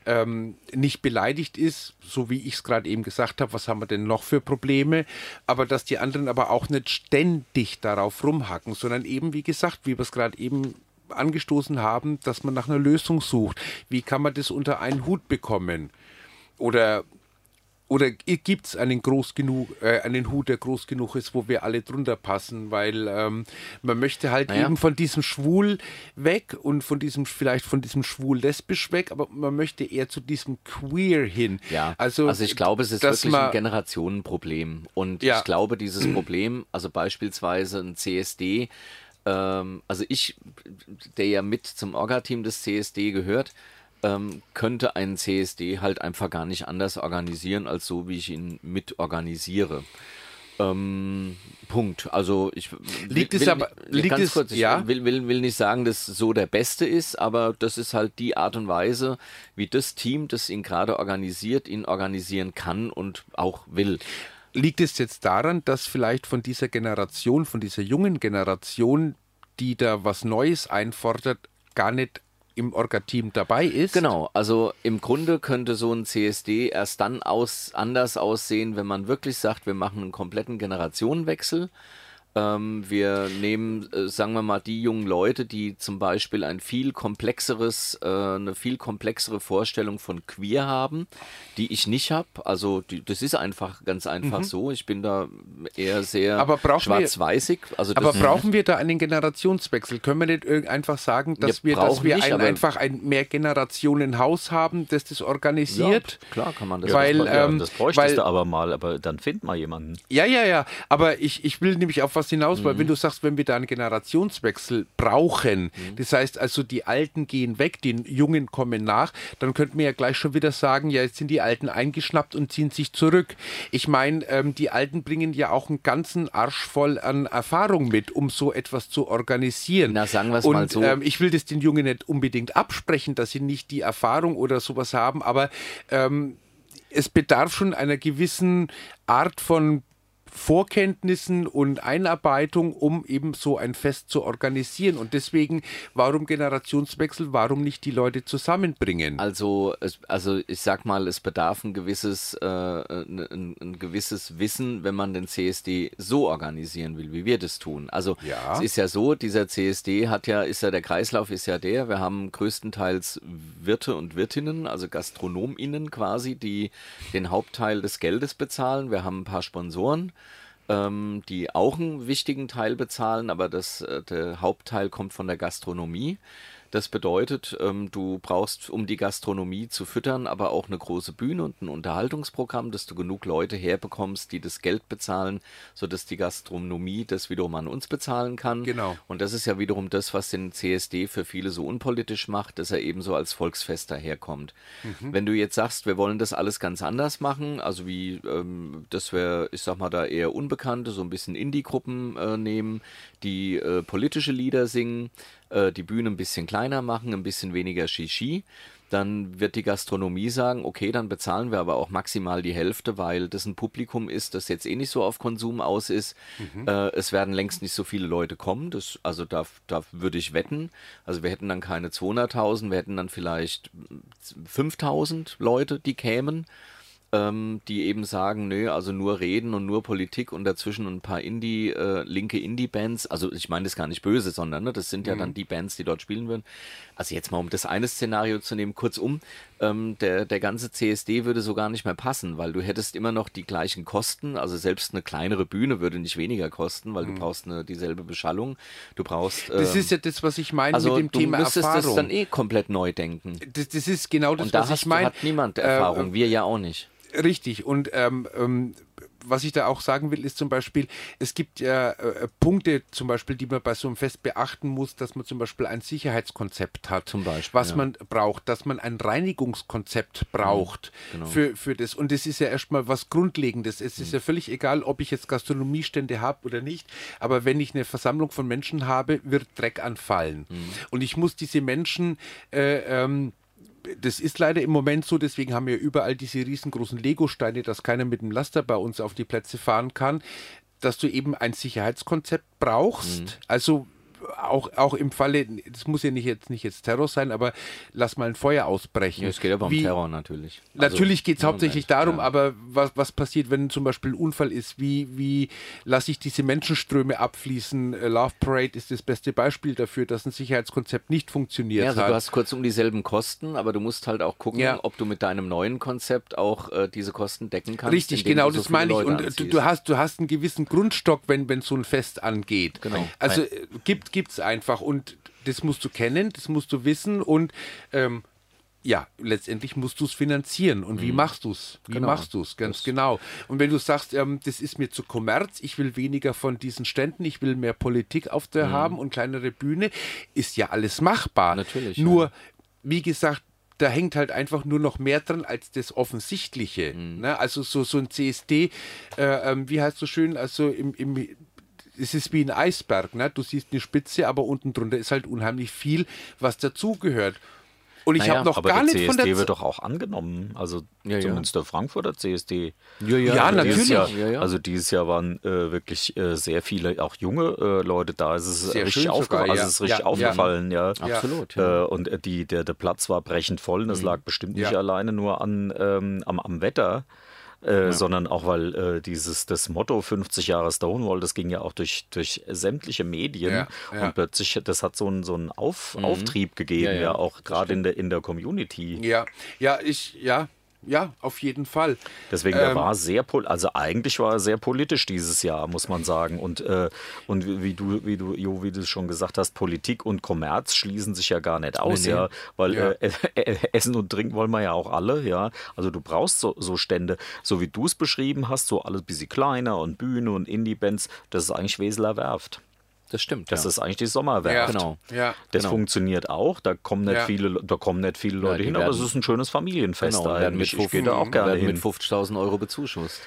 Speaker 3: ähm, nicht beleidigt ist, so wie ich es gerade eben gesagt habe, was haben wir denn noch für Probleme, aber dass die anderen aber auch nicht ständig darauf rumhacken, sondern eben, wie gesagt, wie wir es gerade eben angestoßen haben, dass man nach einer Lösung sucht. Wie kann man das unter einen Hut bekommen? Oder oder gibt es einen groß genug, äh, einen Hut, der groß genug ist, wo wir alle drunter passen? Weil ähm, man möchte halt
Speaker 1: Naja.
Speaker 3: eben von diesem Schwul weg und von diesem, vielleicht von diesem Schwul-Lesbisch weg, aber man möchte eher zu diesem Queer hin.
Speaker 1: [laughs] Ja,
Speaker 3: also,
Speaker 1: also, ich glaube, es ist
Speaker 3: dass
Speaker 1: wirklich
Speaker 3: man,
Speaker 1: ein Generationenproblem. Und
Speaker 3: Ja.
Speaker 1: ich glaube, dieses Problem, also beispielsweise ein CSD, ähm, also ich, der ja mit zum Orga-Team des CSD gehört, ähm, könnte einen CSD halt einfach gar nicht anders organisieren, als so, wie ich ihn mit organisiere. Ähm, Punkt. Also ich
Speaker 3: Liegt
Speaker 1: will,
Speaker 3: es aber-
Speaker 1: will,
Speaker 3: liegt
Speaker 1: ganz
Speaker 3: es-
Speaker 1: kurz, ich
Speaker 3: ja?
Speaker 1: will, will, will nicht sagen, dass so der Beste ist, aber das ist halt die Art und Weise, wie das Team, das ihn gerade organisiert, ihn organisieren kann und auch will.
Speaker 3: Liegt es jetzt daran, dass vielleicht von dieser Generation, von dieser jungen Generation, die da was Neues einfordert, gar nicht im Orga-Team dabei ist?
Speaker 1: Genau, also im Grunde könnte so ein CSD erst dann aus, anders aussehen, wenn man wirklich sagt, wir machen einen kompletten Generationenwechsel. Ähm, wir nehmen, äh, sagen wir mal, die jungen Leute, die zum Beispiel ein viel komplexeres, äh, eine viel komplexere Vorstellung von Queer haben, die ich nicht habe. Also die, das ist einfach ganz einfach so. Ich bin da eher sehr
Speaker 3: Mhm. Aber brauchen wir-
Speaker 1: schwarz-weißig. Also
Speaker 3: Aber
Speaker 1: das-
Speaker 3: brauchen wir da einen Generationswechsel? Können wir nicht irgend- einfach sagen, dass
Speaker 1: Wir
Speaker 3: wir, dass
Speaker 1: brauchen
Speaker 3: wir
Speaker 1: nicht,
Speaker 3: ein,
Speaker 1: aber-
Speaker 3: einfach ein Mehrgenerationenhaus haben, das das organisiert?
Speaker 1: Ja, klar kann man das
Speaker 3: Weil,
Speaker 1: machen.
Speaker 2: ja,
Speaker 3: ähm,
Speaker 2: das bräuchtest
Speaker 3: weil-
Speaker 2: du aber mal, aber dann find mal jemanden.
Speaker 3: Ja, ja, ja. Aber ich, ich will nämlich auf was hinaus, weil
Speaker 1: Mhm.
Speaker 3: wenn du sagst, wenn wir da einen Generationswechsel brauchen,
Speaker 1: Mhm.
Speaker 3: das heißt also, die Alten gehen weg, die Jungen kommen nach, dann könnten wir ja gleich schon wieder sagen, ja, jetzt sind die Alten eingeschnappt und ziehen sich zurück. Ich meine, ähm, die Alten bringen ja auch einen ganzen Arsch voll an Erfahrung mit, um so etwas zu organisieren.
Speaker 1: Na, sagen wir's
Speaker 3: Und,
Speaker 1: mal so.
Speaker 3: Ähm, ich will das den Jungen nicht unbedingt absprechen, dass sie nicht die Erfahrung oder sowas haben, aber ähm, es bedarf schon einer gewissen Art von Vorkenntnissen und Einarbeitung, um eben so ein Fest zu organisieren. Und deswegen, warum Generationswechsel, warum nicht die Leute zusammenbringen?
Speaker 1: Also, es, also ich sag mal, es bedarf ein gewisses, äh, ein, ein, ein gewisses Wissen, wenn man den CSD so organisieren will, wie wir das tun. Also
Speaker 3: Ja.
Speaker 1: es ist ja so, dieser CSD hat ja, ist ja der Kreislauf ist ja der. Wir haben größtenteils Wirte und Wirtinnen, also GastronomInnen quasi, die den Hauptteil des Geldes bezahlen. Wir haben ein paar Sponsoren ähm, die auch einen wichtigen Teil bezahlen, aber das, äh, der Hauptteil kommt von der Gastronomie. Das bedeutet, ähm, du brauchst, um die Gastronomie zu füttern, aber auch eine große Bühne und ein Unterhaltungsprogramm, dass du genug Leute herbekommst, die das Geld bezahlen, sodass die Gastronomie das wiederum an uns bezahlen kann.
Speaker 3: Genau.
Speaker 1: Und das ist ja wiederum das, was den CSD für viele so unpolitisch macht, dass er eben so als Volksfest daherkommt. Wenn du jetzt sagst, wir wollen das alles ganz anders machen, also wie, ähm, dass wir, ich sag mal, da eher Unbekannte, so ein bisschen Indie-Gruppen äh, nehmen, die äh, politische Lieder singen, äh, die Bühne ein bisschen kleiner machen, ein bisschen weniger Shishi, dann wird die Gastronomie sagen, okay, dann bezahlen wir aber auch maximal die Hälfte, weil das ein Publikum ist, das jetzt eh nicht so auf Konsum aus ist. Äh, es werden längst nicht so viele Leute kommen, das, also da, da würde ich wetten. Also wir hätten dann keine 200.000, wir hätten dann vielleicht 5.000 Leute, die kämen ähm, die eben sagen, nö, also nur Reden und nur Politik und dazwischen ein paar Indie, äh, linke Indie-Bands. Also ich meine das gar nicht böse, sondern ne, das
Speaker 3: Mhm.
Speaker 1: sind ja dann die Bands, die dort spielen würden. Also jetzt mal, um das eine Szenario zu nehmen, kurzum, ähm, der, der ganze CSD würde so gar nicht mehr passen, weil du hättest immer noch die gleichen Kosten. Also selbst eine kleinere Bühne würde nicht weniger kosten, weil du brauchst eine, dieselbe Beschallung. Du brauchst...
Speaker 3: Mhm. das
Speaker 1: ähm,
Speaker 3: ist ja das, was ich meine
Speaker 1: also
Speaker 3: mit dem
Speaker 1: du
Speaker 3: Thema
Speaker 1: müsstest
Speaker 3: Erfahrung.
Speaker 1: das dann eh komplett neu denken.
Speaker 3: das, das ist genau das,
Speaker 1: Und da
Speaker 3: was
Speaker 1: hast,
Speaker 3: ich meine.
Speaker 1: hat niemand
Speaker 3: Äh,
Speaker 1: Erfahrung, wir ja auch nicht.
Speaker 3: Richtig. Und ähm, ähm, was ich da auch sagen will, ist zum Beispiel, es gibt ja äh, Punkte, zum Beispiel, die man bei so einem Fest beachten muss, dass man zum Beispiel ein Sicherheitskonzept hat,
Speaker 1: Zum Beispiel,
Speaker 3: was
Speaker 1: ja. Mhm.
Speaker 3: man braucht, dass man ein Reinigungskonzept braucht
Speaker 1: Genau.
Speaker 3: für, für das. Und das ist ja erstmal was Grundlegendes. Es
Speaker 1: Mhm.
Speaker 3: ist ja völlig egal, ob ich jetzt Gastronomiestände habe oder nicht, aber wenn ich eine Versammlung von Menschen habe, wird Dreck anfallen.
Speaker 1: Mhm.
Speaker 3: Und ich muss diese Menschen äh, ähm, das ist leider im Moment so, deswegen haben wir überall diese riesengroßen Lego-Steine, dass keiner mit dem Laster bei uns auf die Plätze fahren kann, dass du eben ein Sicherheitskonzept brauchst.
Speaker 1: Mhm.
Speaker 3: Also auch, auch im Falle, das muss ja nicht jetzt, nicht jetzt Terror sein, aber lass mal ein Feuer ausbrechen.
Speaker 1: Ja, es geht aber um
Speaker 3: Wie-
Speaker 1: Terror natürlich. Also,
Speaker 3: Natürlich geht es
Speaker 1: ja,
Speaker 3: hauptsächlich
Speaker 1: Mensch,
Speaker 3: darum,
Speaker 1: ja.
Speaker 3: aber was, was passiert, wenn zum Beispiel ein Unfall ist? Wie, wie lasse ich diese Menschenströme abfließen? Äh, Love Parade ist das beste Beispiel dafür, dass ein Sicherheitskonzept nicht funktioniert
Speaker 1: Ja, also
Speaker 3: hat.
Speaker 1: du hast kurzum dieselben Kosten, aber du musst halt auch gucken,
Speaker 3: halt Ja.
Speaker 1: ob du mit deinem neuen Konzept auch äh, diese Kosten decken kannst.
Speaker 3: Richtig,
Speaker 1: indem
Speaker 3: genau,
Speaker 1: du so
Speaker 3: das
Speaker 1: viele
Speaker 3: meine ich.
Speaker 1: Leute
Speaker 3: Und äh, du,
Speaker 1: anziehst.
Speaker 3: du, hast, du hast einen gewissen Grundstock, wenn, wenn so ein Fest angeht.
Speaker 1: Genau.
Speaker 3: Also äh, gibt es einfach und das musst du kennen, das musst du wissen und ähm, ja, letztendlich musst du es finanzieren. Und
Speaker 1: Mhm.
Speaker 3: wie machst du es? Wie machst du es? Ganz genau. Und wenn du sagst, ähm, das ist mir zu Kommerz, ich will weniger von diesen Ständen, ich will mehr Politik auf
Speaker 1: Mhm.
Speaker 3: der haben und kleinere Bühne, ist ja alles machbar.
Speaker 1: Natürlich,
Speaker 3: Nur, wie gesagt, da hängt halt einfach nur noch mehr dran als das Offensichtliche.
Speaker 1: Mhm.
Speaker 3: Ne? Also so, so ein CSD, äh, ähm, wie heißt so schön, also im, im es ist wie ein Eisberg, ne? Du siehst eine Spitze, aber unten drunter ist halt unheimlich viel, was dazugehört. Und ich habe noch
Speaker 2: aber der
Speaker 3: gar nicht
Speaker 2: CSD
Speaker 3: von der
Speaker 2: wird doch auch angenommen. Also
Speaker 1: Ja, ja.
Speaker 2: zumindest der Frankfurter CSD.
Speaker 1: ja,
Speaker 3: Ja,
Speaker 2: also Dieses
Speaker 3: natürlich.
Speaker 2: Jahr,
Speaker 1: Ja, ja.
Speaker 2: Also dieses Jahr waren äh, wirklich äh, sehr viele, auch junge äh, Leute da. Es ist
Speaker 3: Sehr
Speaker 2: richtig,
Speaker 3: schön
Speaker 2: aufge
Speaker 3: sogar,
Speaker 2: also
Speaker 3: ja.
Speaker 2: es ist richtig
Speaker 3: Ja, ja.
Speaker 2: aufgefallen, ja.
Speaker 1: Absolut,
Speaker 2: Äh, und äh, die, der, der Platz war brechend voll. Und das lag bestimmt nicht
Speaker 3: Ja.
Speaker 2: alleine nur an, ähm, am, am Wetter. Äh, sondern auch weil äh, dieses das Motto 50 Jahre Stonewall, das ging ja auch durch, durch sämtliche Medien
Speaker 3: Ja, ja.
Speaker 2: und plötzlich das hat so einen so einen Auf, Auftrieb gegeben, ja,
Speaker 1: ja,
Speaker 2: auch gerade in der in der Community.
Speaker 3: Ja, ja, ich, ja, ja, auf jeden Fall.
Speaker 2: Deswegen,
Speaker 3: Ähm.
Speaker 2: der war sehr, pol also eigentlich war er sehr politisch dieses Jahr, muss man sagen. Und, äh, und wie- wie du, wie du, Jo, wie du es schon gesagt hast, Politik und Kommerz schließen sich ja gar nicht aus, ja, weil
Speaker 3: Ja.
Speaker 2: Äh, [laughs] äh, Essen und Trinken wollen wir ja auch alle, ja. Also du brauchst so, so Stände, so wie du es beschrieben hast, so alles ein bisschen kleiner und Bühne und Indie-Bands, das ist eigentlich Weseler Werft.
Speaker 1: Das stimmt.
Speaker 2: Das
Speaker 1: ja.
Speaker 2: ist eigentlich die Sommerwerft.
Speaker 3: Ja,
Speaker 1: genau.
Speaker 3: ja,
Speaker 2: Das
Speaker 1: genau.
Speaker 2: funktioniert auch, da kommen nicht
Speaker 3: Ja.
Speaker 2: viele, da kommen nicht viele
Speaker 1: Ja,
Speaker 2: Leute
Speaker 1: die
Speaker 2: hin, aber
Speaker 1: werden-
Speaker 2: es ist ein schönes Familienfest
Speaker 1: Genau, werden mit
Speaker 2: eigentlich. halt. Ich gehe da
Speaker 1: 50
Speaker 2: auch gerne
Speaker 1: werden
Speaker 2: hin.
Speaker 1: mit 50.000 Euro bezuschusst.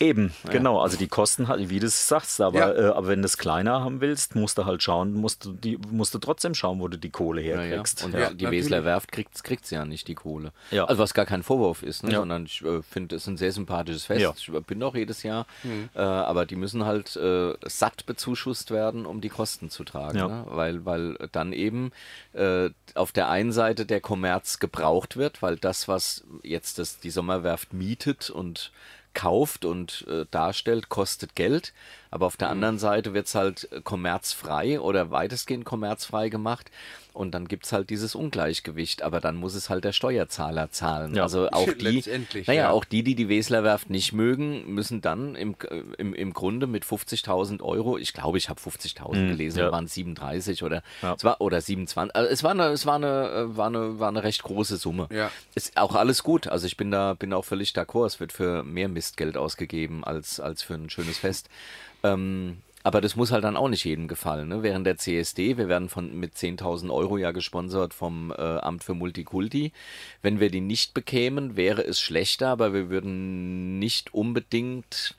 Speaker 2: Eben, genau. Also die Kosten, halt, wie du es sagst, aber,
Speaker 3: Ja.
Speaker 2: äh, aber wenn du es kleiner haben willst, musst du halt schauen, musst du, die, musst du trotzdem schauen, wo du die Kohle
Speaker 1: Ja, ja.
Speaker 2: herkriegst.
Speaker 1: Und
Speaker 2: Ja,
Speaker 1: die
Speaker 3: natürlich.
Speaker 1: Wesler Werft kriegt kriegt's ja nicht, die Kohle.
Speaker 2: Ja.
Speaker 1: Also was gar kein Vorwurf ist, ne?
Speaker 2: Ja.
Speaker 1: sondern ich äh, finde, es ist ein sehr sympathisches Fest.
Speaker 2: Ja.
Speaker 1: Ich bin auch jedes Jahr, äh, aber die müssen halt äh, satt bezuschusst werden, um die Kosten zu tragen.
Speaker 2: Ja.
Speaker 1: Ne? Weil, weil dann eben äh, auf der einen Seite der Kommerz gebraucht wird, weil das, was jetzt das, die Sommerwerft mietet und kauft und äh, darstellt, kostet Geld. Aber auf der anderen Seite wird es halt äh, kommerzfrei oder weitestgehend kommerzfrei gemacht. Und dann gibt es halt dieses Ungleichgewicht. Aber dann muss es halt der Steuerzahler zahlen.
Speaker 2: Ja.
Speaker 1: Also auch die,
Speaker 3: Letztendlich,
Speaker 1: naja,
Speaker 3: ja.
Speaker 1: auch die, die die Weslerwerft nicht mögen, müssen dann im, äh, im, im Grunde mit 50.000 Euro, ich glaube, ich habe 50.000 gelesen,
Speaker 2: ja.
Speaker 1: waren 37 oder, es war, oder 27. Also es war eine, es war eine, äh, war eine, war eine recht große Summe.
Speaker 3: Ja.
Speaker 1: Ist auch alles gut. Also ich bin da, bin auch völlig d'accord. Es wird für mehr Mistgeld ausgegeben als, als für ein schönes Fest. Ähm, aber das muss halt dann auch nicht jedem gefallen. Ne? Während der CSD, wir werden von mit 10.000 Euro ja gesponsert vom äh, Amt für Multikulti. Wenn wir die nicht bekämen, wäre es schlechter, aber wir würden nicht unbedingt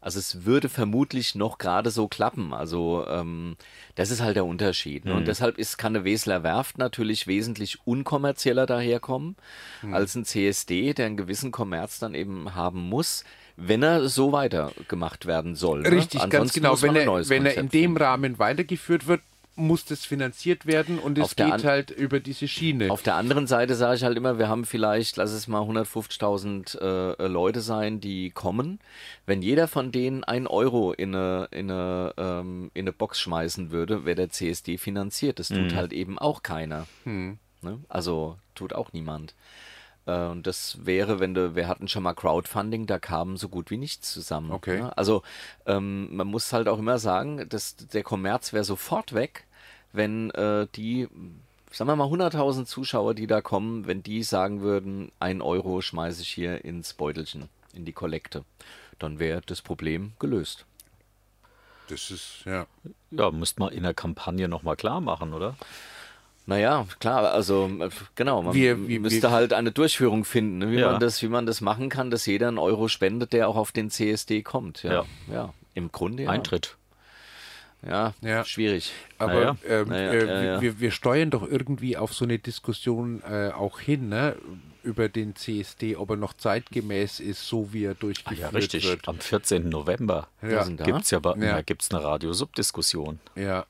Speaker 1: also es würde vermutlich noch gerade so klappen. Also ähm, das ist halt der Unterschied.
Speaker 3: Hm.
Speaker 1: Ne? Und deshalb ist, kann eine Wesler Werft natürlich wesentlich unkommerzieller daherkommen
Speaker 3: Hm.
Speaker 1: als ein CSD, der einen gewissen Kommerz dann eben haben muss, wenn er so weitergemacht werden soll. Ne?
Speaker 3: Richtig, ganz
Speaker 1: Ansonsten
Speaker 3: genau.
Speaker 1: muss man
Speaker 3: Wenn
Speaker 1: ein
Speaker 3: er,
Speaker 1: neues
Speaker 3: wenn er
Speaker 1: Konzept
Speaker 3: in dem Rahmen weitergeführt wird, muss das finanziert werden und
Speaker 1: Auf
Speaker 3: es
Speaker 1: der
Speaker 3: geht
Speaker 1: an-
Speaker 3: halt über diese Schiene.
Speaker 1: Auf der anderen Seite sage ich halt immer, wir haben vielleicht, lass es mal 150.000 äh, Leute sein, die kommen. Wenn jeder von denen einen Euro in eine, in eine, ähm, in eine Box schmeißen würde, wäre der CSD finanziert. Das tut halt eben auch keiner. Ne? Also tut auch niemand. Äh, Und das wäre, wenn du, wir hatten schon mal Crowdfunding, da kam so gut wie nichts zusammen.
Speaker 3: Okay.
Speaker 1: Ne? Also ähm, man muss halt auch immer sagen, dass der Kommerz wäre sofort weg, wenn äh, die, sagen wir mal 100.000 Zuschauer, die da kommen, wenn die sagen würden, ein Euro schmeiße ich hier ins Beutelchen, in die Kollekte, dann wäre das Problem gelöst.
Speaker 3: das ist, ja.
Speaker 2: ja müsste man in der Kampagne nochmal klar machen, oder?
Speaker 1: Naja, klar, also äh, genau, man
Speaker 3: Wir- wir-
Speaker 1: müsste
Speaker 3: wir-
Speaker 1: halt eine Durchführung finden, ne, wie,
Speaker 2: Ja.
Speaker 1: man das, wie man das machen kann, dass jeder einen Euro spendet, der auch auf den CSD kommt. Ja,
Speaker 2: Ja.
Speaker 1: ja. im Grunde ja.
Speaker 2: Eintritt.
Speaker 1: Ja,
Speaker 3: Ja.
Speaker 1: schwierig.
Speaker 3: Aber ähm,
Speaker 1: Naja,
Speaker 3: äh,
Speaker 1: ja, ja.
Speaker 3: Wir, wir steuern doch irgendwie auf so eine Diskussion äh, auch hin, ne? über den CSD, ob er noch zeitgemäß ist, so wie er durchgeführt
Speaker 2: Ah Ja, richtig.
Speaker 3: wird.
Speaker 2: Am 14. November
Speaker 3: Ja.
Speaker 1: sind da?
Speaker 2: gibt es ja, bei-
Speaker 3: Ja.
Speaker 2: da gibt's eine Radio-Sub-Diskussion
Speaker 3: Ja,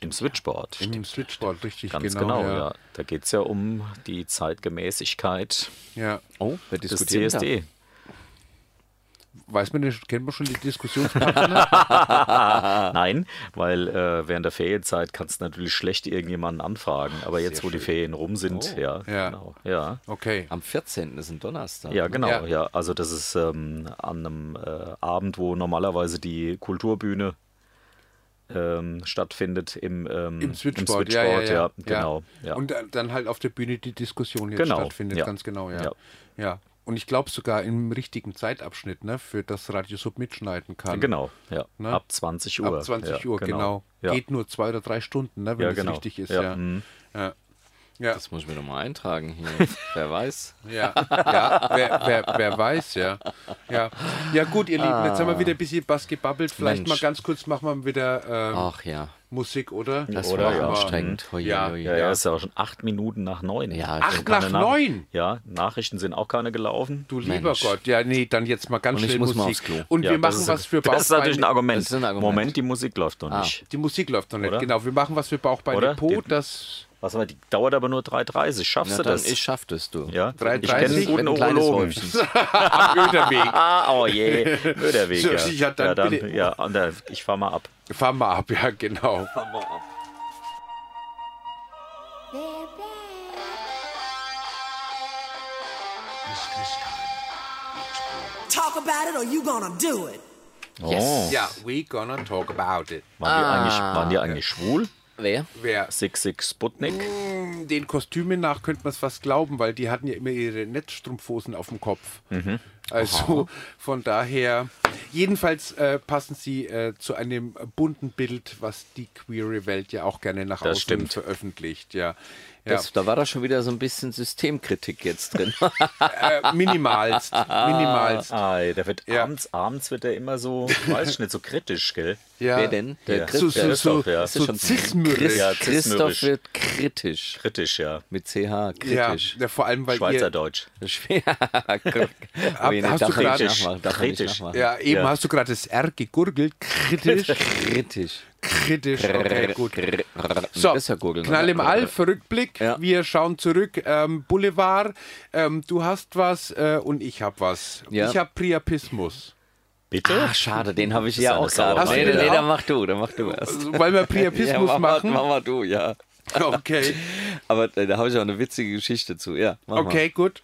Speaker 2: im Switchboard.
Speaker 3: im Switchboard, richtig,
Speaker 2: Ganz genau,
Speaker 3: genau.
Speaker 2: ja. Da geht es ja um die Zeitgemäßigkeit
Speaker 3: ja. ja.
Speaker 1: Oh, wir
Speaker 2: des
Speaker 1: diskutieren da.
Speaker 2: CSD.
Speaker 3: Weiß man denn, kennt man schon die
Speaker 2: [laughs]
Speaker 3: Diskussionspartner? Ah.
Speaker 2: Nein, weil äh, während der Ferienzeit kannst du natürlich schlecht irgendjemanden anfragen. Aber jetzt, wo die Ferien rum sind, ja,
Speaker 3: Oh, Ja.
Speaker 2: Genau, ja.
Speaker 3: Okay.
Speaker 1: Am 14. ist ein Donnerstag.
Speaker 2: Ja,
Speaker 1: ne?
Speaker 2: genau.
Speaker 3: Ja.
Speaker 2: Ja. also das ist ähm, an einem äh, Abend, wo normalerweise die Kulturbühne ähm, stattfindet im, ähm,
Speaker 3: Im Switchboard, ja, ja,
Speaker 2: Switchboard,
Speaker 3: ja, ja.
Speaker 2: Genau. Ja.
Speaker 3: Und äh, dann halt auf der Bühne die Diskussion jetzt
Speaker 2: Genau,
Speaker 3: stattfindet,
Speaker 2: ja.
Speaker 3: ganz genau, ja. ja.
Speaker 2: Ja.
Speaker 3: Und ich glaube sogar im richtigen Zeitabschnitt, ne, für das Radio Sub mitschneiden kann.
Speaker 2: genau, ja.
Speaker 3: Ne?
Speaker 2: Ab 20 Uhr.
Speaker 3: Ab 20
Speaker 2: ja,
Speaker 3: Uhr, genau.
Speaker 2: Ja.
Speaker 3: Geht nur zwei oder drei Stunden, ne, wenn
Speaker 2: Ja,
Speaker 3: das
Speaker 2: genau.
Speaker 3: richtig ist,
Speaker 2: Ja,
Speaker 3: ja.
Speaker 2: mhm.
Speaker 3: ja. Ja,
Speaker 1: Das muss ich mir doch mal eintragen
Speaker 2: [laughs]
Speaker 1: hier. Wer weiß.
Speaker 3: ja, ja. Wer, wer, wer weiß, ja. ja. Ja, gut, ihr Lieben, jetzt haben
Speaker 2: Ah.
Speaker 3: wir wieder ein bisschen Bass gebabbelt. Vielleicht
Speaker 1: Mensch.
Speaker 3: mal ganz kurz machen wir wieder ähm,
Speaker 1: Ach ja.
Speaker 3: Musik, oder?
Speaker 1: Das
Speaker 2: Oder
Speaker 1: war
Speaker 2: ja. Mhm.
Speaker 1: anstrengend. Hoi,
Speaker 3: Ja,
Speaker 1: hoi.
Speaker 2: Ja, ja, ist ja auch schon acht Minuten nach neun.
Speaker 1: Ja,
Speaker 3: Acht
Speaker 2: Also keine
Speaker 3: nach
Speaker 2: Nach-
Speaker 3: neun?
Speaker 2: Ja, Nachrichten sind auch keine gelaufen.
Speaker 3: Du lieber
Speaker 1: Mensch.
Speaker 3: Gott, ja, nee, dann jetzt mal ganz
Speaker 1: Und ich
Speaker 3: schnell
Speaker 1: muss
Speaker 3: Musik.
Speaker 1: mal aufs Klo.
Speaker 3: Und
Speaker 2: ja,
Speaker 3: wir
Speaker 2: das
Speaker 3: machen
Speaker 2: ist-
Speaker 3: was
Speaker 2: [laughs]
Speaker 3: für
Speaker 2: Das ist natürlich ein
Speaker 3: Bauchbeine.
Speaker 2: Argument.
Speaker 1: Das ist ein Argument.
Speaker 2: Moment, die Musik läuft noch nicht.
Speaker 3: Die Musik läuft noch nicht,
Speaker 2: Oder?
Speaker 3: genau. Wir machen was für Bauchbeine
Speaker 2: Oder?
Speaker 3: Po,
Speaker 2: Die-
Speaker 3: das
Speaker 2: Was aber, die dauert aber nur 3,30. Schaffst
Speaker 1: Na,
Speaker 2: du
Speaker 1: dann,
Speaker 2: das?
Speaker 1: ich schaff das, du.
Speaker 2: ja, ich
Speaker 3: 3,30?
Speaker 2: kenne einen
Speaker 1: Wenn
Speaker 2: guten
Speaker 1: ein kleines
Speaker 2: Urologen.
Speaker 1: Häufchen.
Speaker 3: [laughs] am Öderweg.
Speaker 2: Ah, oh je, Öderweg.
Speaker 3: So,
Speaker 2: Ja,
Speaker 3: ja, dann
Speaker 2: ja,
Speaker 3: bitte.
Speaker 2: dann, ja und dann, ich fahr mal ab.
Speaker 3: Fahren wir ab, ja, genau.
Speaker 7: Talk about it or you gonna do it.
Speaker 2: Oh,
Speaker 3: Ja, we gonna talk about it.
Speaker 2: waren, die eigentlich, waren die eigentlich schwul?
Speaker 1: Wer?
Speaker 3: Wer
Speaker 2: Six Six Sputnik?
Speaker 3: den Kostümen nach könnte man es fast glauben, weil die hatten ja immer ihre Netzstrumpfhosen auf dem Kopf.
Speaker 2: Mhm.
Speaker 3: Also von daher, jedenfalls äh, passen sie äh, zu einem bunten Bild, was die queere Welt ja auch gerne nach
Speaker 2: Das
Speaker 3: außen
Speaker 2: stimmt.
Speaker 3: veröffentlicht. Ja, ja.
Speaker 1: Das, da war doch schon wieder so ein bisschen Systemkritik jetzt
Speaker 2: [laughs]
Speaker 1: drin.
Speaker 3: äh, minimalst, minimalst.
Speaker 2: Ah, der wird
Speaker 3: Ja.
Speaker 2: abends, abends wird er immer so, weiß ich nicht, so kritisch, gell?
Speaker 3: Ja.
Speaker 1: Wer denn?
Speaker 2: Ja.
Speaker 1: Christ-
Speaker 3: So,
Speaker 2: der
Speaker 3: so,
Speaker 2: ist
Speaker 3: so,
Speaker 2: doch, ja.
Speaker 1: Das ist
Speaker 3: so
Speaker 1: schon-
Speaker 3: zismürrisch.
Speaker 2: Ja,
Speaker 1: Christoph
Speaker 2: zismürrisch.
Speaker 1: wird kritisch.
Speaker 2: Kritisch, ja.
Speaker 1: Mit CH,
Speaker 3: Ja,
Speaker 1: kritisch.
Speaker 3: ja, vor allem, weil ihr,
Speaker 2: Schweizerdeutsch.
Speaker 1: [laughs] Schwer. nee,
Speaker 3: hast
Speaker 1: darf
Speaker 3: du
Speaker 1: man nicht
Speaker 3: gerade-
Speaker 1: nachmachen, darf man nicht
Speaker 2: Kritisch.
Speaker 1: nachmachen.
Speaker 3: ja, eben
Speaker 2: Ja.
Speaker 3: hast du gerade das R gegurgelt. Kritisch,
Speaker 1: Kritisch.
Speaker 2: [laughs]
Speaker 3: kritisch. Okay, gut.
Speaker 1: So, das ist ja Gurgeln,
Speaker 3: Knall
Speaker 1: oder?
Speaker 3: im Alf, Rückblick.
Speaker 1: Ja.
Speaker 3: Wir schauen zurück. Ähm, Boulevard, ähm, du hast was äh, und ich hab was.
Speaker 1: Ja.
Speaker 3: Ich hab Priapismus.
Speaker 2: Bitte?
Speaker 1: Ah, schade, den habe ich
Speaker 2: ist
Speaker 1: ja
Speaker 2: eine
Speaker 1: auch gerade.
Speaker 2: Sauerei.
Speaker 1: Nee,
Speaker 3: Hast
Speaker 1: nee,
Speaker 3: du den
Speaker 1: dann
Speaker 3: auch?
Speaker 1: mach du, dann mach du erst.
Speaker 3: Also, Weil
Speaker 1: [laughs]
Speaker 3: wir Priapismus
Speaker 1: mach mal-
Speaker 3: machen.
Speaker 1: Mach mal du, ja.
Speaker 3: Okay,
Speaker 1: Aber äh, da habe ich auch eine witzige Geschichte zu, ja. mach mal.
Speaker 3: okay, gut.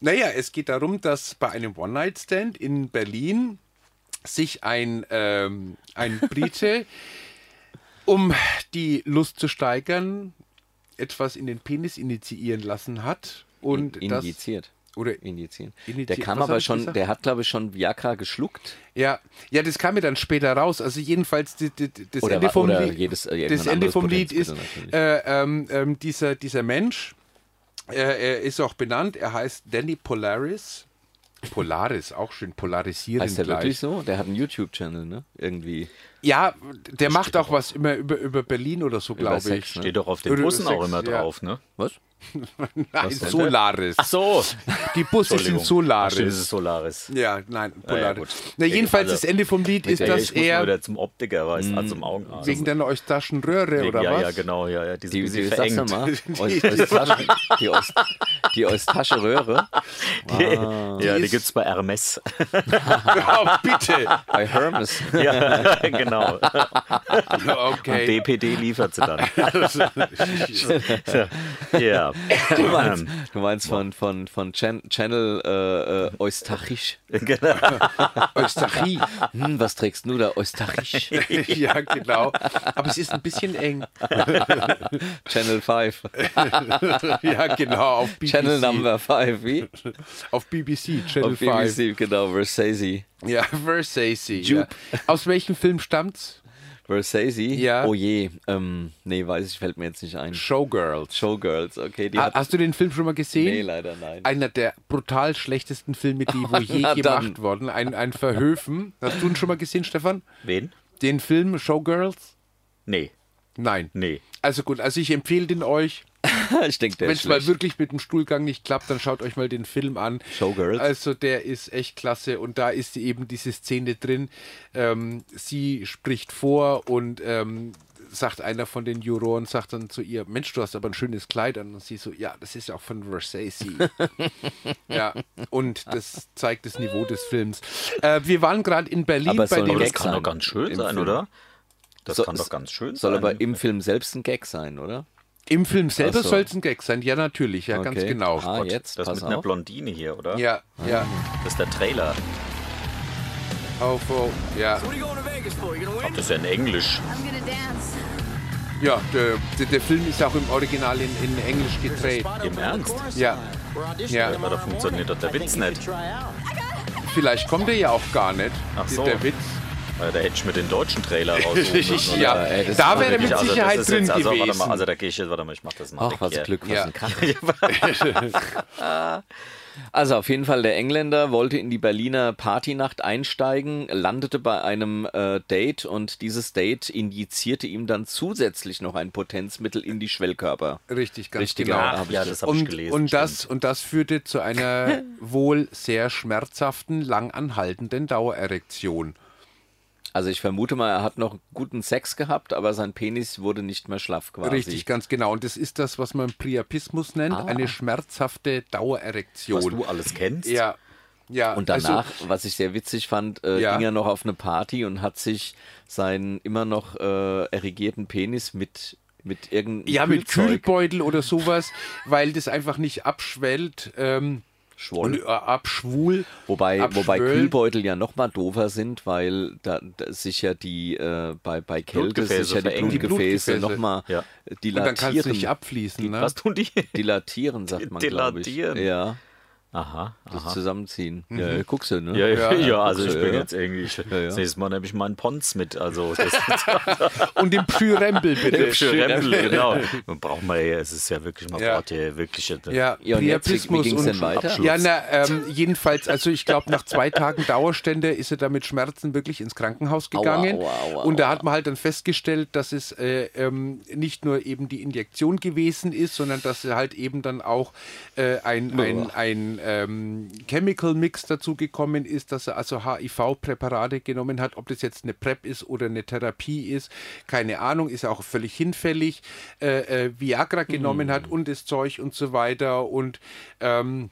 Speaker 3: Naja, es geht darum, dass bei einem One-Night-Stand in Berlin sich ein, ähm,
Speaker 1: [laughs]
Speaker 3: ein Brite, um die Lust zu steigern, etwas in den Penis initiieren lassen hat. Und das,
Speaker 1: Injiziert.
Speaker 3: oder
Speaker 1: Injizieren.
Speaker 3: Injiziert.
Speaker 1: Der kam
Speaker 3: Was hab
Speaker 1: aber
Speaker 3: ich
Speaker 1: schon,
Speaker 3: gesagt?
Speaker 1: der hat glaube ich schon Viagra geschluckt.
Speaker 3: Ja, ja, das kam mir dann später raus. Also jedenfalls die, die, die- das
Speaker 1: Oder
Speaker 3: Ende
Speaker 1: wa-
Speaker 3: vom
Speaker 1: oder
Speaker 3: Lied,
Speaker 1: jedes- äh,
Speaker 3: das
Speaker 1: irgendein
Speaker 3: Ende
Speaker 1: anderes
Speaker 3: vom Lied ist
Speaker 1: Potenzmittel natürlich.
Speaker 3: äh, ähm, ähm, dieser, dieser Mensch, äh, er ist auch benannt, er heißt Danny Polaris. Polaris, auch schön polarisieren
Speaker 1: Heißt der
Speaker 3: gleich.
Speaker 1: wirklich so? Der hat einen YouTube-Channel, ne? Irgendwie.
Speaker 3: Ja, der macht auch was immer über, über Berlin oder so, glaube
Speaker 1: Sex,
Speaker 3: ich.
Speaker 1: ne?
Speaker 2: Steht doch auf den
Speaker 3: Oder
Speaker 2: Bussen auch
Speaker 3: Sex,
Speaker 2: immer
Speaker 3: ja.
Speaker 2: drauf, ne?
Speaker 1: Was?
Speaker 3: Nein, Solaris.
Speaker 2: Ach so.
Speaker 3: Die Busse sind
Speaker 2: Entschuldigung. Ach, stimmt, es
Speaker 3: Solaris.
Speaker 2: ist Solaris.
Speaker 3: Ja, nein,
Speaker 2: ja,
Speaker 3: Polaris.
Speaker 2: gut. Also,
Speaker 3: Na,
Speaker 2: Egal.
Speaker 3: jedenfalls das Ende vom Lied ist,
Speaker 2: ja,
Speaker 3: dass
Speaker 2: ich muss mal
Speaker 3: er
Speaker 2: wieder zum Optiker, weißt
Speaker 1: Hm.
Speaker 2: du, zum Augenarzt.
Speaker 3: wegen deiner eustaschen Röhre
Speaker 2: Wegen-
Speaker 3: oder
Speaker 2: ja,
Speaker 3: was?
Speaker 2: ja, genau, ja, ja. Die, sind
Speaker 1: Die,
Speaker 2: ein
Speaker 1: die,
Speaker 2: bisschen
Speaker 1: sag's
Speaker 2: verengt.
Speaker 1: doch
Speaker 2: [laughs]
Speaker 1: mal.
Speaker 3: [laughs]
Speaker 1: Eus- Eustache- die Eus- Die Eustache-Röhre. Ah.
Speaker 2: ja, die
Speaker 3: ist-
Speaker 2: gibt's bei
Speaker 1: [laughs]
Speaker 2: Hermes.
Speaker 3: Oh, bitte.
Speaker 1: Bei [laughs] Hermes.
Speaker 2: ja, [laughs] genau.
Speaker 3: Okay.
Speaker 2: Und DPD liefert
Speaker 1: [laughs]
Speaker 2: sie dann.
Speaker 3: [laughs]
Speaker 2: ja.
Speaker 1: Du meinst, du meinst von, von, von Chan Channel äh, äh, Eustachisch.
Speaker 2: Ähm, genau.
Speaker 3: Eustachi.
Speaker 1: [laughs] Hm, was trägst du da?
Speaker 3: [laughs]
Speaker 1: Eustachisch.
Speaker 3: ja, genau. Aber es ist ein bisschen eng.
Speaker 1: Channel 5.
Speaker 3: [laughs] ja, genau. Auf BBC.
Speaker 1: Channel Number 5. Wie?
Speaker 3: Auf BBC, Channel
Speaker 1: Auf
Speaker 3: 5.
Speaker 1: BBC, genau. Versace.
Speaker 3: Ja, Versace. Ja. Aus welchem Film stammt's?
Speaker 1: Versace?
Speaker 3: Ja.
Speaker 1: Oh je. Ähm, nee, weiß ich, fällt mir jetzt nicht ein.
Speaker 3: Showgirls.
Speaker 1: Showgirls, okay. Die
Speaker 3: Ha-
Speaker 1: hat,
Speaker 3: Hast du den Film schon mal gesehen?
Speaker 1: Nee, leider nein.
Speaker 3: Einer der brutal schlechtesten Filme, die wohl
Speaker 1: [laughs]
Speaker 3: je
Speaker 1: Na dann.
Speaker 3: gemacht wurden. Ein, ein Verhöfen. Hast du ihn schon mal gesehen, Stefan?
Speaker 2: Wen?
Speaker 3: Den Film Showgirls?
Speaker 2: Nee,
Speaker 3: Nein.
Speaker 2: nee.
Speaker 3: Also gut, also ich empfehle den euch. Ah,
Speaker 1: [laughs] ich denke, der
Speaker 3: Wenn
Speaker 1: ist
Speaker 3: es mal
Speaker 1: schlecht.
Speaker 3: wirklich mit dem Stuhlgang nicht klappt, dann schaut euch mal den Film an.
Speaker 1: Showgirls.
Speaker 3: Also der ist echt klasse und da ist eben diese Szene drin. Ähm, sie spricht vor und ähm, sagt einer von den Juroren, sagt dann zu ihr, Mensch, du hast aber ein schönes Kleid an. Und sie so, ja, das ist ja auch von
Speaker 1: [laughs]
Speaker 3: Versace. ja, und das zeigt das Niveau des Films. Äh, wir waren gerade in Berlin
Speaker 1: Aber es
Speaker 3: bei
Speaker 1: soll
Speaker 3: dem...
Speaker 1: ein
Speaker 2: Aber das
Speaker 1: Gag
Speaker 2: kann doch
Speaker 1: sein.
Speaker 2: ganz schön
Speaker 1: Im
Speaker 2: sein,
Speaker 1: Film.
Speaker 2: oder? Das
Speaker 1: So-
Speaker 2: kann doch ganz schön
Speaker 1: Soll
Speaker 2: sein.
Speaker 1: aber im Film selbst ein Gag sein, oder?
Speaker 3: Im Film selber
Speaker 1: Ach so.
Speaker 3: soll es ein Gag sein. Ja, natürlich, ja, ganz
Speaker 1: Okay.
Speaker 3: genau.
Speaker 1: Ah, jetzt, Ah.
Speaker 2: das
Speaker 1: pass
Speaker 2: mit einer
Speaker 1: auf.
Speaker 2: Blondine hier, oder?
Speaker 3: Ja, ja.
Speaker 2: Das ist der Trailer.
Speaker 3: Auf, oh, ja.
Speaker 2: Ach, das ist ja in Englisch.
Speaker 3: Ja, der, der, der Film ist auch im Original in, in Englisch gedreht.
Speaker 2: Im Ernst?
Speaker 3: Ja, ja.
Speaker 2: Aber da funktioniert doch der Witz nicht.
Speaker 3: Vielleicht kommt er ja auch gar nicht.
Speaker 2: Ach
Speaker 3: die-
Speaker 2: so.
Speaker 3: Der Witz.
Speaker 2: Äh, Da hätte ich mir den deutschen Trailer
Speaker 1: [laughs]
Speaker 2: rausholen müssen.
Speaker 3: [laughs] Ja,
Speaker 2: oder?
Speaker 3: ey, das da
Speaker 2: Also
Speaker 3: wäre
Speaker 2: wirklich,
Speaker 3: mit
Speaker 2: also das
Speaker 3: Sicherheit
Speaker 2: ist
Speaker 3: drin
Speaker 2: jetzt, also, Warte
Speaker 3: gewesen.
Speaker 2: mal, also da gehe ich jetzt, warte mal, ich mach das mal
Speaker 1: Ach,
Speaker 2: weg
Speaker 1: was
Speaker 2: hier.
Speaker 1: Glück, was
Speaker 3: Ja.
Speaker 1: ein Kaffee. [laughs] also auf jeden Fall, der Engländer wollte in die Berliner Partynacht einsteigen, landete bei einem äh, Date und dieses Date injizierte ihm dann zusätzlich noch ein Potenzmittel in die Schwellkörper.
Speaker 3: Richtig, ganz
Speaker 1: Richtig,
Speaker 3: genau.
Speaker 1: ja,
Speaker 2: Ach,
Speaker 1: hab ich
Speaker 2: ja,
Speaker 1: das.
Speaker 2: das habe ich
Speaker 3: Und,
Speaker 2: gelesen.
Speaker 3: und, das,
Speaker 2: stimmt.
Speaker 3: und das führte
Speaker 2: [laughs]
Speaker 3: zu einer wohl sehr schmerzhaften, lang anhaltenden Dauererektion.
Speaker 1: Also ich vermute mal, er hat noch guten Sex gehabt, aber sein Penis wurde nicht mehr schlaff quasi.
Speaker 3: Richtig, ganz genau. Und das ist das, was man Priapismus nennt, eine schmerzhafte Dauererektion.
Speaker 2: Ah. was du alles kennst.
Speaker 3: ja, ja.
Speaker 1: Und
Speaker 3: also-
Speaker 1: danach, was ich sehr witzig fand, äh,
Speaker 3: Ja.
Speaker 1: ging er noch auf eine Party und hat sich seinen immer noch äh, erregierten Penis mit, mit irgendeinem
Speaker 3: ja, mit
Speaker 1: Kühlzeug
Speaker 3: Kühlbeutel oder sowas, weil das einfach nicht abschwellt. Ähm,
Speaker 1: schwoll.
Speaker 3: Und, äh, abschwul.
Speaker 1: Wobei, wobei
Speaker 3: abschwöl.
Speaker 1: Kühlbeutel ja noch mal doofer sind, weil da, da sich ja die äh, bei, bei Kälte
Speaker 2: Blutgefäße
Speaker 1: sich ja die
Speaker 2: verengen. Die
Speaker 1: Blutgefäße
Speaker 3: Blutgefäße.
Speaker 1: noch mal
Speaker 2: Ja.
Speaker 3: Und dann kann es
Speaker 1: dilatieren.
Speaker 3: nicht abfließen. Ne?
Speaker 2: Was tun die?
Speaker 1: dilatieren, sagt man, glaube ich.
Speaker 2: Dilatieren.
Speaker 1: Ja,
Speaker 2: Aha,
Speaker 1: das
Speaker 2: aha.
Speaker 1: Zusammenziehen. Ja,
Speaker 3: Mhm.
Speaker 1: ja, guckst du, ne?
Speaker 2: Ja, ja, ja, also
Speaker 1: guckst
Speaker 2: ich
Speaker 1: du,
Speaker 2: bin
Speaker 1: ja.
Speaker 2: jetzt irgendwie. Ich,
Speaker 1: ja.
Speaker 2: Das nächste Mal nehme ich meinen Pons mit. Also
Speaker 3: [laughs]
Speaker 2: das
Speaker 3: ne? Und
Speaker 1: [laughs]
Speaker 3: den Pürempel bitte.
Speaker 2: hübsche Rempel, genau.
Speaker 3: [laughs]
Speaker 2: Man braucht mal, hier, es ist ja wirklich, man
Speaker 3: Ja.
Speaker 2: braucht hier wirklich.
Speaker 3: Ja,
Speaker 1: Ja, und jetzt, wie- wie
Speaker 3: Priapismus
Speaker 1: ging's
Speaker 3: und
Speaker 1: denn weiter?
Speaker 3: Ja, na, ähm, jedenfalls, also ich glaube, nach zwei Tagen Dauerstände ist er da mit Schmerzen wirklich ins Krankenhaus gegangen.
Speaker 1: aua, aua,
Speaker 3: und da hat man halt dann festgestellt, dass es äh, ähm, nicht nur eben die Injektion gewesen ist, sondern dass er halt eben dann auch äh, ein, ein, ein ähm, Chemical Mix dazu gekommen ist, dass er also HIV-Präparate genommen hat. Ob das jetzt eine PrEP ist oder eine Therapie ist, keine Ahnung, ist ja auch völlig hinfällig. Äh, äh, Viagra
Speaker 1: Hm.
Speaker 3: genommen hat und das Zeug und so weiter. Und ähm,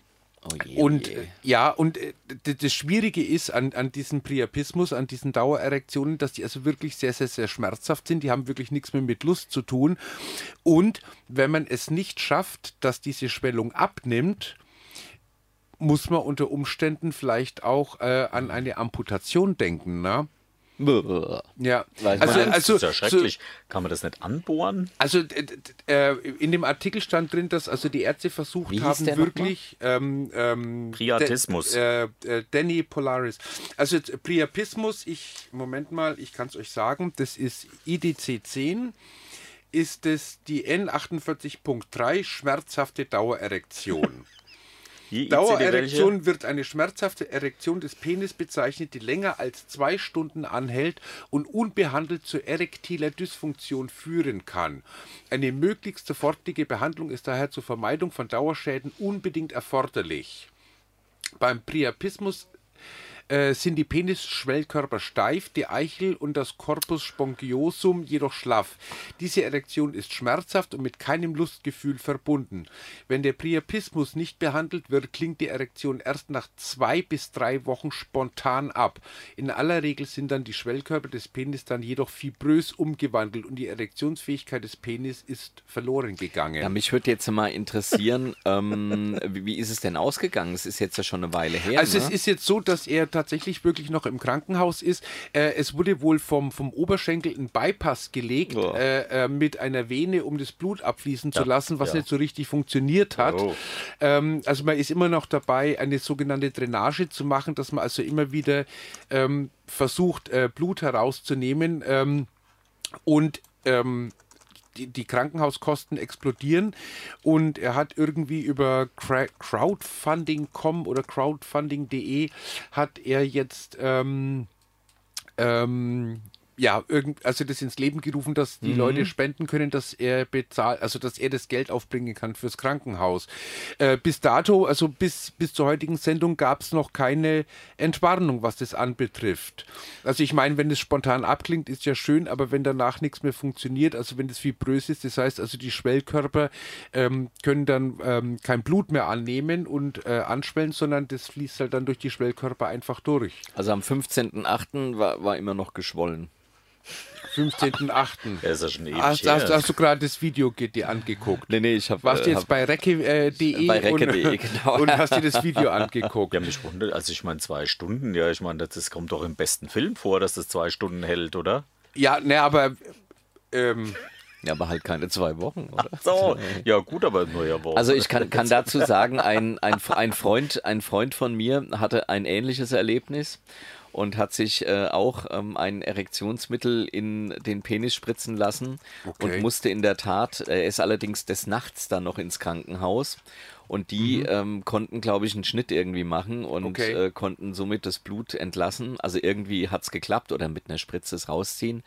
Speaker 2: Oh
Speaker 3: und äh, ja, und äh, d- das Schwierige ist an, an diesem Priapismus, an diesen Dauererektionen, dass die also wirklich sehr, sehr, sehr schmerzhaft sind. Die haben wirklich nichts mehr mit Lust zu tun. Und wenn man es nicht schafft, dass diese Schwellung abnimmt, muss man unter Umständen vielleicht auch äh, an eine Amputation denken. Ne?
Speaker 1: Brrr.
Speaker 3: Ja,
Speaker 1: Weiß man
Speaker 3: also,
Speaker 1: nicht.
Speaker 3: also
Speaker 2: das ist ja schrecklich. Kann man das nicht anbohren?
Speaker 3: Also d- d- d- äh, in dem Artikel stand drin, dass also die Ärzte versucht
Speaker 1: Wie hieß
Speaker 3: haben,
Speaker 1: der
Speaker 3: wirklich ähm, ähm,
Speaker 2: Priatismus.
Speaker 3: De, äh, äh, Danny Polaris. Also jetzt, äh, Priapismus, ich, Moment mal, ich kann es euch sagen, das ist IDC10, ist es die N48.3 schmerzhafte Dauererektion.
Speaker 2: Die ICD welche?
Speaker 3: Dauererektion wird eine schmerzhafte Erektion des Penis bezeichnet, die länger als zwei Stunden anhält und unbehandelt zu erektiler Dysfunktion führen kann. Eine möglichst sofortige Behandlung ist daher zur Vermeidung von Dauerschäden unbedingt erforderlich. Beim Priapismus äh, sind die Penisschwellkörper steif, die Eichel und das Corpus spongiosum jedoch schlaff. Diese Erektion ist schmerzhaft und mit keinem Lustgefühl verbunden. Wenn der Priapismus nicht behandelt wird, klingt die Erektion erst nach zwei bis drei Wochen spontan ab. In aller Regel sind dann die Schwellkörper des Penis dann jedoch fibrös umgewandelt und die Erektionsfähigkeit des Penis ist verloren gegangen.
Speaker 1: [laughs] Ja, mich würde jetzt mal interessieren, ähm, wie, wie ist es denn ausgegangen? Es ist jetzt ja schon eine Weile her.
Speaker 3: Also
Speaker 1: ne?
Speaker 3: es ist jetzt so, dass er tatsächlich wirklich noch im Krankenhaus ist. Äh, es wurde wohl vom, vom Oberschenkel ein Bypass gelegt äh, äh, mit einer Vene, um das Blut abfließen zu lassen, was
Speaker 2: ja.
Speaker 3: nicht so richtig funktioniert hat.
Speaker 2: Oh.
Speaker 3: Ähm, also man ist immer noch dabei, eine sogenannte Drainage zu machen, dass man also immer wieder ähm, versucht, äh, Blut herauszunehmen. Ähm, und ähm, die, die Krankenhauskosten explodieren und er hat irgendwie über Cra- crowdfunding.com oder crowdfunding.de hat er jetzt ähm, ähm, ja, irgend, also das ins Leben gerufen, dass die Leute spenden können, dass er bezahlt, also dass er das Geld aufbringen kann fürs Krankenhaus. Äh, bis dato, also bis, bis zur heutigen Sendung gab es noch keine Entwarnung, was das anbetrifft. Also ich meine, wenn es spontan abklingt, ist ja schön, aber wenn danach nichts mehr funktioniert, also wenn das fibrös ist, das heißt also die Schwellkörper ähm, können dann ähm, kein Blut mehr annehmen und äh, anschwellen, sondern das fließt halt dann durch die Schwellkörper einfach durch.
Speaker 1: Also am 15.8. War, war immer noch geschwollen.
Speaker 3: 15.8.
Speaker 2: Ja, ist ja schon ewig
Speaker 3: Hast,
Speaker 2: her.
Speaker 3: hast, hast du gerade das Video ge- dir angeguckt?
Speaker 1: Nee, nee, ich habe
Speaker 3: Warst du jetzt bei recke.de äh, de
Speaker 1: Bei
Speaker 3: und, [laughs]
Speaker 1: recke.de, genau.
Speaker 3: und hast dir das Video angeguckt?
Speaker 2: Ja, mich wundert, also ich meine zwei Stunden, ja, ich meine, das, das kommt doch im besten Film vor, dass das zwei Stunden hält, oder?
Speaker 3: Ja, ne, aber ähm,
Speaker 1: Ja, aber halt keine zwei Wochen, oder?
Speaker 2: [laughs] So, ja gut, aber nur ja, warum?
Speaker 1: Also ich kann, kann dazu sagen, ein, ein, ein, Freund, ein Freund von mir hatte ein ähnliches Erlebnis und hat sich äh, auch ähm, ein Erektionsmittel in den Penis spritzen lassen
Speaker 3: Okay.
Speaker 1: und musste in der Tat, er ist allerdings des Nachts dann noch ins Krankenhaus. Und die ähm, konnten, glaube ich, einen Schnitt irgendwie machen und
Speaker 3: Mhm. Okay.
Speaker 1: äh, konnten somit das Blut entlassen. Also irgendwie hat es geklappt oder mit einer Spritze es rausziehen.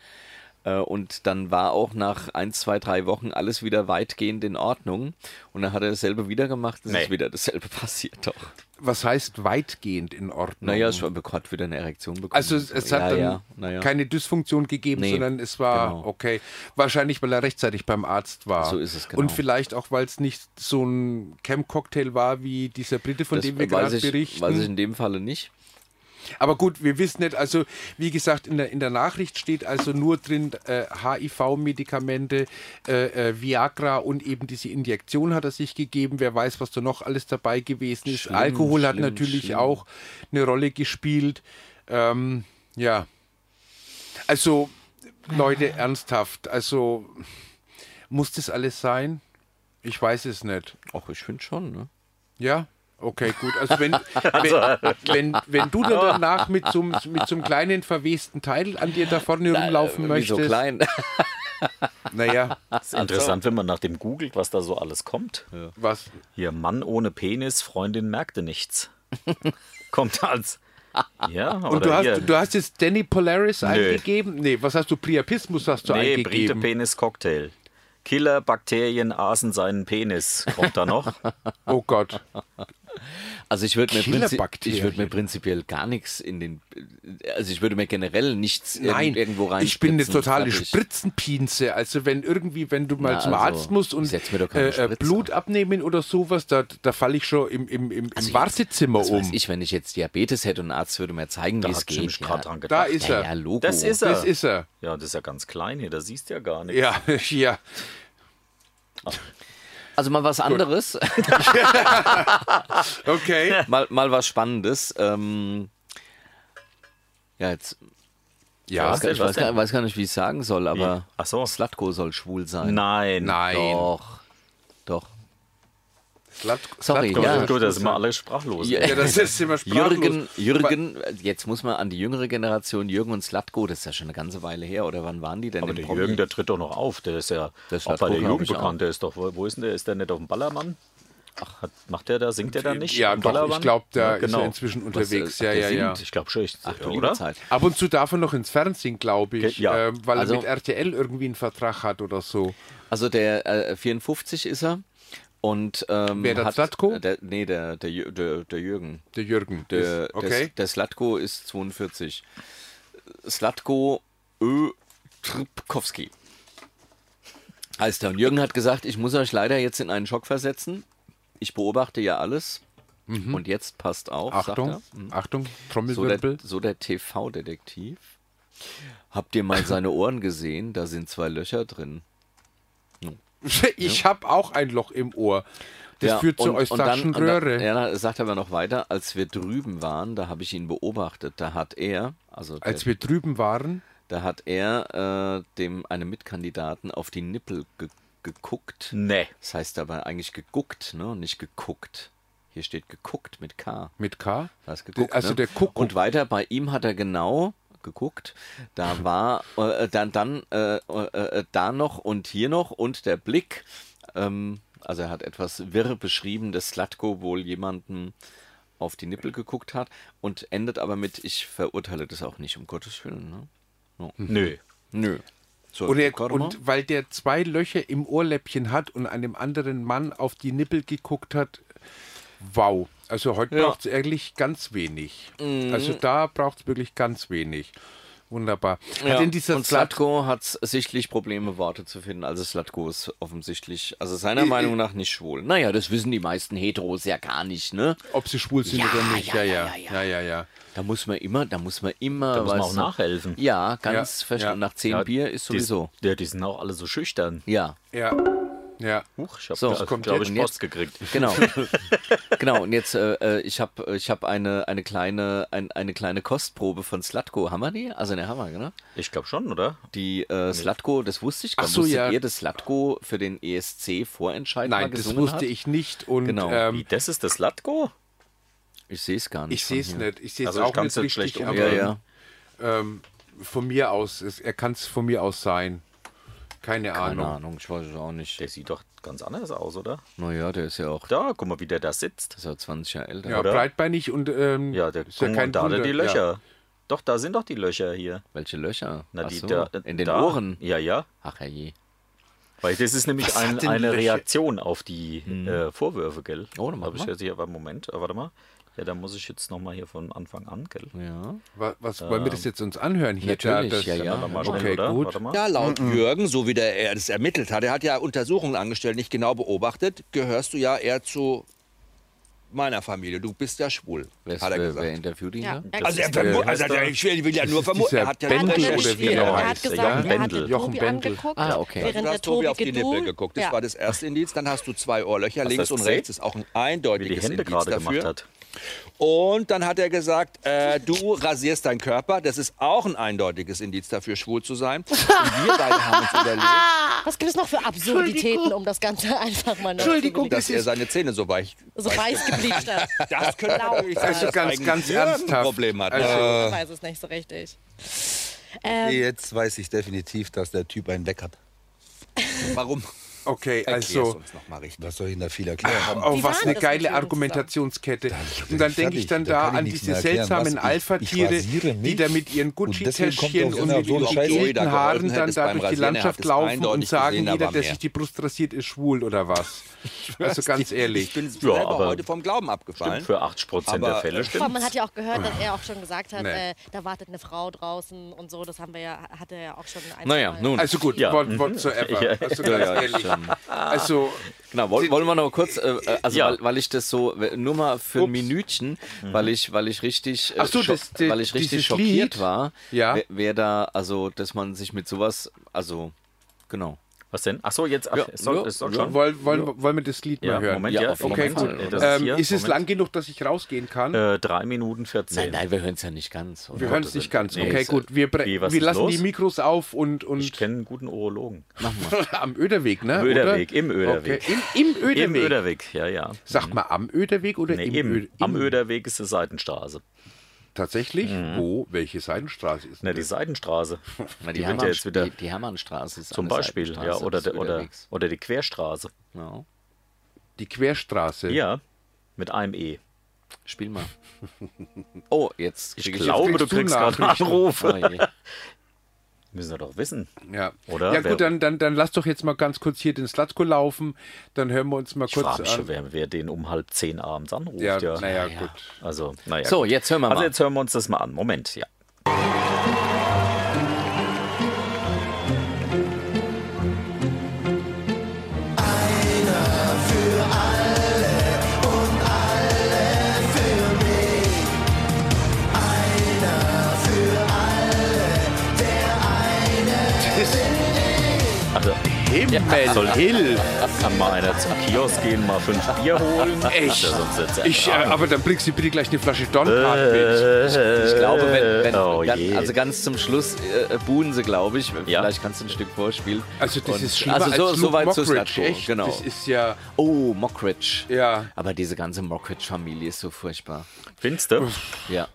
Speaker 1: Äh, Und dann war auch nach ein, zwei, drei Wochen alles wieder weitgehend in Ordnung. Und dann hat er dasselbe wieder gemacht, es
Speaker 2: Nee.
Speaker 1: ist wieder dasselbe [laughs] passiert doch.
Speaker 3: Was heißt weitgehend in Ordnung?
Speaker 1: Naja, es war- hat wieder eine Erektion bekommen.
Speaker 3: also es, es hat
Speaker 1: ja,
Speaker 3: dann
Speaker 1: ja, naja.
Speaker 3: keine Dysfunktion gegeben,
Speaker 1: Nee,
Speaker 3: sondern es war
Speaker 1: genau.
Speaker 3: okay. Wahrscheinlich, weil er rechtzeitig beim Arzt war.
Speaker 1: So ist es, genau.
Speaker 3: Und vielleicht auch, weil es nicht so ein Camp-Cocktail war wie dieser Brite, von
Speaker 1: das
Speaker 3: dem wir
Speaker 1: weiß
Speaker 3: gerade
Speaker 1: ich,
Speaker 3: berichten.
Speaker 1: weiß ich in dem Falle nicht.
Speaker 3: Aber gut, wir wissen nicht, also wie gesagt, in der, in der Nachricht steht also nur drin äh, HIV-Medikamente, äh, äh, Viagra und eben diese Injektion hat er sich gegeben. Wer weiß, was da noch alles dabei gewesen ist.
Speaker 1: Schlimm,
Speaker 3: Alkohol hat
Speaker 1: schlimm,
Speaker 3: natürlich
Speaker 1: schlimm.
Speaker 3: auch eine Rolle gespielt. Ähm, ja. Also, Leute, ernsthaft, also muss das alles sein? Ich weiß es nicht.
Speaker 1: Ach, ich finde schon, ne?
Speaker 3: Ja, okay, gut.
Speaker 1: [laughs]
Speaker 3: Also wenn, wenn, wenn, wenn du dann danach mit so, einem- mit so einem kleinen verwesten Teil an dir da vorne rumlaufen
Speaker 1: Wieso
Speaker 3: möchtest,
Speaker 1: klein? [laughs]
Speaker 3: naja,
Speaker 2: Das ist interessant, wenn man nach dem googelt, was da so alles kommt.
Speaker 3: was?
Speaker 2: Hier, Mann ohne Penis, Freundin merkte nichts. [laughs] kommt als. Ja,
Speaker 3: Und du
Speaker 2: oder hier.
Speaker 3: hast, du hast jetzt Danny Polaris
Speaker 2: Nö.
Speaker 3: eingegeben? Nee, was hast du? Priapismus hast du
Speaker 2: nee, Brite
Speaker 3: eingegeben.
Speaker 2: Penis Cocktail. Killer Bakterien aßen seinen Penis. Kommt da noch?
Speaker 3: [laughs] oh Gott.
Speaker 1: Also ich würde mir, prinzi
Speaker 3: Killerbakterien.
Speaker 1: ich würd mir prinzipiell gar nichts in den, also ich würde mir generell nichts irgend-
Speaker 3: Nein,
Speaker 1: irgendwo rein.
Speaker 3: ich bin eine
Speaker 1: spritzen,
Speaker 3: totale
Speaker 1: fertig.
Speaker 3: Spritzenpinse. Also wenn irgendwie, wenn du mal
Speaker 1: Na,
Speaker 3: zum
Speaker 1: also,
Speaker 3: Arzt musst und
Speaker 1: setz mir doch keine
Speaker 3: äh, äh,
Speaker 1: Spritze.
Speaker 3: Blut abnehmen oder sowas, da, da falle ich schon im, im, im, im
Speaker 1: Also jetzt-
Speaker 3: Wartezimmer
Speaker 1: was
Speaker 3: um.
Speaker 1: Weiß ich, wenn ich jetzt Diabetes hätte und ein Arzt würde mir zeigen, wie
Speaker 2: Da
Speaker 1: es
Speaker 2: hat ich
Speaker 1: geht.
Speaker 2: mich
Speaker 1: Ja.
Speaker 2: gerade dran
Speaker 3: Da
Speaker 2: gedacht.
Speaker 3: ist
Speaker 1: ja,
Speaker 3: er.
Speaker 1: ja, Logo.
Speaker 2: das ist er.
Speaker 3: Das ist er.
Speaker 2: Ja, das ist ja ganz klein hier, da siehst du ja gar nichts.
Speaker 3: Ja, [laughs] ja.
Speaker 1: Also mal was anderes, [laughs]
Speaker 3: Okay.
Speaker 1: mal, mal was Spannendes. Ähm, ja, jetzt,
Speaker 3: Ja,
Speaker 1: ich weiß, gar, weiß gar nicht, wie ich sagen soll, aber
Speaker 2: Ach so.
Speaker 1: Slatko soll schwul sein.
Speaker 2: Nein.
Speaker 3: nein.
Speaker 1: Doch, doch.
Speaker 3: Slat
Speaker 1: Sorry,
Speaker 3: Slatko-
Speaker 1: ja.
Speaker 2: Gut, da sind wir alle sprachlos.
Speaker 1: Ja.
Speaker 3: Ja, das ist immer sprachlos.
Speaker 1: Jürgen, Jürgen, jetzt muss man an die jüngere Generation, Jürgen und Slatko, das ist ja schon eine ganze Weile her, oder wann waren die denn
Speaker 2: Aber
Speaker 1: im
Speaker 2: der
Speaker 1: Promi?
Speaker 2: Jürgen, der tritt doch noch auf. Der ist ja
Speaker 1: Das
Speaker 2: auch
Speaker 1: hat
Speaker 2: bei der
Speaker 1: Kochen,
Speaker 2: Jugend
Speaker 1: glaub ich, auch.
Speaker 2: bekannt. Der ist doch, wo wo ist denn der? Ist der nicht auf dem Ballermann? Ach, hat, macht der da, singt der da nicht?
Speaker 3: Äh, Ja,
Speaker 2: im
Speaker 3: doch,
Speaker 2: Ballermann?
Speaker 3: ich glaube, da
Speaker 2: Ja, genau.
Speaker 3: ist er inzwischen unterwegs.
Speaker 1: äh,
Speaker 3: ja, ja,
Speaker 1: der
Speaker 3: ja.
Speaker 1: singt?
Speaker 2: Ich glaube schon, ich,
Speaker 1: Ach du liebe
Speaker 2: oder?
Speaker 1: Zeit.
Speaker 3: Ab und zu darf er noch ins Fernsehen, glaube ich,
Speaker 2: Ge- ja.
Speaker 3: ähm, weil
Speaker 1: Also-
Speaker 3: er mit RTL irgendwie einen Vertrag hat oder so.
Speaker 1: Also der äh, 54 ist er. Und, ähm,
Speaker 3: Wer, der
Speaker 1: hat-
Speaker 3: Zlatko?
Speaker 1: Der, nee, der, der, Jü- der, der Jürgen.
Speaker 3: Der Jürgen.
Speaker 1: Der,
Speaker 3: ist, okay.
Speaker 1: der, der Slatko ist 42. Slatko Ö. Tripkowski. Heißt er. Und Jürgen hat gesagt, ich muss euch leider jetzt in einen Schock versetzen. Ich beobachte ja alles. Und jetzt passt auf,
Speaker 3: Mhm. Achtung, Mhm.
Speaker 1: sagt er. Hm.
Speaker 3: Achtung,
Speaker 1: So der,
Speaker 3: Trommelwirbel. [laughs]
Speaker 1: so der TV-Detektiv. Habt ihr mal seine Ohren gesehen? Da sind zwei Löcher drin.
Speaker 3: ich habe auch ein Loch im Ohr. Das
Speaker 1: Ja,
Speaker 3: führt zu
Speaker 1: und- und
Speaker 3: eustachen
Speaker 1: dann- und dann-
Speaker 3: Röhre.
Speaker 1: Ja, dann sagt er aber noch weiter, als wir drüben waren, da habe ich ihn beobachtet. Da hat er, also der,
Speaker 3: Als wir drüben waren,
Speaker 1: da hat er äh, dem einem Mitkandidaten auf die Nippel ge geguckt.
Speaker 2: Nee.
Speaker 1: Das heißt aber eigentlich geguckt, ne? Nicht geguckt. Hier steht geguckt mit K.
Speaker 3: mit K,
Speaker 1: Da ist geguckt,
Speaker 3: also
Speaker 1: ne?
Speaker 3: der Kuckuck.
Speaker 1: Und weiter, bei ihm hat er genau geguckt. Da war äh, dann, dann äh, äh, äh, da noch und hier noch und der Blick. Ähm, also er hat etwas wirr beschrieben, dass Slatko wohl jemanden auf die Nippel geguckt hat und endet aber mit, ich verurteile das auch nicht, um Gottes Willen. Ne?
Speaker 2: Nö.
Speaker 1: Nö. So,
Speaker 3: und, er,
Speaker 1: warte mal.
Speaker 3: und weil der zwei Löcher im Ohrläppchen hat und einem anderen Mann auf die Nippel geguckt hat, wow. Also heute
Speaker 1: Ja. Mhm.
Speaker 3: braucht es eigentlich ganz wenig. Also da braucht es wirklich ganz wenig. Wunderbar.
Speaker 1: Ja.
Speaker 3: Hat denn dieser
Speaker 1: und
Speaker 3: Slatko
Speaker 1: Slatko hat sichtlich Probleme, Worte zu finden. Also Slatko ist offensichtlich, also
Speaker 3: Äh,
Speaker 1: seiner Meinung nach nicht schwul. Naja, das wissen die meisten Heteros ja gar nicht, ne?
Speaker 3: ob sie schwul sind
Speaker 1: Ja,
Speaker 3: oder nicht?
Speaker 1: ja,
Speaker 3: Ja,
Speaker 1: ja,
Speaker 3: ja,
Speaker 1: ja,
Speaker 3: ja, ja, ja.
Speaker 1: Da muss man immer, da muss man immer.
Speaker 2: Da muss man
Speaker 1: weißt
Speaker 2: auch
Speaker 1: du-
Speaker 2: nachhelfen.
Speaker 1: Ja, ganz
Speaker 3: Ja,
Speaker 1: verstanden.
Speaker 3: ja.
Speaker 1: Nach zehn Bier ist sowieso.
Speaker 2: Die, ja, die sind auch alle so schüchtern.
Speaker 3: [laughs]
Speaker 1: Ja,
Speaker 3: Ja, ja.
Speaker 2: Huch, ich habe,
Speaker 1: So, das
Speaker 2: glaube
Speaker 1: kommt
Speaker 2: glaub ich,
Speaker 1: jetzt. Und
Speaker 2: Post
Speaker 1: jetzt-
Speaker 2: gekriegt.
Speaker 1: genau. genau, und jetzt, äh, äh, ich habe ich hab eine, eine, kleine, ein, eine kleine Kostprobe von Slatko. Haben wir die? Also, ne, haben wir, genau.
Speaker 2: Ich glaube schon, oder?
Speaker 1: Die äh, Slatko, das wusste ich gar
Speaker 3: Ach
Speaker 1: nicht.
Speaker 3: so,
Speaker 1: Wusstet
Speaker 3: ja.
Speaker 1: ihr, dass Slatko für den ESC Vorentscheid mal
Speaker 3: Nein, das
Speaker 1: gesungen
Speaker 3: wusste
Speaker 1: hat?
Speaker 3: ich nicht. Und
Speaker 1: Genau.
Speaker 3: ähm,
Speaker 2: Wie, das ist das Latko?
Speaker 1: Ich sehe es gar nicht.
Speaker 3: Ich sehe es
Speaker 1: von hier.
Speaker 3: nicht. Ich sehe es
Speaker 2: Also ich
Speaker 3: auch
Speaker 2: kann's
Speaker 3: nicht
Speaker 2: jetzt
Speaker 3: richtig,
Speaker 2: schlecht
Speaker 3: aber
Speaker 1: um- Ja,
Speaker 2: umdrehen.
Speaker 1: ja.
Speaker 3: ähm, von mir aus, es, er kann es von mir aus sein. Keine,
Speaker 1: Keine
Speaker 3: Ahnung.
Speaker 1: Ahnung, ich weiß es auch nicht.
Speaker 2: Der sieht doch ganz anders aus, oder?
Speaker 1: Naja, der ist ja auch, der
Speaker 2: Da, guck mal, wie der da sitzt.
Speaker 1: ist ja 20 Jahre älter.
Speaker 3: Ja,
Speaker 2: Oder?
Speaker 3: breitbeinig und ähm,
Speaker 2: Ja, der
Speaker 3: ist
Speaker 2: guck mal, da hat er
Speaker 3: Wunder.
Speaker 2: die
Speaker 3: Ja.
Speaker 2: Löcher. Doch, da sind doch die Löcher hier.
Speaker 1: Welche Löcher?
Speaker 2: Na,
Speaker 1: Ach
Speaker 2: die
Speaker 1: so,
Speaker 2: da,
Speaker 1: in den
Speaker 2: da.
Speaker 1: Ohren.
Speaker 2: Ja, ja.
Speaker 1: Ach herrje.
Speaker 2: Weil das ist nämlich
Speaker 3: hat
Speaker 2: ein,
Speaker 3: denn
Speaker 2: eine
Speaker 3: Löcher?
Speaker 2: Reaktion auf die äh, Vorwürfe, gell?
Speaker 1: Oh, dann mach
Speaker 2: Hab ich
Speaker 1: mal.
Speaker 2: jetzt hier, aber Moment, aber warte mal. Ja, da muss ich jetzt nochmal hier von Anfang an, gell?
Speaker 1: Ja.
Speaker 3: Wa- Was, wollen wir das jetzt uns anhören hier?
Speaker 1: Natürlich,
Speaker 3: Da- das,
Speaker 1: ja, ja.
Speaker 2: Warte mal
Speaker 3: Okay, gut.
Speaker 2: Warte mal.
Speaker 8: Ja, laut Jürgen, so wie der, er das ermittelt hat, er hat ja Untersuchungen angestellt, nicht genau beobachtet, gehörst du ja eher zu meiner Familie. Du bist ja schwul,
Speaker 1: Wer, ist,
Speaker 8: hat er
Speaker 1: wer,
Speaker 8: gesagt.
Speaker 1: wer interviewt ihn da?
Speaker 2: Das
Speaker 8: also, er
Speaker 2: ist der-
Speaker 8: vermu- also
Speaker 2: heißt er-
Speaker 8: er- ich will will ja nur vermuten,
Speaker 3: dieser
Speaker 8: er hat ja
Speaker 3: Bendel
Speaker 8: nur
Speaker 3: oder wie
Speaker 8: recherchiert.
Speaker 3: er
Speaker 8: Er
Speaker 9: er
Speaker 8: hat-
Speaker 9: hat
Speaker 2: heißt,
Speaker 9: gesagt,
Speaker 2: ja?
Speaker 9: er hat den
Speaker 3: Wendel. Jochen
Speaker 9: Tobi
Speaker 3: Wendel.
Speaker 9: angeguckt,
Speaker 1: Ah, okay.
Speaker 8: Du
Speaker 9: während der
Speaker 8: hast Tobi
Speaker 9: Tobi
Speaker 8: auf die Nippel
Speaker 9: geduzt-
Speaker 8: geguckt. Das
Speaker 9: ja.
Speaker 8: war das erste Indiz. Dann hast du zwei Ohrlöcher,
Speaker 2: Hast
Speaker 8: links
Speaker 2: du das
Speaker 8: und rechts.
Speaker 2: gesehen?
Speaker 8: Ist auch ein
Speaker 2: Wie die
Speaker 8: eindeutiges
Speaker 2: Hände
Speaker 8: Indiz
Speaker 2: gerade
Speaker 8: dafür.
Speaker 2: gemacht hat.
Speaker 8: Und dann hat er gesagt, äh, du rasierst deinen Körper. Das ist auch ein eindeutiges Indiz dafür, schwul zu sein. Und wir beide haben uns überlegt,
Speaker 9: Was gibt es noch für Absurditäten, um das Ganze [laughs] einfach mal
Speaker 3: Entschuldigung,
Speaker 9: nachzubilden?
Speaker 8: dass er seine Zähne so weich.
Speaker 9: so weiß gebleicht hat.
Speaker 8: [laughs] Das könnte Äh. natürlich sein,
Speaker 3: Also
Speaker 8: dass
Speaker 3: ganz,
Speaker 8: eigentlich
Speaker 3: ganz
Speaker 8: Jürgen ein
Speaker 3: ernsthaft.
Speaker 8: Problem hat.
Speaker 3: Also-
Speaker 9: Ich weiß es nicht so richtig. Ähm,
Speaker 10: Jetzt weiß ich definitiv, dass der Typ einen weg hat.
Speaker 8: Warum?
Speaker 3: Okay,
Speaker 8: Erklär's
Speaker 3: also.
Speaker 8: uns noch mal richtig.
Speaker 10: Was soll ich denn da viel erklären?
Speaker 3: Oh,
Speaker 9: Wie
Speaker 3: was
Speaker 9: war
Speaker 3: eine
Speaker 9: das
Speaker 3: geile
Speaker 9: mit Jürgen
Speaker 3: Argumentationskette.
Speaker 10: bin
Speaker 3: Und dann
Speaker 10: ich
Speaker 3: denke
Speaker 10: fertig.
Speaker 3: ich dann da
Speaker 10: Da kann ich
Speaker 3: an
Speaker 10: nichts
Speaker 3: diese
Speaker 10: mehr erklären,
Speaker 3: seltsamen
Speaker 10: was ich-
Speaker 3: Alpha-Tiere,
Speaker 10: ich rasiere
Speaker 3: die
Speaker 10: mich
Speaker 3: da mit ihren
Speaker 10: und deswegen kommt
Speaker 3: Gucci-Täschchen
Speaker 10: auf
Speaker 3: und
Speaker 10: einer
Speaker 3: mit
Speaker 10: so eine
Speaker 3: ihren
Speaker 10: Scheiße.
Speaker 8: Jeder
Speaker 3: gegelten
Speaker 8: geholfen
Speaker 3: Haaren
Speaker 8: hätte
Speaker 3: dann
Speaker 8: es
Speaker 3: da
Speaker 8: beim
Speaker 3: durch die
Speaker 8: Rasieren, er hat
Speaker 3: Landschaft
Speaker 8: es
Speaker 3: laufen und
Speaker 8: eindeutig
Speaker 3: sagen,
Speaker 8: gesehen, da
Speaker 3: jeder,
Speaker 8: war
Speaker 3: der
Speaker 8: mehr.
Speaker 3: sich die Brust rasiert, ist schwul oder was. Also ganz
Speaker 8: oh, Ich
Speaker 3: ehrlich.
Speaker 8: bin
Speaker 2: Ja,
Speaker 8: selber
Speaker 2: aber-
Speaker 8: heute vom Glauben abgefallen.
Speaker 2: Stimmt, für 80% der
Speaker 8: Aber,
Speaker 2: Fälle
Speaker 8: äh,
Speaker 9: [laughs] vor
Speaker 2: stimmt.
Speaker 9: allem, man hat ja auch gehört, dass er auch schon gesagt hat,
Speaker 3: Nee.
Speaker 9: äh, da wartet eine Frau draußen und so. Das haben wir ja, hat er ja auch schon ein,
Speaker 1: Naja,
Speaker 9: zweimal-
Speaker 1: nun.
Speaker 3: Also gut,
Speaker 2: Ja.
Speaker 3: what, whatsoever.
Speaker 2: Ja.
Speaker 3: Also ganz ehrlich. Also,
Speaker 1: Genau, wollen, wollen wir noch kurz, äh, äh, also
Speaker 2: Ja.
Speaker 1: weil, weil ich das so, nur mal für ein
Speaker 3: Ups. Mhm.
Speaker 1: Minütchen, weil ich, weil ich richtig, äh,
Speaker 3: Ach so,
Speaker 1: scho-
Speaker 3: das- das-
Speaker 1: weil ich richtig
Speaker 3: dieses
Speaker 1: schockiert
Speaker 3: Lied.
Speaker 1: war,
Speaker 3: Ja.
Speaker 1: wer, wer da, also, dass man sich mit sowas, also, genau.
Speaker 2: Was denn? Achso, jetzt. Ach,
Speaker 1: Ja,
Speaker 2: es soll,
Speaker 1: ja,
Speaker 2: es soll
Speaker 1: ja.
Speaker 2: schon.
Speaker 3: wollen, wollen, wollen wir das Lied
Speaker 2: Ja,
Speaker 3: mal hören?
Speaker 2: Moment,
Speaker 1: Ja,
Speaker 2: ja.
Speaker 1: auf jeden
Speaker 3: Okay,
Speaker 1: Fall.
Speaker 3: gut.
Speaker 2: Das
Speaker 3: ähm,
Speaker 2: hier,
Speaker 3: ist es lang
Speaker 2: Moment.
Speaker 3: genug, dass ich rausgehen kann?
Speaker 2: Äh, 3 Minuten 14.
Speaker 1: wir hören es ja nicht ganz.
Speaker 3: wir hören es nicht ganz.
Speaker 2: nee,
Speaker 3: Okay,
Speaker 2: ist,
Speaker 3: gut. Wir, bre-
Speaker 2: wie, was
Speaker 3: wir
Speaker 2: ist
Speaker 3: lassen
Speaker 2: los?
Speaker 3: die Mikros auf und, und
Speaker 2: Ich kenne einen guten Urologen.
Speaker 3: [laughs] am Öderweg, ne?
Speaker 2: Am Öderweg, im Öderweg.
Speaker 3: Okay. Im, im Öderweg.
Speaker 2: Im Öderweg, ja, ja.
Speaker 3: Sag mal, am Öderweg oder
Speaker 2: Nee,
Speaker 3: im,
Speaker 2: im,
Speaker 3: Öder-
Speaker 2: Am
Speaker 3: im-
Speaker 2: Öderweg ist eine Seitenstraße.
Speaker 3: Tatsächlich?
Speaker 2: Mhm.
Speaker 3: Wo? Welche Seitenstraße ist
Speaker 2: Na,
Speaker 3: denn
Speaker 2: Ne, die
Speaker 3: das?
Speaker 2: Seitenstraße.
Speaker 1: Na, die,
Speaker 2: die wird
Speaker 1: Hermann,
Speaker 2: ja jetzt wieder.
Speaker 1: die, die Hermannstraße ist
Speaker 2: Zum
Speaker 1: eine
Speaker 2: Beispiel, ja,
Speaker 1: Seitenstraße
Speaker 2: oder,
Speaker 1: des
Speaker 2: der, oder,
Speaker 1: Überwegs.
Speaker 2: oder die Querstraße.
Speaker 1: Ja.
Speaker 3: Die Querstraße.
Speaker 2: Ja, mit einem E.
Speaker 1: Spiel
Speaker 3: [laughs]
Speaker 1: mal. Oh, jetzt
Speaker 2: Ich
Speaker 1: krieg
Speaker 2: glaube,
Speaker 1: jetzt-
Speaker 2: du
Speaker 3: kriegst du
Speaker 2: kriegst gerade einen
Speaker 3: Nachrichten.
Speaker 2: Anruf.
Speaker 1: Oh, je.
Speaker 2: Müssen wir doch wissen.
Speaker 3: Ja,
Speaker 2: Oder?
Speaker 3: ja
Speaker 2: Wer-
Speaker 3: gut, dann, dann, dann lass doch jetzt mal ganz kurz hier den Slatko laufen. Dann hören wir uns mal
Speaker 2: Ich
Speaker 3: kurz
Speaker 2: frage mich schon,
Speaker 3: an.
Speaker 2: wer, wer den um halb zehn abends anruft.
Speaker 3: Ja,
Speaker 2: Ja,
Speaker 3: naja, gut.
Speaker 2: Also, naja.
Speaker 1: So,
Speaker 2: gut.
Speaker 1: jetzt hören wir
Speaker 2: Also,
Speaker 1: mal.
Speaker 2: jetzt hören wir uns das mal an. Moment, ja. Also,
Speaker 3: Himmel,
Speaker 2: soll
Speaker 3: Hill.
Speaker 2: mal einer zum Kiosk gehen, mal fünf Bier holen.
Speaker 3: Echt?
Speaker 2: Also, sonst jetzt-
Speaker 3: Ich, äh, aber dann bringst du bitte gleich eine Flasche Donkart mit.
Speaker 1: Ich
Speaker 2: Äh.
Speaker 1: glaube,
Speaker 3: Äh,
Speaker 1: wenn, wenn
Speaker 2: Oh
Speaker 1: ganz,
Speaker 2: je.
Speaker 1: also ganz zum Schluss äh, äh, buhen sie, glaube ich.
Speaker 2: Ja.
Speaker 1: Vielleicht kannst du ein Stück vorspielen.
Speaker 3: Also das
Speaker 1: Und-
Speaker 3: ist schlimmer
Speaker 1: also so,
Speaker 3: als Luke
Speaker 1: so weit zu
Speaker 3: Mockridge,
Speaker 1: Slatko,
Speaker 3: echt.
Speaker 1: Genau.
Speaker 3: Das ist ja,
Speaker 1: oh, Mockridge.
Speaker 3: Ja.
Speaker 1: Aber diese ganze Mockridge-Familie ist so furchtbar.
Speaker 2: Findest du?
Speaker 1: Ja.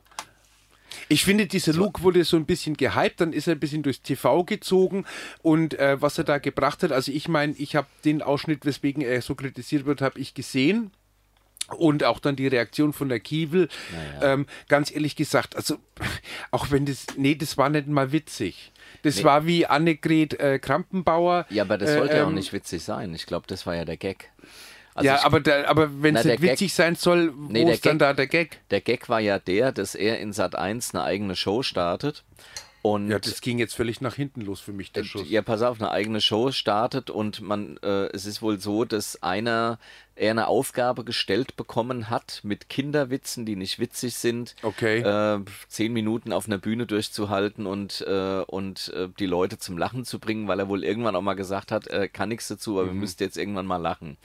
Speaker 3: ich finde, dieser Look wurde so ein bisschen gehypt, dann ist er ein bisschen durchs TV gezogen und äh, was er da gebracht hat, also ich meine, ich habe den Ausschnitt, weswegen er so kritisiert wird, habe ich gesehen und auch dann die Reaktion von der Kiebel. Ähm, ganz ehrlich gesagt, also [laughs] auch wenn das, nee, das war nicht mal witzig. Das war wie Annegret äh, Krampenbauer.
Speaker 1: ja, aber das sollte
Speaker 3: äh,
Speaker 1: auch
Speaker 3: ähm,
Speaker 1: nicht witzig sein. Ich glaube, das war ja der Gag. Also
Speaker 3: Ja,
Speaker 1: ich-
Speaker 3: aber, der- aber wenn
Speaker 1: Na,
Speaker 3: es
Speaker 1: der
Speaker 3: nicht witzig
Speaker 1: Gag-
Speaker 3: sein soll, wo
Speaker 1: Nee, der
Speaker 3: ist dann
Speaker 1: Gag-
Speaker 3: da der Gag?
Speaker 1: Der Gag war ja der, dass er in Sat 1 eine eigene Show startet. Und
Speaker 3: Ja, das ging jetzt völlig nach hinten los für mich, der Schuss.
Speaker 1: Ja, pass auf, eine eigene Show startet und man, äh, es ist wohl so, dass einer, er eine Aufgabe gestellt bekommen hat, mit Kinderwitzen, die nicht witzig sind,
Speaker 3: Okay.
Speaker 1: äh, zehn Minuten auf einer Bühne durchzuhalten und, äh, und äh, die Leute zum Lachen zu bringen, weil er wohl irgendwann auch mal gesagt hat, äh, kann nichts dazu,
Speaker 2: Mhm.
Speaker 1: aber wir müsst jetzt irgendwann mal lachen.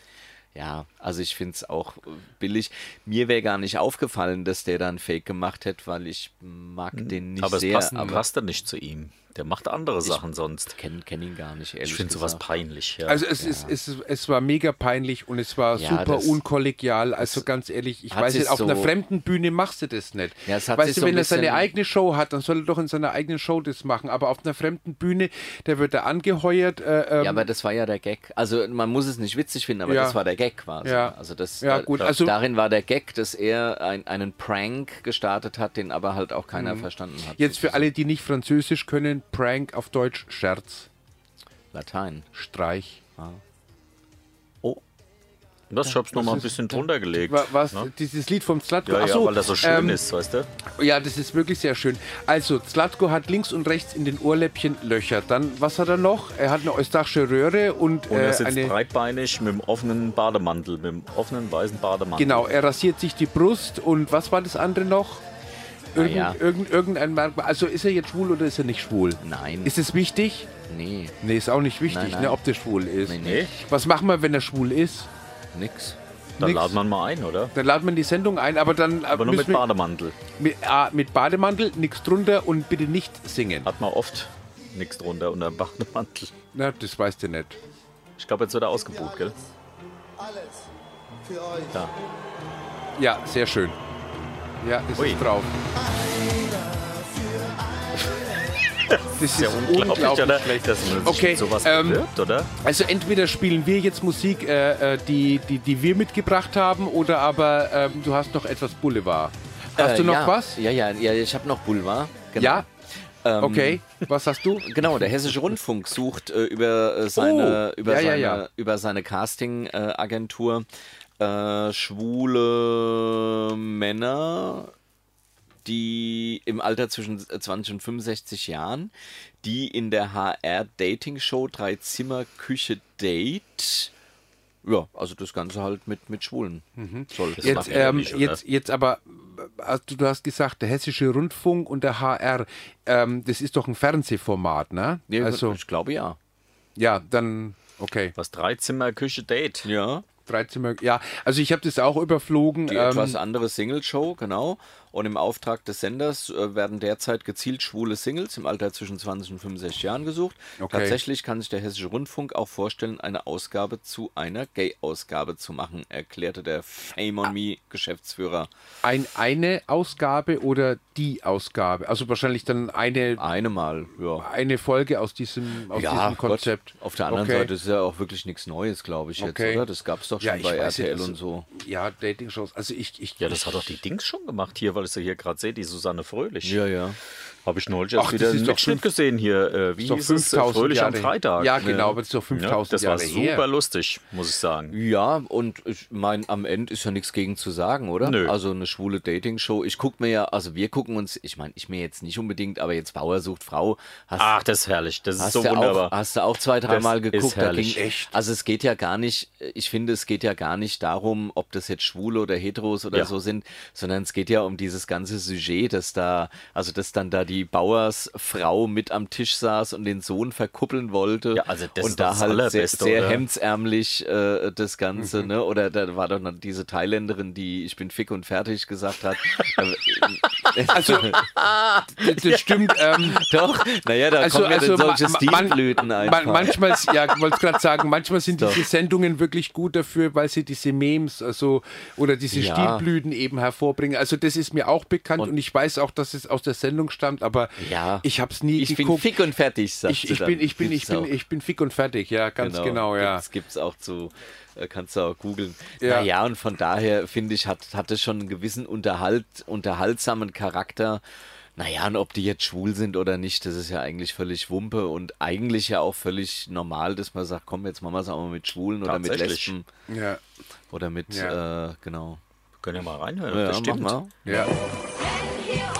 Speaker 1: Ja, also ich finde es auch äh, billig. Mir wäre gar nicht aufgefallen, dass der da einen Fake gemacht hätte, weil ich mag den nicht
Speaker 2: Mhm. aber es
Speaker 1: sehr.
Speaker 2: passt,
Speaker 1: aber
Speaker 2: passte nicht zu ihm. Der macht andere Sachen sonst.
Speaker 1: Kenn, kenn ihn gar nicht, ehrlich
Speaker 2: Ich finde sowas
Speaker 1: gesagt.
Speaker 2: peinlich. Ja.
Speaker 3: Also es, ist, es, ist- es war mega peinlich und es war
Speaker 1: Ja,
Speaker 3: super
Speaker 1: das-
Speaker 3: unkollegial. Also ganz ehrlich, ich
Speaker 1: hat
Speaker 3: weiß
Speaker 1: sich
Speaker 3: nicht, auf
Speaker 1: so-
Speaker 3: einer fremden Bühne machst du das nicht.
Speaker 1: Ja, es hat sich
Speaker 3: weißt du,
Speaker 1: so ein
Speaker 3: wenn er seine
Speaker 1: bisschen-
Speaker 3: eigene Show hat, dann soll er doch in seiner eigenen Show das machen. Aber auf einer fremden Bühne, der wird da angeheuert. Äh, ähm,
Speaker 1: Ja, aber das war ja der Gag. Also man muss es nicht witzig finden, aber
Speaker 3: Ja.
Speaker 1: das war der Gag quasi.
Speaker 3: Ja.
Speaker 1: Also das
Speaker 3: Ja,
Speaker 1: da-
Speaker 3: gut,
Speaker 1: da-
Speaker 3: also-
Speaker 1: darin war der Gag, dass er ein, einen Prank gestartet hat, den aber halt auch keiner verstanden hat.
Speaker 3: Mhm. jetzt für alle, die nicht Französisch können, Prank auf Deutsch, Scherz,
Speaker 1: Latein.
Speaker 3: Streich.
Speaker 2: das hab's noch mal ein bisschen drunter gelegt.
Speaker 3: Wa- Was,
Speaker 2: ne?
Speaker 3: dieses Lied vom Slatko.
Speaker 2: Ja,
Speaker 3: Ach so,
Speaker 2: ja, weil das so schön
Speaker 3: ähm,
Speaker 2: ist, weißt du?
Speaker 3: Ja, das ist wirklich sehr schön. Also, Zlatko hat links und rechts in den Ohrläppchen Löcher. Dann, was hat er noch? Er hat eine eustachische Röhre und,
Speaker 2: Und
Speaker 3: äh,
Speaker 2: er sitzt
Speaker 3: eine.
Speaker 2: breitbeinig mit dem offenen Bademantel, mit dem offenen weißen Bademantel.
Speaker 3: Genau, er rasiert sich die Brust und was war das andere noch?
Speaker 2: Ah,
Speaker 3: Irgend,
Speaker 1: ja.
Speaker 3: irgend, irgendein Merkmal. Also, ist er jetzt schwul oder ist er nicht schwul?
Speaker 1: Nein.
Speaker 3: Ist es wichtig?
Speaker 1: nee,
Speaker 3: Nee, ist auch nicht wichtig,
Speaker 1: Nein, nein.
Speaker 3: Ne, ob der schwul ist.
Speaker 1: Nee, nee.
Speaker 2: Nee,
Speaker 3: Was machen wir, wenn er schwul ist?
Speaker 1: nix.
Speaker 2: dann
Speaker 3: Nix.
Speaker 2: laden wir ihn mal ein, oder?
Speaker 3: Dann laden wir die Sendung ein, aber dann. äh,
Speaker 2: Aber nur mit
Speaker 3: müssen wir-
Speaker 2: Bademantel.
Speaker 3: mit, ah, mit Bademantel, nichts drunter und bitte nicht singen.
Speaker 2: Hat man oft nichts drunter unter dem Bademantel.
Speaker 3: Na, das weißt du nicht.
Speaker 2: Ich glaube, jetzt wird er ausgebucht, gell?
Speaker 3: Ja, sehr schön. Ja, es
Speaker 2: Ui.
Speaker 3: ist
Speaker 2: [laughs]
Speaker 3: drauf. Das ist
Speaker 2: Ja, unglaublich, oder? Dass man sich
Speaker 3: Okay,
Speaker 2: mit sowas
Speaker 3: ähm,
Speaker 2: bewirbt, oder?
Speaker 3: Also entweder spielen wir jetzt Musik, äh, äh, die, die, die wir mitgebracht haben, oder aber ähm, du hast noch etwas Boulevard. Hast
Speaker 1: Äh,
Speaker 3: du noch
Speaker 1: ja,
Speaker 3: was?
Speaker 1: Ja, ja, ja, ich habe noch Boulevard. Genau.
Speaker 3: Ja?
Speaker 1: Ähm,
Speaker 3: Okay, was hast du?
Speaker 1: Genau, der Hessische Rundfunk sucht äh, über äh, seine,
Speaker 3: Oh,
Speaker 1: über
Speaker 3: ja, ja,
Speaker 1: seine,
Speaker 3: ja.
Speaker 1: Über seine Casting-Agentur äh, schwule Männer, die im Alter zwischen 20 und 65 Jahren, die in der HR-Dating-Show Drei Zimmer Küche Date. Ja, also das Ganze halt mit, mit Schwulen soll.
Speaker 2: Das
Speaker 3: Jetzt,
Speaker 2: macht er
Speaker 3: ähm,
Speaker 2: nicht, oder?
Speaker 3: jetzt, jetzt aber, äh, hast du, du hast gesagt, der Hessische Rundfunk und der HR, ähm, das ist doch ein Fernsehformat, ne?
Speaker 1: Nee,
Speaker 3: also,
Speaker 1: ich glaube ja.
Speaker 3: ja, dann, okay.
Speaker 2: Was Dreizimmer-Küche-Date.
Speaker 1: Ja.
Speaker 3: 13 Mal, ja, also ich habe das auch überflogen. ähm,
Speaker 1: Die etwas andere Single-Show, genau. Und im Auftrag des Senders äh, werden derzeit gezielt schwule Singles im Alter zwischen 20 und 65 Jahren gesucht.
Speaker 3: Okay.
Speaker 1: Tatsächlich kann sich der Hessische Rundfunk auch vorstellen, eine Ausgabe zu einer Gay-Ausgabe zu machen, erklärte der Fame
Speaker 3: Ah.
Speaker 1: on Me-Geschäftsführer.
Speaker 3: Ein, eine Ausgabe oder die Ausgabe? Also wahrscheinlich dann eine,
Speaker 1: Einmal, ja.
Speaker 3: eine Folge aus diesem, aus diesem
Speaker 1: Gott.
Speaker 3: Konzept.
Speaker 1: Auf der anderen
Speaker 3: Okay.
Speaker 1: Seite ist ja auch wirklich nichts Neues, glaube ich, jetzt,
Speaker 3: Okay.
Speaker 1: oder? Das gab es doch schon
Speaker 3: Ja, ich
Speaker 1: bei
Speaker 3: weiß also
Speaker 1: RTL
Speaker 3: nicht,
Speaker 1: und so.
Speaker 3: Ja, Dating-Shows. Also ich, ich,
Speaker 2: Ja, das hat doch die Dings schon gemacht hier, weil ich sie hier gerade sehe, die Susanne Fröhlich.
Speaker 1: Ja, ja.
Speaker 2: Habe ich neulich erst
Speaker 3: Ach, das
Speaker 2: wieder
Speaker 3: ist
Speaker 2: einen
Speaker 3: doch
Speaker 2: Mitschnitt
Speaker 3: fünf-
Speaker 2: gesehen hier. Äh, wie
Speaker 3: ist doch
Speaker 2: hieß es?
Speaker 3: 5000
Speaker 2: Fröhlich am
Speaker 3: Jahre-
Speaker 2: Freitag. ne?
Speaker 3: Ja, genau, aber das ist doch 5000
Speaker 2: Das war
Speaker 3: Jahre
Speaker 2: super
Speaker 3: her.
Speaker 2: lustig, muss ich sagen.
Speaker 1: Ja, und ich meine, am Ende ist ja nichts gegen zu sagen, oder?
Speaker 2: Nö.
Speaker 1: Also eine schwule Dating-Show. Ich guck mir ja, also wir gucken uns, ich meine, ich mir jetzt nicht unbedingt, aber jetzt Bauer sucht Frau. Hast,
Speaker 2: Ach, das ist herrlich. Das ist
Speaker 1: hast
Speaker 2: so
Speaker 1: du
Speaker 2: wunderbar.
Speaker 1: Auch, hast du auch zwei, dreimal
Speaker 2: Das
Speaker 1: geguckt.
Speaker 2: ist herrlich.
Speaker 1: Echt? Also es geht ja gar nicht, ich finde, es geht ja gar nicht darum, ob das jetzt Schwule oder Heteros oder
Speaker 2: Ja.
Speaker 1: so sind, sondern es geht ja um dieses ganze Sujet, dass da, also dass dann da die Bauersfrau mit am Tisch saß und den Sohn verkuppeln wollte.
Speaker 2: Ja, also das
Speaker 1: und
Speaker 2: ist
Speaker 1: da
Speaker 2: das
Speaker 1: halt sehr,
Speaker 2: Allerbeste,
Speaker 1: sehr
Speaker 2: oder? Mhm.
Speaker 1: hemdsärmlich äh, das Ganze, ne? Oder da war doch noch diese Thailänderin, die ich bin fick und fertig gesagt hat. [laughs]
Speaker 3: [laughs]
Speaker 1: Äh,
Speaker 3: also, das, das stimmt. Ähm,
Speaker 1: Doch, naja, da kommen ja dann solche
Speaker 3: Also, ma- ma- man-
Speaker 1: Stilblüten einfach.
Speaker 3: man- manchmal, ja, ich wollte gerade sagen, manchmal sind diese Sendungen wirklich gut dafür, weil sie diese Memes also, oder diese
Speaker 1: Ja.
Speaker 3: Stilblüten eben hervorbringen. Also das ist mir auch bekannt und, ich weiß auch, dass es aus der Sendung stammt, aber
Speaker 1: Ja.
Speaker 3: ich habe es nie
Speaker 1: ich bin
Speaker 3: geguckt.
Speaker 1: fick und fertig, sagt
Speaker 3: ich,
Speaker 1: sie
Speaker 3: ich,
Speaker 1: dann.
Speaker 3: bin, ich, bin, ich,
Speaker 1: Gibt's
Speaker 3: bin,
Speaker 1: auch.
Speaker 3: ich bin fick und fertig, ja, ganz genau, ja.
Speaker 1: Gibt's, gibt's auch zu, äh, kannst du auch googeln.
Speaker 3: Ja.
Speaker 1: Naja, und von daher finde ich, hat, hat es schon einen gewissen Unterhalt, unterhaltsamen Charakter. Naja, und ob die jetzt schwul sind oder nicht, das ist ja eigentlich völlig Wumpe und eigentlich ja auch völlig normal, dass man sagt, komm, jetzt machen wir es auch mal mit Schwulen oder mit
Speaker 2: Tatsächlich.
Speaker 1: Lesben
Speaker 3: ja.
Speaker 1: oder mit,
Speaker 3: Ja.
Speaker 1: äh, genau.
Speaker 2: Können ja mal reinhören.
Speaker 1: Ja,
Speaker 2: das
Speaker 1: mach
Speaker 2: stimmt.
Speaker 1: mal.
Speaker 3: ja.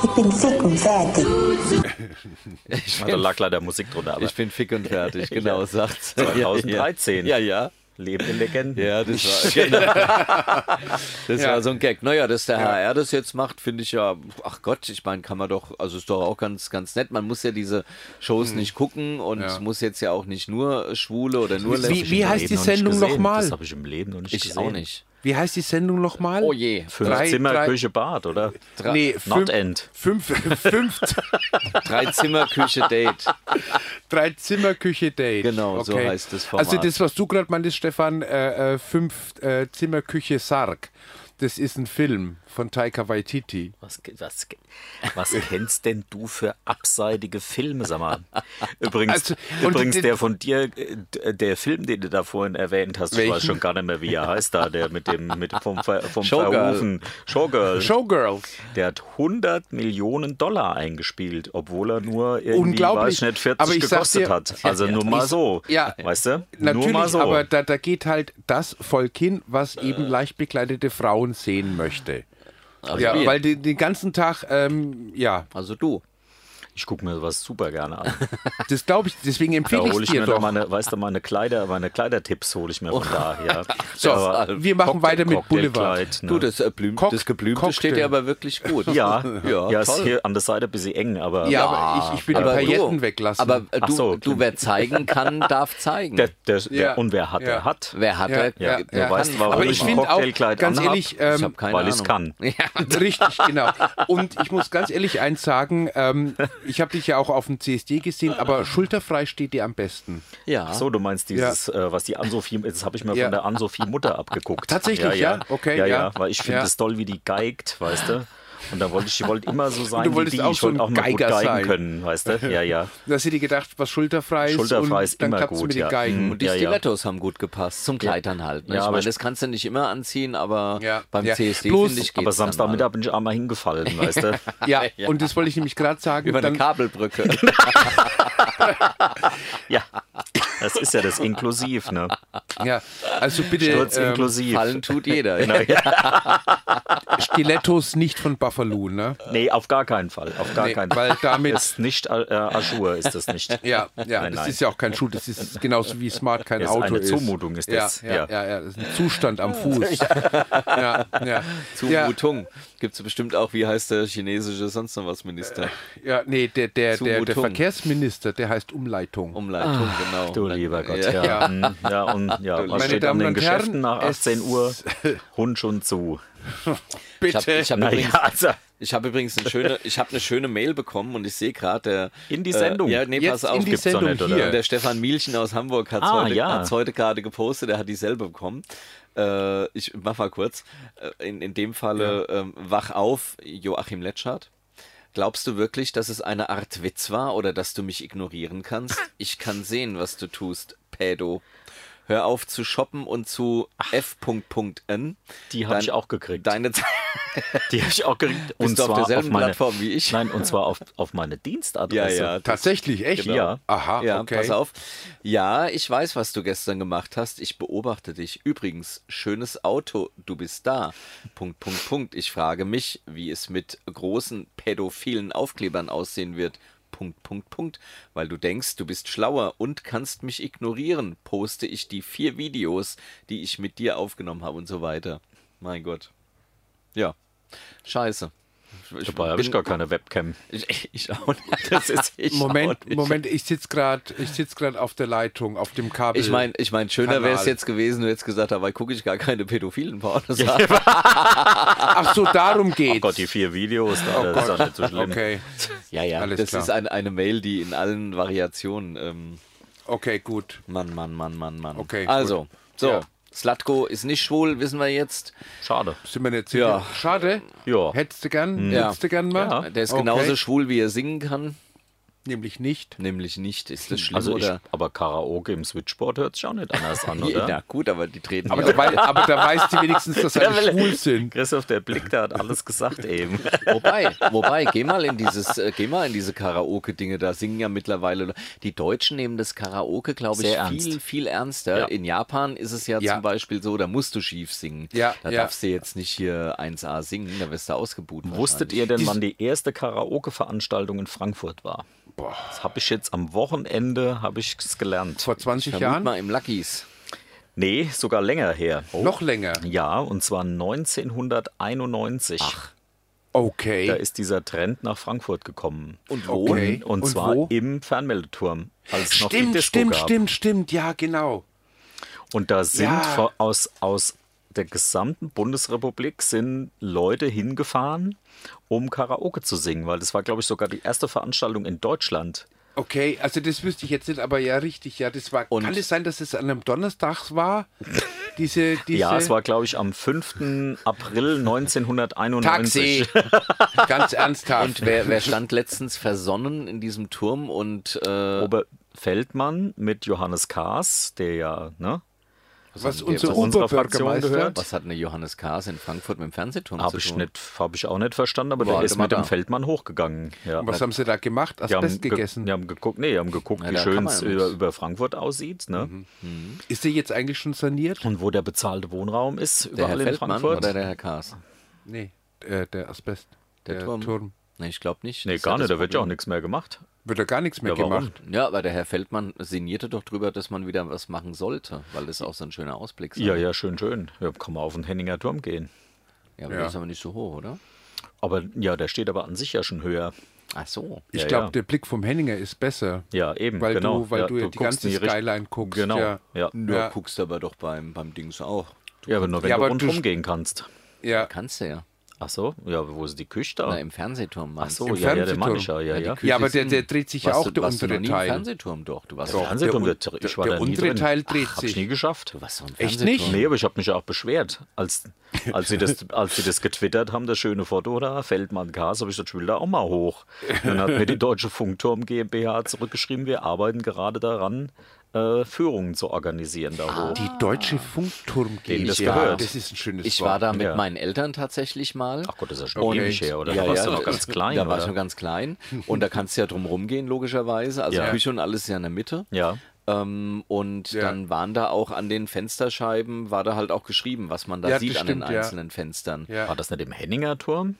Speaker 4: Ich bin fick und fertig.
Speaker 1: Ich
Speaker 2: Ah, Da
Speaker 1: bin,
Speaker 2: lag leider Musik drunter. Aber
Speaker 1: ich bin fick und fertig,
Speaker 2: [laughs]
Speaker 1: genau, sagt's. [laughs]
Speaker 2: 2013.
Speaker 1: Ja, ja.
Speaker 2: lebende Legenden.
Speaker 1: Ja, das war, genau. das
Speaker 3: Ja.
Speaker 1: war so ein Gag. Naja, dass der HR das jetzt macht, finde ich ja, ach Gott, ich meine, kann man doch, also ist doch auch ganz, ganz nett. Man muss ja diese Shows nicht gucken und
Speaker 3: Ja.
Speaker 1: muss jetzt ja auch nicht nur Schwule oder nur
Speaker 3: Wie,
Speaker 1: Lesben.
Speaker 3: wie heißt die Sendung nochmal?
Speaker 2: Das habe ich im Leben noch nicht
Speaker 1: Ich
Speaker 2: gesehen.
Speaker 1: auch nicht.
Speaker 3: Wie heißt die Sendung nochmal?
Speaker 1: Oh je.
Speaker 2: Fünf
Speaker 3: Drei-
Speaker 2: Zimmer,
Speaker 3: drei-
Speaker 2: Küche, Bad, oder?
Speaker 3: Nee,
Speaker 2: Nordend.
Speaker 1: [laughs]
Speaker 3: Fünf, fünf,
Speaker 1: Drei Zimmer, Küche, Date.
Speaker 3: drei Zimmer Küche Date.
Speaker 1: Genau, so heißt das Format.
Speaker 3: Also das, was du gerade meintest, Stefan, äh, äh, fünf äh, Zimmer Küche Sarg. Das ist ein Film von Taika Waititi.
Speaker 2: Was, ge- was, ge-
Speaker 1: [laughs]
Speaker 2: was kennst denn du für abseitige Filme, sag mal? Übrigens,
Speaker 3: Also, und
Speaker 2: übrigens
Speaker 3: den-
Speaker 2: der von dir, äh, d- der Film, den du da vorhin erwähnt hast, ich weiß
Speaker 3: Welchen?
Speaker 2: schon gar nicht mehr, wie er heißt da, der mit dem mit dem- vom, Ver- vom
Speaker 1: Showgirl.
Speaker 2: Verhoeven, Showgirl,
Speaker 3: Showgirls.
Speaker 2: der hat 100 Millionen Dollar eingespielt, obwohl er nur irgendwie,
Speaker 3: Unglaublich.
Speaker 2: weiß ich nicht, 40
Speaker 3: Aber ich sag
Speaker 2: gekostet
Speaker 3: dir-
Speaker 2: hat. Also nur mal so,
Speaker 3: Ja,
Speaker 2: weißt du?
Speaker 3: Natürlich,
Speaker 2: nur mal so.
Speaker 3: aber da, da geht halt das Volk hin, was eben leicht bekleidete Frauen sehen möchte. ja,
Speaker 1: Also wir.
Speaker 3: weil die, den ganzen Tag, ähm, ja,
Speaker 1: Also du.
Speaker 2: ich gucke mir sowas super gerne
Speaker 3: [laughs]
Speaker 2: an.
Speaker 3: das glaube ich, deswegen
Speaker 2: Da
Speaker 3: empfehle
Speaker 2: hole
Speaker 3: ich
Speaker 2: ich
Speaker 3: dir
Speaker 2: mir doch
Speaker 3: doch.
Speaker 2: meine, weißt du, meine Kleider, meine Kleidertipps hole ich mir von
Speaker 3: [laughs]
Speaker 2: da, ja.
Speaker 3: So,
Speaker 2: Aber-
Speaker 3: wir machen weiter mit Boulevard.
Speaker 2: Cocktailkleid, ne?
Speaker 1: Du, das, äh, Blüm,
Speaker 3: Cock-
Speaker 1: das Geblümte
Speaker 3: Cocktail.
Speaker 1: steht dir aber wirklich gut.
Speaker 3: [laughs]
Speaker 2: ja,
Speaker 1: ja,
Speaker 2: ja, ja ist
Speaker 1: toll.
Speaker 2: hier an der Seite ein bisschen eng, aber
Speaker 3: Ja, aber ich, ich will die Pailletten
Speaker 1: du,
Speaker 3: weglassen.
Speaker 1: Aber äh,
Speaker 2: Ach
Speaker 1: du,
Speaker 2: so.
Speaker 1: du, wer zeigen kann, darf zeigen.
Speaker 2: der, der, der,
Speaker 3: Ja.
Speaker 2: und wer hat,
Speaker 3: Ja.
Speaker 2: der hat.
Speaker 1: wer hat,
Speaker 3: Ja,
Speaker 1: der
Speaker 3: ja,
Speaker 1: der
Speaker 2: Du
Speaker 3: ja.
Speaker 2: weißt, warum
Speaker 3: aber
Speaker 2: ich,
Speaker 3: ich
Speaker 2: ein
Speaker 3: finde auch,
Speaker 2: Cocktailkleid
Speaker 3: ganz
Speaker 2: anhab?
Speaker 3: ehrlich, ähm,
Speaker 1: Ich
Speaker 3: [laughs]
Speaker 1: habe keine
Speaker 2: weil
Speaker 1: Ahnung.
Speaker 2: ich
Speaker 1: [laughs]
Speaker 2: es kann.
Speaker 3: Richtig, genau. Und ich muss ganz ehrlich eins sagen, ähm, ich habe dich ja auch auf dem CSD gesehen, aber schulterfrei steht dir am besten.
Speaker 1: Ja.
Speaker 2: Ach so, du meinst dieses, äh, was die Ann-Sophie, das habe ich mir
Speaker 3: Ja.
Speaker 2: von der Ann-Sophie
Speaker 3: [laughs]
Speaker 2: Mutter abgeguckt.
Speaker 3: Tatsächlich, ja? Okay,
Speaker 2: ja,
Speaker 3: ja.
Speaker 2: ja. weil ich finde
Speaker 3: Ja.
Speaker 2: es toll, wie die geigt, weißt du. Und da wollte ich, ich wollte immer so sein
Speaker 3: du
Speaker 2: wie
Speaker 3: wolltest
Speaker 2: die.
Speaker 3: auch
Speaker 2: ich
Speaker 3: so
Speaker 2: wollte
Speaker 3: ein
Speaker 2: auch mal gut
Speaker 3: Geiger
Speaker 2: geigen
Speaker 3: sein.
Speaker 2: können, weißt du. Ja,
Speaker 3: [laughs]
Speaker 2: ja.
Speaker 3: Da hast du dir gedacht, was schulterfrei ist,
Speaker 2: Schulterfrei
Speaker 3: und
Speaker 2: ist
Speaker 3: dann
Speaker 2: immer
Speaker 3: klappt's
Speaker 2: gut,
Speaker 3: mit den
Speaker 2: ja.
Speaker 3: Geigen.
Speaker 2: Mhm.
Speaker 1: Und die
Speaker 2: Ja, ja.
Speaker 1: Stilettos haben gut gepasst, zum Kleidern halt. Ne?
Speaker 2: Ja,
Speaker 1: ich
Speaker 2: aber
Speaker 1: meine,
Speaker 2: ich-
Speaker 1: das kannst du nicht immer anziehen, aber
Speaker 3: Ja.
Speaker 1: beim
Speaker 3: Ja.
Speaker 1: CSD
Speaker 3: Bloß-
Speaker 1: finde ich geht's
Speaker 2: Aber
Speaker 1: dann halt. mal.
Speaker 2: Samstagmittag bin ich einmal hingefallen, weißt
Speaker 3: [laughs]
Speaker 2: du. [laughs]
Speaker 3: Ja, und das wollte ich nämlich gerade sagen.
Speaker 1: Über eine
Speaker 3: dann,
Speaker 1: Kabelbrücke.
Speaker 2: ja, das ist ja das Inklusiv, ne?
Speaker 3: ja, also bitte
Speaker 2: Sturz
Speaker 3: ähm,
Speaker 2: inklusiv.
Speaker 1: Fallen tut jeder.
Speaker 3: [laughs] Stilettos nicht von Buffalo, ne?
Speaker 2: Nee, auf gar keinen Fall. Auf gar
Speaker 3: Nee,
Speaker 2: keinen
Speaker 3: weil
Speaker 2: Fall.
Speaker 3: damit-
Speaker 2: ist nicht äh, Aschur, ist das nicht.
Speaker 3: [laughs] Ja, ja,
Speaker 2: Nein,
Speaker 3: das
Speaker 2: nein.
Speaker 3: ist ja auch kein Schuh, das ist genauso wie smart kein
Speaker 2: Das ist
Speaker 3: Auto
Speaker 2: eine
Speaker 3: ist.
Speaker 2: Zumutung, ist das,
Speaker 3: Ja, ja,
Speaker 2: ja.
Speaker 3: ja, ja, das ist ein Zustand am Fuß. Ja, ja. ja,
Speaker 1: Zumutung. Gibt es bestimmt auch, wie heißt der chinesische sonst noch was Minister?
Speaker 2: Äh.
Speaker 3: ja, nee, der, der, der, der
Speaker 1: Zumutung.
Speaker 3: Verkehrsminister, der heißt Umleitung.
Speaker 1: Umleitung, genau.
Speaker 2: Du lieber Gott, ja. Ja, mm, ja und ja, was
Speaker 3: Meine
Speaker 2: steht
Speaker 3: Damen
Speaker 2: an den
Speaker 3: und
Speaker 2: Geschäften
Speaker 3: Herren,
Speaker 2: nach
Speaker 3: es-
Speaker 1: [laughs]
Speaker 2: 18 Uhr? Hund schon zu.
Speaker 1: Ich habe ich hab übrigens,
Speaker 2: Naja, also,
Speaker 1: ich hab übrigens eine, schöne, ich hab eine schöne Mail bekommen und ich sehe gerade, der.
Speaker 2: In die Sendung.
Speaker 1: Äh, ja, nee,
Speaker 3: Jetzt
Speaker 1: pass auf.
Speaker 3: in die
Speaker 2: gibt's doch
Speaker 3: Sendung
Speaker 2: nicht, oder?
Speaker 3: hier.
Speaker 1: Der Stefan Mielchen aus Hamburg hat es
Speaker 2: Ah,
Speaker 1: heute,
Speaker 2: ja.
Speaker 1: hat's heute gerade gepostet, er hat dieselbe bekommen. Äh, ich mach mal kurz. Äh, In, in dem Falle, ähm, wach auf, Joachim Letschert. Glaubst du wirklich, dass es eine Art Witz war oder dass du mich ignorieren kannst? Ich kann sehen, was du tust, Pädo. Hör auf zu shoppen und zu f.n.
Speaker 2: Die hab
Speaker 1: Dein-
Speaker 2: ich auch gekriegt.
Speaker 1: Deine Zeit.
Speaker 2: die habe ich auch gekriegt. Und
Speaker 1: du auf
Speaker 2: zwar
Speaker 1: derselben
Speaker 2: meine,
Speaker 1: Plattform wie ich?
Speaker 2: Nein, und zwar auf, auf meine
Speaker 1: Ja,
Speaker 2: Dienstadresse.
Speaker 1: ja.
Speaker 3: Tatsächlich, echt?
Speaker 2: Genau. Ja.
Speaker 3: Aha,
Speaker 1: ja,
Speaker 3: okay.
Speaker 1: pass auf. Ja, ich weiß, was du gestern gemacht hast. Ich beobachte dich. Übrigens, schönes Auto, du bist da. Punkt, Punkt, Punkt. Ich frage mich, wie es mit großen pädophilen Aufklebern aussehen wird. Punkt, Punkt, Punkt. Weil du denkst, du bist schlauer und kannst mich ignorieren, poste ich die vier Videos, die ich mit dir aufgenommen habe und so weiter. Mein Gott. Ja. Scheiße. Ich,
Speaker 2: Dabei habe ich
Speaker 1: bin-
Speaker 2: gar keine Webcam.
Speaker 1: [laughs] Ich, ich auch nicht. Das ist, ich auch
Speaker 3: [laughs] Moment,
Speaker 1: nicht.
Speaker 3: Moment, ich sitze gerade sitz grad auf der Leitung, auf dem Kabel.
Speaker 1: Ich meine, ich mein, schöner wäre es
Speaker 3: Äh, Kanal.
Speaker 1: jetzt gewesen, du hättest gesagt, dabei gucke ich gar keine pädophilen Pornos
Speaker 3: [laughs]
Speaker 1: an.
Speaker 3: Ach so, darum geht's. Oh
Speaker 2: Gott, die vier Videos,
Speaker 1: Oh
Speaker 2: da, das ist doch nicht so schlimm.
Speaker 3: Okay,
Speaker 1: Ja, ja,
Speaker 3: Alles
Speaker 1: das
Speaker 3: klar.
Speaker 1: ist ein, eine Mail, die in allen Variationen. Ähm,
Speaker 3: okay, gut.
Speaker 1: Mann, Mann, Mann, Mann, Mann.
Speaker 3: Okay,
Speaker 1: Also,
Speaker 3: gut.
Speaker 1: so.
Speaker 3: Ja.
Speaker 1: Slatko ist nicht schwul, wissen wir jetzt.
Speaker 2: Schade.
Speaker 3: Sind wir jetzt
Speaker 1: Ja. Hm.
Speaker 3: hier? Schade.
Speaker 2: Ja.
Speaker 3: Hättest du gern?
Speaker 1: Ja.
Speaker 3: Hättest du gern mal?
Speaker 2: Ja.
Speaker 1: Der ist
Speaker 3: Okay.
Speaker 1: genauso schwul, wie er singen kann,
Speaker 3: Nämlich nicht.
Speaker 1: nämlich nicht. Ist
Speaker 3: Hm.
Speaker 1: das schlimm
Speaker 2: Also ich,
Speaker 1: oder?
Speaker 2: aber Karaoke im Switchboard hört sich auch nicht anders
Speaker 1: [laughs]
Speaker 2: an,
Speaker 1: Ja,
Speaker 2: oder?
Speaker 1: na gut, aber die treten
Speaker 3: Aber
Speaker 1: ja
Speaker 3: da, wei aber da weißt du wenigstens, dass alle schwul sind.
Speaker 2: Christoph, der Blick, der hat alles gesagt eben.
Speaker 1: [laughs] Wobei, wobei, geh mal in dieses, äh, geh mal in diese Karaoke-Dinge, da singen ja mittlerweile. Die Deutschen nehmen das Karaoke, glaube ich,
Speaker 2: Sehr
Speaker 1: viel,
Speaker 2: ernst.
Speaker 1: viel ernster.
Speaker 2: Ja.
Speaker 1: In Japan ist es ja,
Speaker 3: Ja.
Speaker 1: zum Beispiel so, da musst du schief singen.
Speaker 3: Ja,
Speaker 1: da
Speaker 3: ja.
Speaker 1: darfst du jetzt nicht hier 1A singen, da wirst du ausgebucht.
Speaker 2: Wusstet ihr denn, wann die erste Karaoke-Veranstaltung in Frankfurt war? Das habe ich jetzt am Wochenende habe ich es gelernt.
Speaker 3: Vor 20 Jahren?
Speaker 1: mal im Luckies.
Speaker 2: Nee, sogar länger her.
Speaker 3: Noch länger.
Speaker 2: Ja, und zwar 1991. Ach,
Speaker 3: Okay.
Speaker 2: da ist dieser Trend nach Frankfurt gekommen.
Speaker 3: Und wo? Okay.
Speaker 2: Und, und,
Speaker 3: Und
Speaker 2: zwar
Speaker 3: wo?
Speaker 2: im Fernmeldeturm. Als es noch die
Speaker 3: stimmt,
Speaker 2: Disco
Speaker 3: stimmt,
Speaker 2: gab.
Speaker 3: stimmt, stimmt. Ja, genau.
Speaker 2: Und da sind
Speaker 3: Ja.
Speaker 2: vor- aus, aus der gesamten Bundesrepublik sind Leute hingefahren, um Karaoke zu singen, weil das war, glaube ich, sogar die erste Veranstaltung in Deutschland.
Speaker 3: Okay, also das wüsste ich jetzt nicht, aber ja, richtig, ja, das war.
Speaker 1: Und-
Speaker 3: kann es sein, dass es an einem Donnerstag war? Diese,
Speaker 2: [laughs]
Speaker 3: diese
Speaker 2: Ja, es war, glaube ich, am 5. April 1991.
Speaker 3: Taxi. [laughs] Ganz ernsthaft.
Speaker 1: Und wer, wer stand letztens versonnen in diesem Turm und äh,
Speaker 2: Oberfeldmann mit Johannes Kaas, der ja, ne?
Speaker 3: was
Speaker 1: der-
Speaker 3: unser
Speaker 1: was unserer
Speaker 3: Oberbürgermeister
Speaker 2: Fraktion gehört?
Speaker 1: was hat eine Johannes Kaas in Frankfurt mit dem Fernsehturm
Speaker 2: Habe
Speaker 1: zu
Speaker 2: ich,
Speaker 1: tun?
Speaker 2: nicht- hab ich auch nicht verstanden, aber
Speaker 1: Warte
Speaker 2: der ist
Speaker 1: mal
Speaker 2: mit
Speaker 1: da.
Speaker 2: dem Feldmann hochgegangen. Ja.
Speaker 3: Was haben sie da gemacht?
Speaker 2: die haben,
Speaker 3: Asbest
Speaker 2: ge
Speaker 3: gegessen.
Speaker 2: die haben geguckt, nee, die haben geguckt,
Speaker 1: Ja,
Speaker 2: wie
Speaker 1: da
Speaker 2: schön
Speaker 1: kann man
Speaker 2: es
Speaker 1: ja Mhm.
Speaker 2: über,
Speaker 1: nix.
Speaker 2: über Frankfurt aussieht, ne?
Speaker 3: Ist der jetzt eigentlich schon saniert?
Speaker 2: Und wo der bezahlte Wohnraum ist,
Speaker 1: Der Herr
Speaker 2: überall in
Speaker 1: Feldmann
Speaker 2: Frankfurt.
Speaker 1: oder der Herr Kaas?
Speaker 3: Nee, äh, der Asbest. Der, Turm.
Speaker 1: Nee, ich glaube nicht.
Speaker 2: nee,
Speaker 1: Das
Speaker 2: gar
Speaker 1: hat das
Speaker 2: nicht, da wird ja auch
Speaker 1: Problem.
Speaker 2: nichts mehr gemacht.
Speaker 3: Wird da gar nichts mehr
Speaker 2: Ja, warum?
Speaker 3: gemacht.
Speaker 1: Ja, aber der Herr Feldmann sinnierte doch drüber, dass man wieder was machen sollte, weil das auch so ein schöner Ausblick ist.
Speaker 2: Ja, ja, schön, schön. Ja, kann man auf den Henninger Turm gehen.
Speaker 1: Ja, aber
Speaker 3: Ja.
Speaker 1: der ist aber nicht so hoch, oder?
Speaker 2: Aber ja, der steht aber an sich ja schon höher.
Speaker 1: Ach so.
Speaker 3: Ich
Speaker 2: Ja,
Speaker 3: glaube,
Speaker 2: ja.
Speaker 3: der Blick vom Henninger ist besser.
Speaker 2: Ja, eben,
Speaker 3: Weil
Speaker 2: genau.
Speaker 3: du, weil
Speaker 2: ja,
Speaker 3: du, ja die
Speaker 2: guckst
Speaker 3: ganze
Speaker 2: in die Richt-
Speaker 3: Skyline guckst.
Speaker 2: Genau,
Speaker 3: Ja.
Speaker 2: ja.
Speaker 1: Du
Speaker 3: Ja.
Speaker 1: guckst aber doch beim, beim Dings auch.
Speaker 2: Ja, aber nur wenn
Speaker 3: Ja,
Speaker 2: du
Speaker 3: aber du
Speaker 2: rundherum
Speaker 3: sch-
Speaker 2: gehen kannst.
Speaker 3: ja.
Speaker 1: Kannst du ja.
Speaker 2: Ach so, ja, wo ist die Küche da?
Speaker 1: Na, Im Fernsehturm
Speaker 2: Ach
Speaker 1: meinst
Speaker 2: so,
Speaker 1: du?
Speaker 2: ja, ja, der
Speaker 3: Fernsehturm.
Speaker 2: meine ich ja, ja,
Speaker 1: die
Speaker 2: ja.
Speaker 1: Küche
Speaker 3: Ja, aber
Speaker 1: ist
Speaker 3: der-
Speaker 1: ein-
Speaker 3: der dreht sich ja
Speaker 1: Warst
Speaker 3: auch,
Speaker 1: du-
Speaker 3: der
Speaker 1: warst du noch
Speaker 3: untere
Speaker 1: nie im
Speaker 3: Teil.
Speaker 1: Fernsehturm doch. Du warst
Speaker 2: Der
Speaker 1: doch.
Speaker 2: Fernsehturm,
Speaker 3: der
Speaker 2: der,
Speaker 3: un-
Speaker 2: ich
Speaker 3: der-
Speaker 2: war
Speaker 3: der
Speaker 2: da nie
Speaker 3: untere
Speaker 2: drin.
Speaker 3: Teil dreht
Speaker 2: Ach, Hab ich
Speaker 3: sich.
Speaker 2: nie geschafft.
Speaker 1: Du warst doch im
Speaker 3: Echt
Speaker 1: Fernsehturm.
Speaker 3: nicht?
Speaker 2: Nee, aber ich habe mich ja auch beschwert,
Speaker 3: [laughs]
Speaker 2: als, als, sie das, als sie das getwittert haben, das schöne Foto da, Feldmann Gas, habe ich gesagt, ich will da auch mal hoch. Und dann hat mir die Deutsche Funkturm GmbH zurückgeschrieben, wir arbeiten gerade daran, äh, Führungen zu organisieren da hoch.
Speaker 3: Die deutsche
Speaker 1: Ah.
Speaker 3: Funkturm
Speaker 2: Denen das
Speaker 3: GmbH.
Speaker 2: gehört.
Speaker 3: Das ist ein schönes
Speaker 1: Ich
Speaker 3: Wort.
Speaker 1: war da mit
Speaker 2: Ja.
Speaker 1: meinen Eltern tatsächlich mal.
Speaker 2: Ach Gott, das ist ja schon ewig her, oder?
Speaker 1: Ja,
Speaker 2: da warst
Speaker 1: ja,
Speaker 2: du noch ganz
Speaker 1: [laughs]
Speaker 2: klein,
Speaker 1: Da war
Speaker 2: oder?
Speaker 1: ich noch ganz klein. Und da kannst du ja drum rumgehen, logischerweise. Also
Speaker 2: Ja.
Speaker 1: Küche und alles ist ja in der Mitte.
Speaker 2: Ja.
Speaker 1: Ähm, und
Speaker 3: Ja.
Speaker 1: dann waren da auch an den Fensterscheiben, war da halt auch geschrieben, was man da
Speaker 3: Ja, das
Speaker 1: sieht an den
Speaker 3: stimmt, ja.
Speaker 1: einzelnen Fenstern.
Speaker 3: Ja.
Speaker 2: War das nicht im Henninger Turm?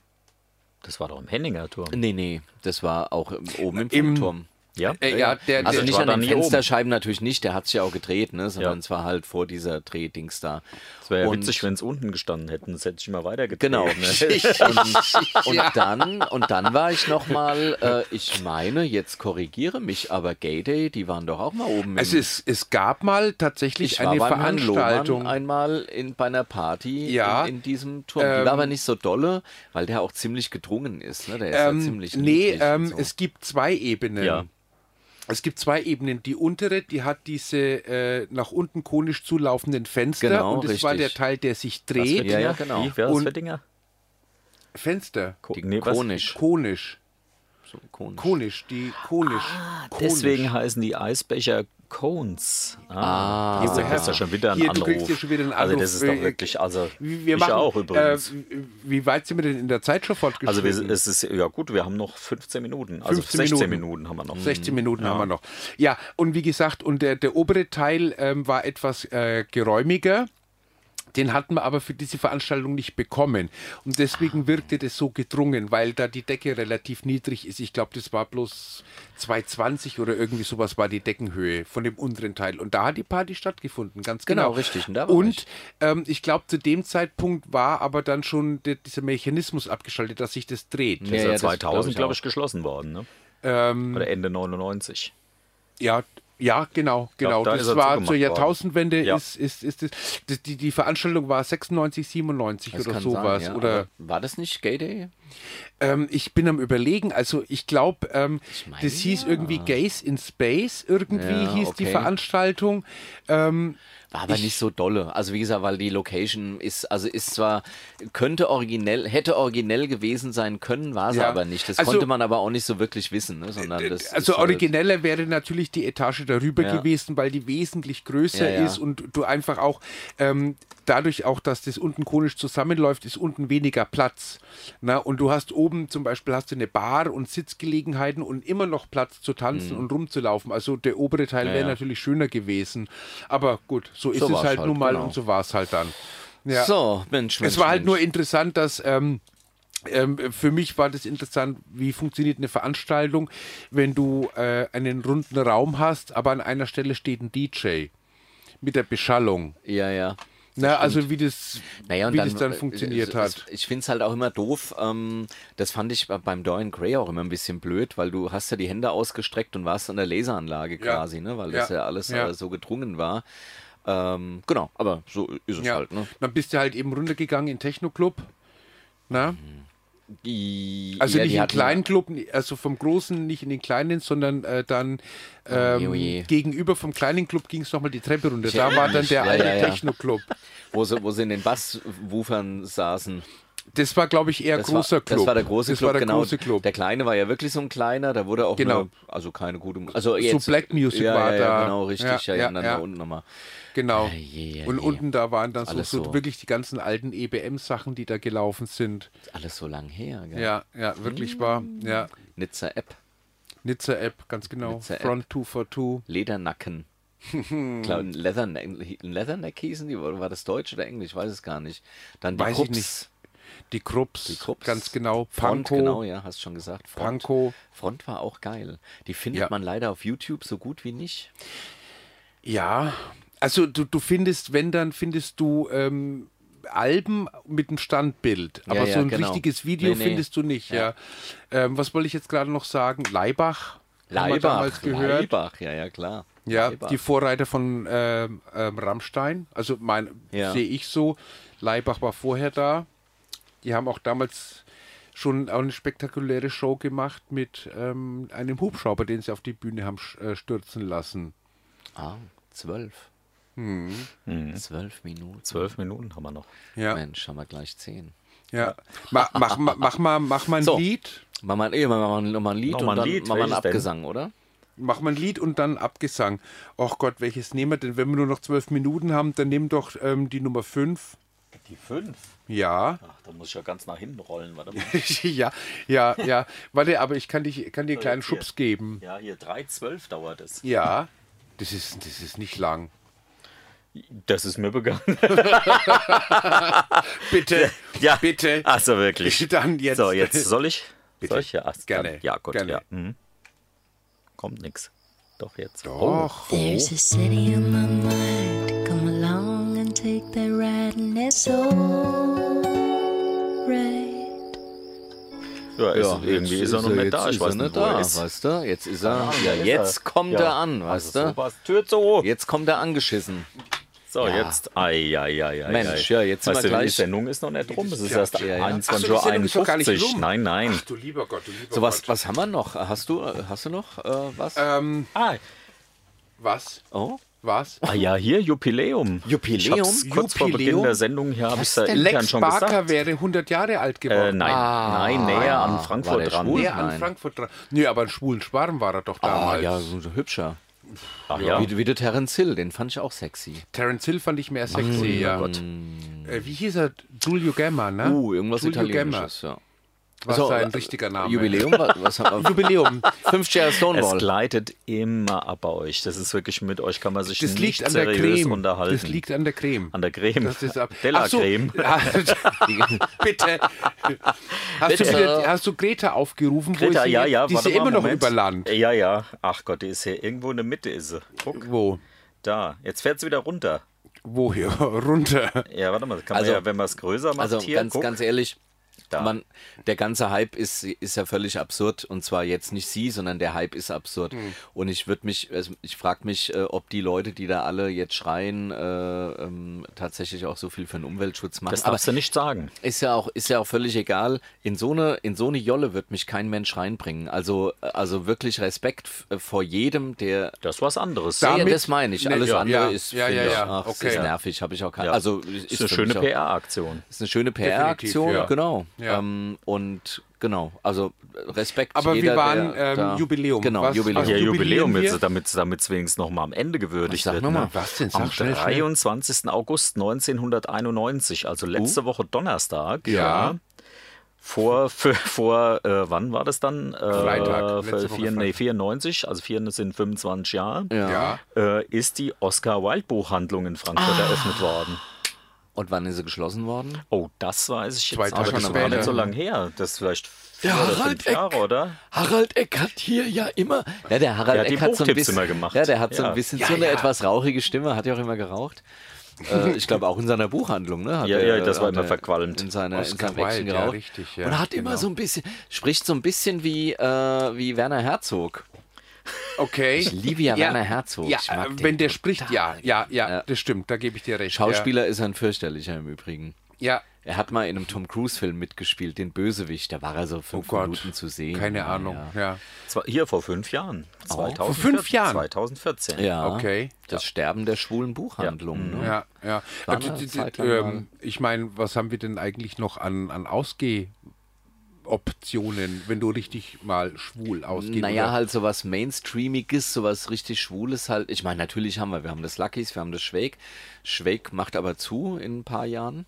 Speaker 2: Das war doch im Henninger Turm.
Speaker 1: Nee, nee, das war auch im- oben im,
Speaker 3: Im-
Speaker 1: Turm.
Speaker 2: Ja,
Speaker 3: Äh, ja, der,
Speaker 1: Also
Speaker 3: der,
Speaker 1: nicht
Speaker 2: war
Speaker 1: an
Speaker 2: da
Speaker 1: den
Speaker 2: nie oben.
Speaker 1: Fensterscheiben natürlich nicht, der hat sich ja auch gedreht, ne? sondern
Speaker 2: Ja.
Speaker 1: es war halt vor dieser Drehdings da.
Speaker 2: Das wäre ja
Speaker 1: Und-
Speaker 2: witzig, wenn es unten gestanden hätten. Das hätte ich mal weitergetreten.
Speaker 3: [laughs]
Speaker 1: Genau.
Speaker 2: Ne?
Speaker 1: [laughs] und, und, dann, und dann war ich nochmal, äh, ich meine, jetzt korrigiere mich, aber Gayday, die waren doch auch mal oben.
Speaker 3: es,
Speaker 1: im,
Speaker 3: ist, es gab mal tatsächlich
Speaker 1: ich war
Speaker 3: eine
Speaker 1: beim Herrn
Speaker 3: Veranstaltung.
Speaker 1: Lohmann einmal in, bei einer Party
Speaker 3: Ja.
Speaker 1: in, in diesem Turm. die
Speaker 3: Ähm,
Speaker 1: war aber nicht so dolle, weil der auch ziemlich gedrungen ist. Ne? Der ist ja
Speaker 3: ähm,
Speaker 1: ziemlich
Speaker 3: nee,
Speaker 1: niedrig und
Speaker 3: ähm,
Speaker 1: so.
Speaker 3: es gibt zwei Ebenen.
Speaker 2: Ja.
Speaker 3: Es gibt zwei Ebenen. Die untere, die hat diese äh, nach unten konisch zulaufenden Fenster.
Speaker 1: Genau,
Speaker 3: und das war der
Speaker 1: richtig.
Speaker 3: Teil, der sich
Speaker 2: Was für
Speaker 3: dreht.
Speaker 1: Ja, ja,
Speaker 2: Dinger?
Speaker 1: genau.
Speaker 2: Wie, wer ist
Speaker 3: Und-
Speaker 2: das für Dinger?
Speaker 3: Fenster.
Speaker 2: Ko-
Speaker 1: Die
Speaker 2: was?
Speaker 1: konisch.
Speaker 3: Konisch.
Speaker 1: So konisch.
Speaker 3: Konisch. Die konisch.
Speaker 1: Ah,
Speaker 3: konisch.
Speaker 2: Deswegen heißen die Eisbecher Cones. Ah,
Speaker 1: Ah.
Speaker 2: das ist ja schon wieder ein
Speaker 3: Hier, du
Speaker 2: Anruf.
Speaker 3: kriegst hier schon wieder einen
Speaker 2: Also
Speaker 3: Anruf.
Speaker 2: das ist doch
Speaker 3: Äh,
Speaker 2: wirklich, also
Speaker 3: Wie- Wir
Speaker 2: ich
Speaker 3: machen,
Speaker 2: auch übrigens.
Speaker 3: Äh, wie- wie weit sind wir denn in der Zeit schon
Speaker 2: also
Speaker 3: fortgeschritten?
Speaker 2: wir, es ist, ja gut, wir haben noch 15 Minuten, also
Speaker 3: 15
Speaker 2: 16
Speaker 3: Minuten.
Speaker 2: Minuten. haben wir noch.
Speaker 1: Mhm.
Speaker 3: 16 Minuten haben wir noch. Ja, und wie gesagt, und der, der obere Teil ähm, war etwas äh, geräumiger. Den hatten wir aber für diese Veranstaltung nicht bekommen. Und deswegen wirkte das so gedrungen, weil da die Decke relativ niedrig ist. Ich glaube, das war bloß 220 oder irgendwie sowas war die Deckenhöhe von dem unteren Teil. Und da hat die Party stattgefunden, ganz genau.
Speaker 1: Genau, richtig. Und
Speaker 3: Und,
Speaker 1: da war ich.
Speaker 3: und ähm, ich glaube, zu dem Zeitpunkt war aber dann schon der, dieser Mechanismus abgeschaltet, dass sich das dreht.
Speaker 2: Das ist ja,
Speaker 1: Ja, ja, das glaub
Speaker 2: 2000,
Speaker 1: ich
Speaker 2: glaube
Speaker 1: auch.
Speaker 2: ich, geschlossen worden. Ne?
Speaker 3: Ähm.
Speaker 2: Oder Ende 99.
Speaker 3: Ja, ja, genau, genau.
Speaker 2: da ist
Speaker 3: das
Speaker 2: er
Speaker 3: war
Speaker 2: zugemacht
Speaker 3: zur Jahrtausendwende
Speaker 2: Ja.
Speaker 3: ist, ist, ist, das- das- die, die Veranstaltung war 96, 97
Speaker 1: Das
Speaker 3: oder
Speaker 1: kann
Speaker 3: sowas.
Speaker 1: sein, ja.
Speaker 3: Oder
Speaker 1: Aber war das nicht Gayday?
Speaker 3: ähm, ich bin am überlegen, also ich glaube, ähm,
Speaker 1: meine,
Speaker 3: das hieß irgendwie Gays in Space, irgendwie
Speaker 1: Ja,
Speaker 3: hieß die
Speaker 1: okay.
Speaker 3: Veranstaltung. Ähm,
Speaker 1: War aber nicht so dolle. Also wie gesagt, weil die Location ist, also ist zwar, könnte originell, hätte originell gewesen sein können, war sie
Speaker 3: Ja.
Speaker 1: aber nicht. Das
Speaker 3: Also-
Speaker 1: konnte man aber auch nicht so wirklich wissen, ne? sondern das ist
Speaker 3: also
Speaker 1: halt-
Speaker 3: origineller wäre natürlich die Etage darüber
Speaker 1: Ja.
Speaker 3: gewesen, weil die wesentlich größer
Speaker 1: Ja, ja.
Speaker 3: ist und du einfach auch ähm, dadurch auch, dass das unten konisch zusammenläuft, ist unten weniger Platz. Na, und du hast oben zum Beispiel hast du eine Bar und Sitzgelegenheiten und immer noch Platz zu tanzen und rumzulaufen. Also der obere Teil wäre
Speaker 1: Mhm. ja.
Speaker 3: natürlich schöner gewesen. Aber gut, so ist
Speaker 1: So
Speaker 3: es
Speaker 1: war's
Speaker 3: halt,
Speaker 1: halt,
Speaker 3: nun mal
Speaker 1: genau.
Speaker 3: und so war es halt dann. Ja.
Speaker 1: So, Mensch, Mensch
Speaker 3: Es war halt
Speaker 1: Mensch.
Speaker 3: nur interessant, dass ähm, ähm, für mich war das interessant, wie funktioniert eine Veranstaltung, wenn du äh, einen runden Raum hast, aber an einer Stelle steht ein DJ mit der Beschallung.
Speaker 1: Ja, ja.
Speaker 3: Na, also wie das,
Speaker 1: Naja, und
Speaker 3: wie
Speaker 1: dann,
Speaker 3: das dann
Speaker 1: äh,
Speaker 3: funktioniert
Speaker 1: es- es-
Speaker 3: hat.
Speaker 1: Ich finde es halt auch immer doof. Ähm, das fand ich bei- beim Dorian Gray auch immer ein bisschen blöd, weil du hast ja die Hände ausgestreckt und warst an der Laseranlage
Speaker 3: Ja.
Speaker 1: quasi, ne? weil das
Speaker 3: Ja.
Speaker 1: ja, alles
Speaker 3: Ja.
Speaker 1: äh, so gedrungen war. Ähm, genau, aber so ist es
Speaker 3: Ja.
Speaker 1: halt. Ne?
Speaker 3: Dann bist du halt eben runtergegangen in Techno-Club. Na?
Speaker 1: Die,
Speaker 3: Also
Speaker 1: Mhm. ja, die
Speaker 3: nicht in den
Speaker 1: hatten-
Speaker 3: kleinen Club, also vom großen nicht in den kleinen, sondern äh, dann ähm,
Speaker 1: Oh je.
Speaker 3: gegenüber vom kleinen Club ging es nochmal die Treppe runter. Da
Speaker 1: erinnere
Speaker 3: war dann
Speaker 1: mich.
Speaker 3: der
Speaker 1: Ja,
Speaker 3: alte
Speaker 1: ja, ja.
Speaker 3: Techno-Club.
Speaker 1: Wo sie, wo sie in den Basswufern saßen.
Speaker 3: Das war, glaube ich, eher
Speaker 1: Das
Speaker 3: großer
Speaker 1: war,
Speaker 3: Club.
Speaker 1: Das war der große
Speaker 3: das
Speaker 1: Club,
Speaker 3: war der
Speaker 1: genau.
Speaker 3: große Club.
Speaker 1: Der kleine war ja wirklich so ein kleiner, da wurde auch
Speaker 3: Genau.
Speaker 1: eine, also keine gute also jetzt,
Speaker 3: Black Music
Speaker 1: ja,
Speaker 3: war
Speaker 1: ja, ja,
Speaker 3: da.
Speaker 1: Genau, richtig, ja, ja,
Speaker 3: Ja, ja,
Speaker 1: und dann
Speaker 3: ja.
Speaker 1: da unten nochmal.
Speaker 3: Genau.
Speaker 1: Ah, je, je,
Speaker 3: Und
Speaker 1: je.
Speaker 3: unten da waren dann so,
Speaker 1: Alles
Speaker 3: so
Speaker 1: so.
Speaker 3: wirklich die ganzen alten E EBM-Sachen, die da gelaufen sind.
Speaker 1: Alles so lang her, gell?
Speaker 3: Ja, ja, wirklich war. Ja.
Speaker 1: Nizza App,
Speaker 3: Nizza App, ganz genau.
Speaker 1: Nizza App.
Speaker 3: Front 242. [laughs]
Speaker 1: Ledernacken. Ich glaub, ein Leatherneck, ein Leatherneck hießen die, oder war das Deutsch oder Englisch? Ich weiß es gar nicht. Dann die
Speaker 3: Weiß ich
Speaker 1: Krups.
Speaker 3: nicht. Die Krups,
Speaker 1: Die Krups.
Speaker 3: ganz genau.
Speaker 1: Front,
Speaker 3: Panko.
Speaker 1: genau, ja, hast schon gesagt. Front.
Speaker 3: Panko.
Speaker 1: Front war auch geil. Die findet
Speaker 3: Ja.
Speaker 1: man leider auf YouTube so gut wie nicht.
Speaker 3: Ja, also du, du findest, wenn dann findest du ähm, Alben mit einem Standbild, aber
Speaker 1: ja,
Speaker 3: so ein
Speaker 1: genau.
Speaker 3: richtiges Video
Speaker 1: Nee, nee.
Speaker 3: findest du nicht. Ja. Ähm, was wollte ich jetzt gerade noch sagen? Leibach. Haben wir damals gehört.
Speaker 1: Leibach, ja, ja, klar.
Speaker 3: Ja,
Speaker 1: Leibach.
Speaker 3: die Vorreiter von ähm, ähm, Rammstein. Also mein
Speaker 1: Ja.
Speaker 3: sehe ich so. Leibach war vorher da. Die haben auch damals schon auch eine spektakuläre Show gemacht mit ähm, einem Hubschrauber, den sie auf die Bühne haben sch- äh, stürzen lassen.
Speaker 1: Ah, zwölf. Mhm. Zwölf Minuten.
Speaker 2: Zwölf Minuten haben wir noch.
Speaker 3: Hm. Ja.
Speaker 1: Mensch, haben wir gleich zehn.
Speaker 3: Ja. Mach, mach, mach, mach, mal, mach mal ein
Speaker 1: So.
Speaker 3: Lied.
Speaker 1: Machen wir ein, eh, machen wir mal ein Lied
Speaker 2: Noch
Speaker 1: und
Speaker 2: mal ein
Speaker 1: dann
Speaker 2: Lied,
Speaker 1: machen wir einen
Speaker 2: welches denn?
Speaker 1: Abgesang, oder?
Speaker 3: Mach mal ein Lied und dann Abgesang. Och Gott, welches nehmen wir denn? Wenn wir nur noch zwölf Minuten haben, dann nimm doch ähm, die Nummer fünf.
Speaker 2: Die fünf?
Speaker 3: Ja.
Speaker 2: Ach, da muss ich ja ganz nach hinten rollen. Warte
Speaker 3: [laughs]
Speaker 2: mal.
Speaker 3: ja, ja, ja. Warte, aber ich kann, dich, kann dir einen kleinen
Speaker 2: Hier.
Speaker 3: Schubs geben.
Speaker 2: Ja, hier drei zwölf dauert es.
Speaker 3: Ja. Das ist, das ist nicht lang.
Speaker 2: Das ist
Speaker 1: [laughs]
Speaker 2: mir begangen.
Speaker 3: Bitte,
Speaker 2: Ja.
Speaker 3: bitte.
Speaker 2: Achso, wirklich.
Speaker 3: Dann jetzt.
Speaker 2: So, jetzt soll ich?
Speaker 3: Bitte.
Speaker 2: Soll ich? Ja, ach, dann-
Speaker 3: Gerne.
Speaker 2: Ja, gut.
Speaker 3: Gerne.
Speaker 2: Ja. Mhm. Kommt nix. Doch jetzt.
Speaker 3: Och,
Speaker 6: There's a city in my mind. Come along and take that ride, and it's all right.
Speaker 2: Ja, ist,
Speaker 1: jetzt
Speaker 2: irgendwie ist er noch nicht
Speaker 1: jetzt
Speaker 2: da. Ich
Speaker 1: ist
Speaker 2: weiß
Speaker 1: er
Speaker 2: nicht,
Speaker 1: nicht
Speaker 2: wo er
Speaker 1: da,
Speaker 2: ist.
Speaker 1: weißt du? Jetzt ist er,
Speaker 2: Ahnung,
Speaker 1: Ah, ja,
Speaker 2: da ist
Speaker 1: jetzt
Speaker 2: er.
Speaker 1: kommt
Speaker 2: Ja.
Speaker 1: er an, weißt
Speaker 2: also,
Speaker 1: du?
Speaker 2: sowas. Tür zu hoch.
Speaker 1: Jetzt kommt er angeschissen.
Speaker 2: So,
Speaker 1: Ja.
Speaker 2: jetzt. Ei, ei, ei, ei,
Speaker 1: Mensch,
Speaker 2: ei.
Speaker 1: ja, jetzt sind
Speaker 2: weißt
Speaker 1: wir
Speaker 2: du,
Speaker 1: gleich-
Speaker 2: Die Sendung ist noch nicht rum. Es ist erst
Speaker 1: Ja, ja.
Speaker 2: 21.51
Speaker 3: Ach so, die Sendung ist doch gar nicht
Speaker 2: Uhr.
Speaker 3: rum.
Speaker 2: Nein, nein.
Speaker 3: du lieber Gott, du lieber
Speaker 1: So, was,
Speaker 3: Gott.
Speaker 1: was haben wir noch? Hast du, äh, hast du noch äh, was?
Speaker 3: Ähm,
Speaker 2: Ah,
Speaker 3: was?
Speaker 1: oh?
Speaker 3: Was?
Speaker 2: ah ja, hier, Jubiläum. Ich
Speaker 1: Jubiläum?
Speaker 2: hab's kurz vor Beginn
Speaker 3: Jubiläum?
Speaker 2: der Sendung hier, habe ich es ja intern
Speaker 3: Lex
Speaker 2: schon
Speaker 3: Barker
Speaker 2: gesagt.
Speaker 3: wäre 100 Jahre alt
Speaker 2: Äh,
Speaker 3: geworden.
Speaker 2: nein,
Speaker 3: ah,
Speaker 2: nein, näher an
Speaker 1: war der
Speaker 2: Frankfurt dran.
Speaker 1: schwul?
Speaker 3: Näher an
Speaker 1: nein.
Speaker 3: Frankfurt dran. Nee, aber einen schwulen Schwarm war er doch
Speaker 1: Ah,
Speaker 3: damals.
Speaker 1: ja, so ein hübscher.
Speaker 2: Ach ja.
Speaker 1: Wie, wie der Terence Hill, den fand ich auch sexy.
Speaker 3: Terence Hill fand ich mehr sexy, ja. Äh, wie hieß er? Giulio Gemma, ne?
Speaker 1: Uh, irgendwas
Speaker 3: Giulio
Speaker 1: Italienisches, ja.
Speaker 3: Gemma war
Speaker 2: Also,
Speaker 1: So,
Speaker 3: sein
Speaker 1: äh,
Speaker 3: richtiger Name.
Speaker 1: Jubiläum? wa- Was haben [laughs] wir?
Speaker 3: Jubiläum.
Speaker 1: Fünf Jahre
Speaker 2: Es
Speaker 1: Stonewall.
Speaker 2: gleitet immer ab bei euch. Das ist wirklich mit euch kann man sich
Speaker 3: Das
Speaker 2: nicht
Speaker 3: liegt an der
Speaker 2: seriös
Speaker 3: Creme.
Speaker 2: unterhalten.
Speaker 3: Das liegt an der Creme.
Speaker 2: an der Creme.
Speaker 1: Genau.
Speaker 3: Das ist ab.
Speaker 2: Della
Speaker 3: Ach so.
Speaker 2: Creme.
Speaker 1: [laughs]
Speaker 3: Bitte. Hast,
Speaker 1: Bitte.
Speaker 3: Du wieder, hast du Greta aufgerufen? wo ist
Speaker 2: Greta,
Speaker 3: sie
Speaker 2: ja,
Speaker 3: jetzt?
Speaker 2: ja,
Speaker 3: Die ist
Speaker 2: warte
Speaker 3: ja immer
Speaker 2: mal,
Speaker 3: noch
Speaker 2: Moment.
Speaker 3: über Land.
Speaker 2: Ja, ja. Ach Gott, die ist hier irgendwo in der Mitte, ist sie. Guck,
Speaker 3: Wo?
Speaker 2: da. Jetzt fährt sie wieder runter.
Speaker 3: Woher? [laughs] Runter.
Speaker 2: Ja, warte mal, kann
Speaker 1: Also-
Speaker 2: man ja, wenn man es größer macht,
Speaker 1: Also
Speaker 2: hier,
Speaker 1: ganz,
Speaker 2: guck.
Speaker 1: ganz ehrlich,
Speaker 2: Da.
Speaker 1: man, der ganze Hype ist, ist ja völlig absurd. Und zwar jetzt nicht sie, sondern der Hype ist absurd. Und ich würde mich, also ich frage mich, äh, ob die Leute, die da alle jetzt schreien, äh, ähm, tatsächlich auch so viel für den Umweltschutz machen.
Speaker 2: das darfst du nicht sagen.
Speaker 1: Ist ja auch, ist ja auch völlig egal. In so eine, in so eine Jolle wird mich kein Mensch reinbringen. Also, also wirklich Respekt f- äh, vor jedem, der. Ne,
Speaker 2: Das ist was anderes.
Speaker 1: Ja,
Speaker 3: Damit-
Speaker 1: das meine ich.
Speaker 3: Nee,
Speaker 1: Alles
Speaker 3: ja,
Speaker 1: andere
Speaker 3: ja,
Speaker 1: ist,
Speaker 3: ja,
Speaker 1: finde
Speaker 3: ja,
Speaker 1: ich,
Speaker 3: ja.
Speaker 1: ach,
Speaker 3: Okay.
Speaker 1: ist
Speaker 3: Ja.
Speaker 1: nervig, habe ich auch keine.
Speaker 2: Ja.
Speaker 1: Also
Speaker 2: ist
Speaker 1: für
Speaker 2: eine schöne
Speaker 1: mich auch-
Speaker 2: PR-Aktion.
Speaker 1: ist eine schöne PR-Aktion,
Speaker 3: ja.
Speaker 1: genau.
Speaker 3: Ja.
Speaker 1: Ähm, und genau, also äh, Respekt.
Speaker 3: Aber wir
Speaker 1: jeder,
Speaker 3: waren,
Speaker 1: der
Speaker 3: ähm,
Speaker 1: da-
Speaker 3: Jubiläum.
Speaker 1: Genau,
Speaker 3: Was-
Speaker 1: Jubiläum.
Speaker 3: was-
Speaker 2: Ja,
Speaker 3: Also
Speaker 2: Jubiläum
Speaker 3: jubilieren
Speaker 2: jetzt,
Speaker 3: wir?
Speaker 2: damit damit es wenigstens nochmal am Ende gewürdigt
Speaker 1: Sag
Speaker 2: wird.
Speaker 1: noch mal,
Speaker 2: ne?
Speaker 3: was denn? Sag
Speaker 2: Am
Speaker 3: schnell, schnell.
Speaker 2: 23. August 1991, also letzte Woche Donnerstag.
Speaker 3: Oh. Ja.
Speaker 2: Vor, für, vor äh, wann war das dann? Äh,
Speaker 3: Freitag,
Speaker 2: für
Speaker 3: letzte Woche
Speaker 2: vier, nee,
Speaker 3: Freitag.
Speaker 2: 94, also 4 sind 25 Jahre,
Speaker 3: Ja.
Speaker 2: äh, ist die Oscar-Wilde-Buchhandlung in Frankfurt
Speaker 3: Ah.
Speaker 2: eröffnet worden.
Speaker 1: Und wann ist sie geschlossen worden?
Speaker 2: Oh, das weiß ich
Speaker 3: Zwei
Speaker 2: jetzt
Speaker 3: Tage
Speaker 2: aber das war
Speaker 3: später.
Speaker 2: nicht so lange her. Das ist vielleicht vier oder fünf Jahre, oder?
Speaker 1: Harald Eck hat hier ja immer. Ja, der Harald
Speaker 2: Der hat die
Speaker 1: Eck hat so ein
Speaker 2: Buchtipps
Speaker 1: bisschen.
Speaker 2: immer gemacht.
Speaker 1: Ja, der hat so
Speaker 2: Ja.
Speaker 1: ein bisschen so eine etwas rauchige Stimme, hat ja auch immer geraucht.
Speaker 2: [laughs]
Speaker 1: Äh, ich glaube auch in seiner Buchhandlung, ne? Hat
Speaker 2: Ja,
Speaker 1: er-
Speaker 2: ja, das war
Speaker 1: hat
Speaker 2: immer
Speaker 1: er
Speaker 2: verqualmt.
Speaker 1: In, seiner, in
Speaker 3: Oscar
Speaker 1: seinem Päckchen
Speaker 3: Wilde, ja,
Speaker 1: geraucht.
Speaker 3: richtig, ja,
Speaker 1: Und hat immer
Speaker 3: genau.
Speaker 1: so ein bisschen, spricht so ein bisschen wie, äh, wie Werner Herzog.
Speaker 3: Okay.
Speaker 1: Ich liebe ja Werner Herzog.
Speaker 3: Ja,
Speaker 1: Ich mag
Speaker 3: äh,
Speaker 1: den
Speaker 3: wenn der spricht, ja, ja, ja,
Speaker 1: Ja.
Speaker 3: das stimmt, da gebe ich dir recht.
Speaker 1: Schauspieler ist ein fürchterlicher im Übrigen.
Speaker 3: Ja.
Speaker 1: Er hat mal in einem Tom Cruise-Film mitgespielt, den Bösewicht. Da war er so fünf
Speaker 3: Oh Gott.
Speaker 1: Minuten zu sehen.
Speaker 3: Keine Ahnung, ja.
Speaker 2: Zwar hier vor fünf Jahren. 2014,
Speaker 3: Oh, Vor fünf Jahren?
Speaker 2: 2014.
Speaker 1: Ja. ja.
Speaker 3: Okay.
Speaker 1: Das Sterben der schwulen Buchhandlung. Ne?
Speaker 3: Ja, ja.
Speaker 1: War
Speaker 3: Also,
Speaker 1: eine
Speaker 3: die- die-
Speaker 1: Zeit lang mal.
Speaker 3: ähm, ich meine, was haben wir denn eigentlich noch an, an Ausgehoptionen, wenn du richtig mal schwul ausgehst?
Speaker 1: Naja,
Speaker 3: oder-
Speaker 1: halt sowas Mainstreamiges, sowas richtig Schwules halt. Ich meine, natürlich haben wir, wir haben das Luckys, wir haben das Schweg. Schweg macht aber zu in ein paar Jahren.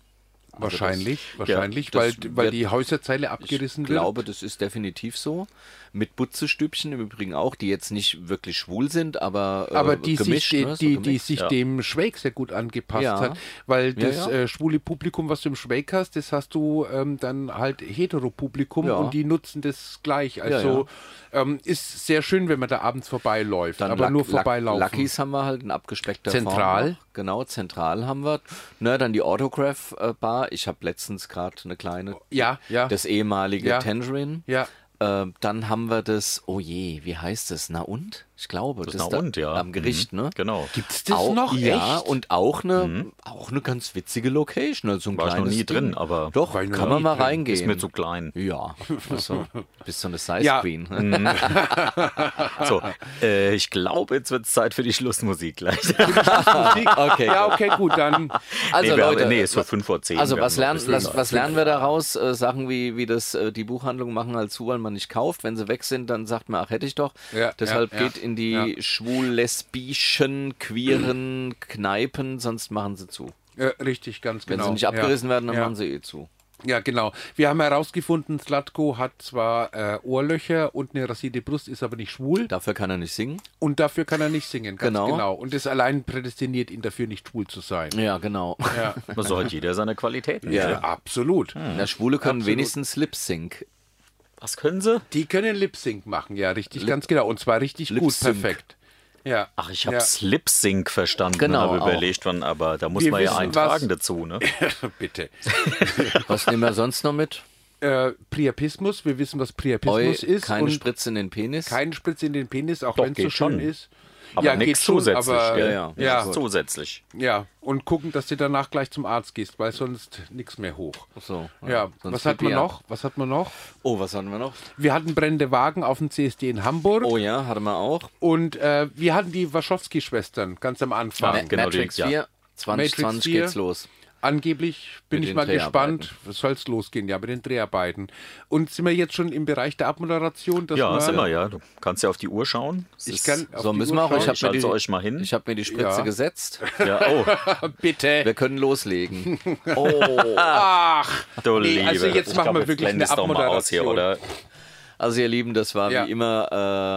Speaker 3: wahrscheinlich, wahrscheinlich,
Speaker 1: Also das
Speaker 3: weil, weil
Speaker 1: wird-
Speaker 3: die Häuserzeile
Speaker 1: Ich
Speaker 3: abgerissen wird.
Speaker 1: glaube, das ist definitiv so. Mit Butzestübchen im Übrigen auch, die jetzt nicht wirklich schwul sind, aber, äh,
Speaker 3: aber die
Speaker 1: gemischt,
Speaker 3: sich,
Speaker 1: ne? So
Speaker 3: die, die
Speaker 1: gemischt.
Speaker 3: sich
Speaker 2: ja.
Speaker 3: dem Schwäg sehr gut angepasst
Speaker 1: Ja.
Speaker 3: hat, weil
Speaker 1: Ja,
Speaker 3: das
Speaker 1: ja.
Speaker 3: Äh, schwule Publikum, was du im Schwäg hast, das hast du ähm, dann halt Heteropublikum
Speaker 1: Ja.
Speaker 3: und die nutzen das gleich. Also Ähm, ist sehr schön, wenn man da abends vorbeiläuft,
Speaker 1: Dann
Speaker 3: aber
Speaker 1: Luck-
Speaker 3: nur
Speaker 1: Luck-
Speaker 3: vorbeilaufen.
Speaker 1: Luckies haben wir halt in abgespeckter
Speaker 3: Zentral.
Speaker 1: Form. noch. Genau, zentral haben wir. Na, dann die Autograph äh, Bar. Ich habe letztens gerade eine kleine.
Speaker 3: Ja, ja.
Speaker 1: Das ehemalige
Speaker 3: Ja.
Speaker 1: Tangerine.
Speaker 3: Ja.
Speaker 1: Ähm, dann haben wir das, oh je, wie heißt das? Na und? Ich glaube, das,
Speaker 2: Na
Speaker 1: da-
Speaker 2: und, ja.
Speaker 1: Am Gericht,
Speaker 2: Mhm.
Speaker 1: ne?
Speaker 2: Genau. Mhm.
Speaker 3: Gibt's das
Speaker 1: Au-
Speaker 3: noch?
Speaker 1: Ja,
Speaker 3: Echt?
Speaker 1: und auch eine, auch eine ganz witzige Location. Also so ein
Speaker 2: War ich noch
Speaker 1: kleines
Speaker 2: nie
Speaker 1: Ding.
Speaker 2: drin, aber-
Speaker 1: Doch,
Speaker 3: War ich noch
Speaker 1: kann man
Speaker 3: nie
Speaker 1: mal
Speaker 3: drin.
Speaker 1: reingehen.
Speaker 2: Ist mir zu klein.
Speaker 1: Ja,
Speaker 3: [laughs]
Speaker 1: also, bist so eine Size
Speaker 3: Ja. [laughs]
Speaker 1: Queen.
Speaker 2: So, äh, ich glaube, jetzt wird es Zeit für die Schlussmusik [laughs] gleich.
Speaker 1: okay.
Speaker 3: ja, okay, gut, dann.
Speaker 1: Also
Speaker 2: nee, wir
Speaker 1: Leute,
Speaker 2: haben, nee, ist
Speaker 1: wa-
Speaker 2: vor 5 vor 10.
Speaker 1: Also was lernen, was, was lernen wir daraus? Äh, Sachen wie, wie das äh, die Buchhandlungen machen halt zu, weil man nicht kauft. Wenn sie weg sind, dann sagt man, ach hätte ich doch.
Speaker 3: Ja,
Speaker 1: Deshalb
Speaker 3: ja, ja,
Speaker 1: geht in die
Speaker 3: ja.
Speaker 1: schwul-lesbischen, queeren Kneipen, sonst machen sie zu.
Speaker 3: Äh, richtig, ganz
Speaker 1: Wenn
Speaker 3: genau.
Speaker 1: sie nicht abgerissen
Speaker 3: ja.
Speaker 1: werden, dann
Speaker 3: ja.
Speaker 1: machen sie eh zu.
Speaker 3: Ja, genau. Wir haben herausgefunden, Slatko hat zwar äh, Ohrlöcher und eine rasierte Brust, ist aber nicht schwul
Speaker 1: Dafür kann er nicht singen.
Speaker 3: und dafür kann er nicht singen. Ganz
Speaker 1: Genau.
Speaker 3: genau. Und das allein prädestiniert ihn dafür, nicht schwul zu sein.
Speaker 1: Ja, genau. [laughs]
Speaker 3: Ja,
Speaker 2: Man soll halt jeder seine Qualitäten.
Speaker 1: Ja.
Speaker 2: kennen.
Speaker 3: ja absolut.
Speaker 2: Hm.
Speaker 1: Na, Schwule können
Speaker 3: Absolut.
Speaker 1: wenigstens Lip-Sync.
Speaker 2: Was können sie?
Speaker 3: Die können Lip Sync machen, ja, richtig, ganz genau. Und zwar richtig gut,
Speaker 1: Lip-Sync.
Speaker 3: perfekt. Ja.
Speaker 2: Ach, ich habe
Speaker 3: ja.
Speaker 2: Slip Sync verstanden.
Speaker 1: Genau,
Speaker 2: Habe
Speaker 1: auch.
Speaker 2: überlegt, wann, aber da muss
Speaker 3: Wir
Speaker 2: man ja
Speaker 3: wissen,
Speaker 2: einen
Speaker 3: was-
Speaker 2: tragen dazu, ne?
Speaker 3: [laughs] Bitte.
Speaker 1: Was nehmen wir sonst noch mit?
Speaker 3: äh, Priapismus, wir wissen, was
Speaker 1: Eu,
Speaker 3: Priapismus ist.
Speaker 1: keine
Speaker 3: und
Speaker 1: Spritze in den Penis.
Speaker 3: Keine Spritze in den Penis, auch
Speaker 2: Doch,
Speaker 3: wenn es so
Speaker 2: geht
Speaker 3: schön
Speaker 2: schon.
Speaker 3: ist.
Speaker 2: Aber
Speaker 3: ja,
Speaker 2: nichts
Speaker 3: geht schon,
Speaker 2: zusätzlich.
Speaker 3: aber-
Speaker 2: gell?
Speaker 1: ja,
Speaker 3: ja.
Speaker 2: Nichts zusätzlich.
Speaker 3: Ja, und gucken, dass du danach gleich zum Arzt gehst, weil sonst nichts mehr hoch.
Speaker 1: so,
Speaker 3: ja.
Speaker 1: ja. Sonst
Speaker 3: Was hat man
Speaker 1: pipi ab.
Speaker 3: noch? Was hat man noch?
Speaker 1: Oh, was hatten wir noch?
Speaker 3: Wir hatten brennende Wagen auf dem CSD in Hamburg
Speaker 1: Oh ja, hatten wir auch.
Speaker 3: und äh, wir hatten die Waschowski-Schwestern ganz am Anfang.
Speaker 1: Ma-
Speaker 2: genau, die-
Speaker 1: Matrix
Speaker 2: ja.
Speaker 1: 4, 2020
Speaker 3: 4.
Speaker 1: geht's los.
Speaker 3: Angeblich bin
Speaker 1: Mit
Speaker 3: ich
Speaker 1: den
Speaker 3: mal
Speaker 1: Dreharbeiten.
Speaker 3: gespannt, was soll's losgehen, ja, mit den Dreharbeiten. Und sind wir jetzt schon im Bereich der Abmoderation? dass
Speaker 2: Ja, sind wir ja. Du kannst ja auf die Uhr schauen. Es
Speaker 3: Ich
Speaker 2: ist-
Speaker 3: kann auf
Speaker 1: So,
Speaker 3: die
Speaker 1: müssen
Speaker 3: Uhr
Speaker 1: wir auch. Ich
Speaker 3: schauen.
Speaker 1: habe mir,
Speaker 2: Schalt's
Speaker 1: die-
Speaker 2: euch mal hin.
Speaker 1: ich hab mir die Spritze
Speaker 3: [laughs] Ja.
Speaker 1: gesetzt.
Speaker 2: Ja,
Speaker 3: [laughs] Bitte.
Speaker 1: Wir können loslegen.
Speaker 3: [laughs]
Speaker 1: Oh.
Speaker 3: Ach,
Speaker 2: oh, du
Speaker 3: Nee,
Speaker 2: Liebe.
Speaker 3: also jetzt
Speaker 2: Ich
Speaker 3: machen
Speaker 2: glaub,
Speaker 3: wir
Speaker 2: jetzt
Speaker 3: wirklich
Speaker 2: blendest
Speaker 3: eine
Speaker 2: doch mal aus hier, oder?
Speaker 1: Also ihr Lieben, das war
Speaker 3: Ja.
Speaker 1: wie immer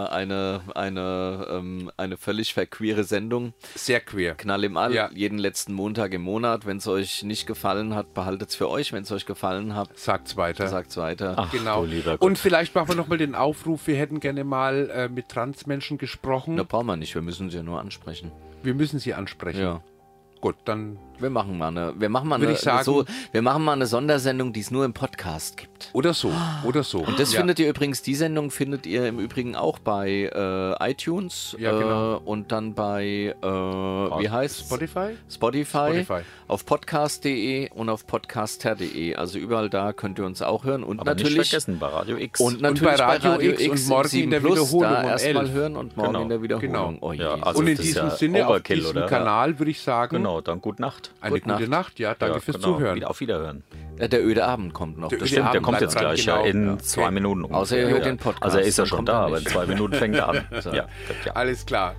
Speaker 1: äh, eine, eine, ähm, eine völlig verqueere Sendung.
Speaker 3: sehr queer.
Speaker 1: Knall im All,
Speaker 3: Ja.
Speaker 1: jeden letzten Montag im Monat. Wenn es euch nicht gefallen hat, behaltet es für euch. Wenn es euch gefallen hat,
Speaker 3: Sagt's weiter.
Speaker 1: sagt es weiter.
Speaker 3: Genau.
Speaker 2: du lieber Gott.
Speaker 3: Und vielleicht machen wir nochmal den Aufruf, wir hätten gerne mal äh, mit Transmenschen gesprochen.
Speaker 1: Da brauchen wir nicht, wir müssen sie ja nur ansprechen.
Speaker 3: Wir müssen sie ansprechen.
Speaker 1: Ja.
Speaker 3: Gut, dann.
Speaker 1: Wir machen mal eine, wir machen mal
Speaker 3: Würde
Speaker 1: eine,
Speaker 3: ich sagen-
Speaker 1: so, wir machen mal eine Sondersendung, die es nur im Podcast gibt.
Speaker 3: Oder so. Oder so.
Speaker 1: Und das
Speaker 3: ja.
Speaker 1: findet ihr übrigens, die Sendung findet ihr im Übrigen auch bei äh, iTunes
Speaker 3: Ja, genau.
Speaker 1: äh, und dann bei, äh, wie heißt
Speaker 3: Spotify?
Speaker 1: Spotify,
Speaker 3: Spotify.
Speaker 1: auf podcast.de und auf podcaster.de. Also überall da könnt ihr uns auch hören und
Speaker 2: Aber
Speaker 1: natürlich
Speaker 2: nicht vergessen, bei Radio X.
Speaker 1: und natürlich
Speaker 3: bei Radio X und
Speaker 1: im
Speaker 3: morgen in
Speaker 1: 7
Speaker 3: der
Speaker 1: Plus
Speaker 3: Wiederholung
Speaker 1: da
Speaker 3: um
Speaker 1: erstmal
Speaker 3: 11.
Speaker 1: hören und morgen
Speaker 2: Genau.
Speaker 1: in der Wiederholung.
Speaker 3: Genau.
Speaker 1: Oh, je.
Speaker 2: Ja, also-
Speaker 3: Und in
Speaker 2: das ist
Speaker 3: diesem
Speaker 2: ja
Speaker 3: Sinne,
Speaker 2: Overkill,
Speaker 3: auf diesem
Speaker 2: oder?
Speaker 3: Kanal würde ich sagen,
Speaker 2: genau, dann gute Nacht.
Speaker 3: eine
Speaker 1: Gute
Speaker 3: gute
Speaker 1: Nacht.
Speaker 3: Nacht. Ja, danke
Speaker 2: Ja,
Speaker 3: fürs
Speaker 2: genau.
Speaker 3: Zuhören.
Speaker 2: Auf Wiederhören.
Speaker 1: Äh, der öde Abend kommt noch.
Speaker 3: Der
Speaker 1: Das stimmt.
Speaker 3: öde
Speaker 2: Stimmt, der
Speaker 3: Abend
Speaker 2: kommt
Speaker 3: bleibt
Speaker 2: jetzt
Speaker 3: dran,
Speaker 2: gleich, ja,
Speaker 3: genau.
Speaker 2: in
Speaker 3: Ja.
Speaker 2: zwei Minuten.
Speaker 1: Außer ihr
Speaker 2: ungefähr,
Speaker 1: hört
Speaker 2: ja.
Speaker 1: den Podcast,
Speaker 2: Also er ist ja
Speaker 1: dann
Speaker 2: schon
Speaker 1: kommt er
Speaker 2: da, aber in
Speaker 1: [laughs] nicht.
Speaker 2: zwei Minuten fängt er an. Ja, ja.
Speaker 3: Alles klar.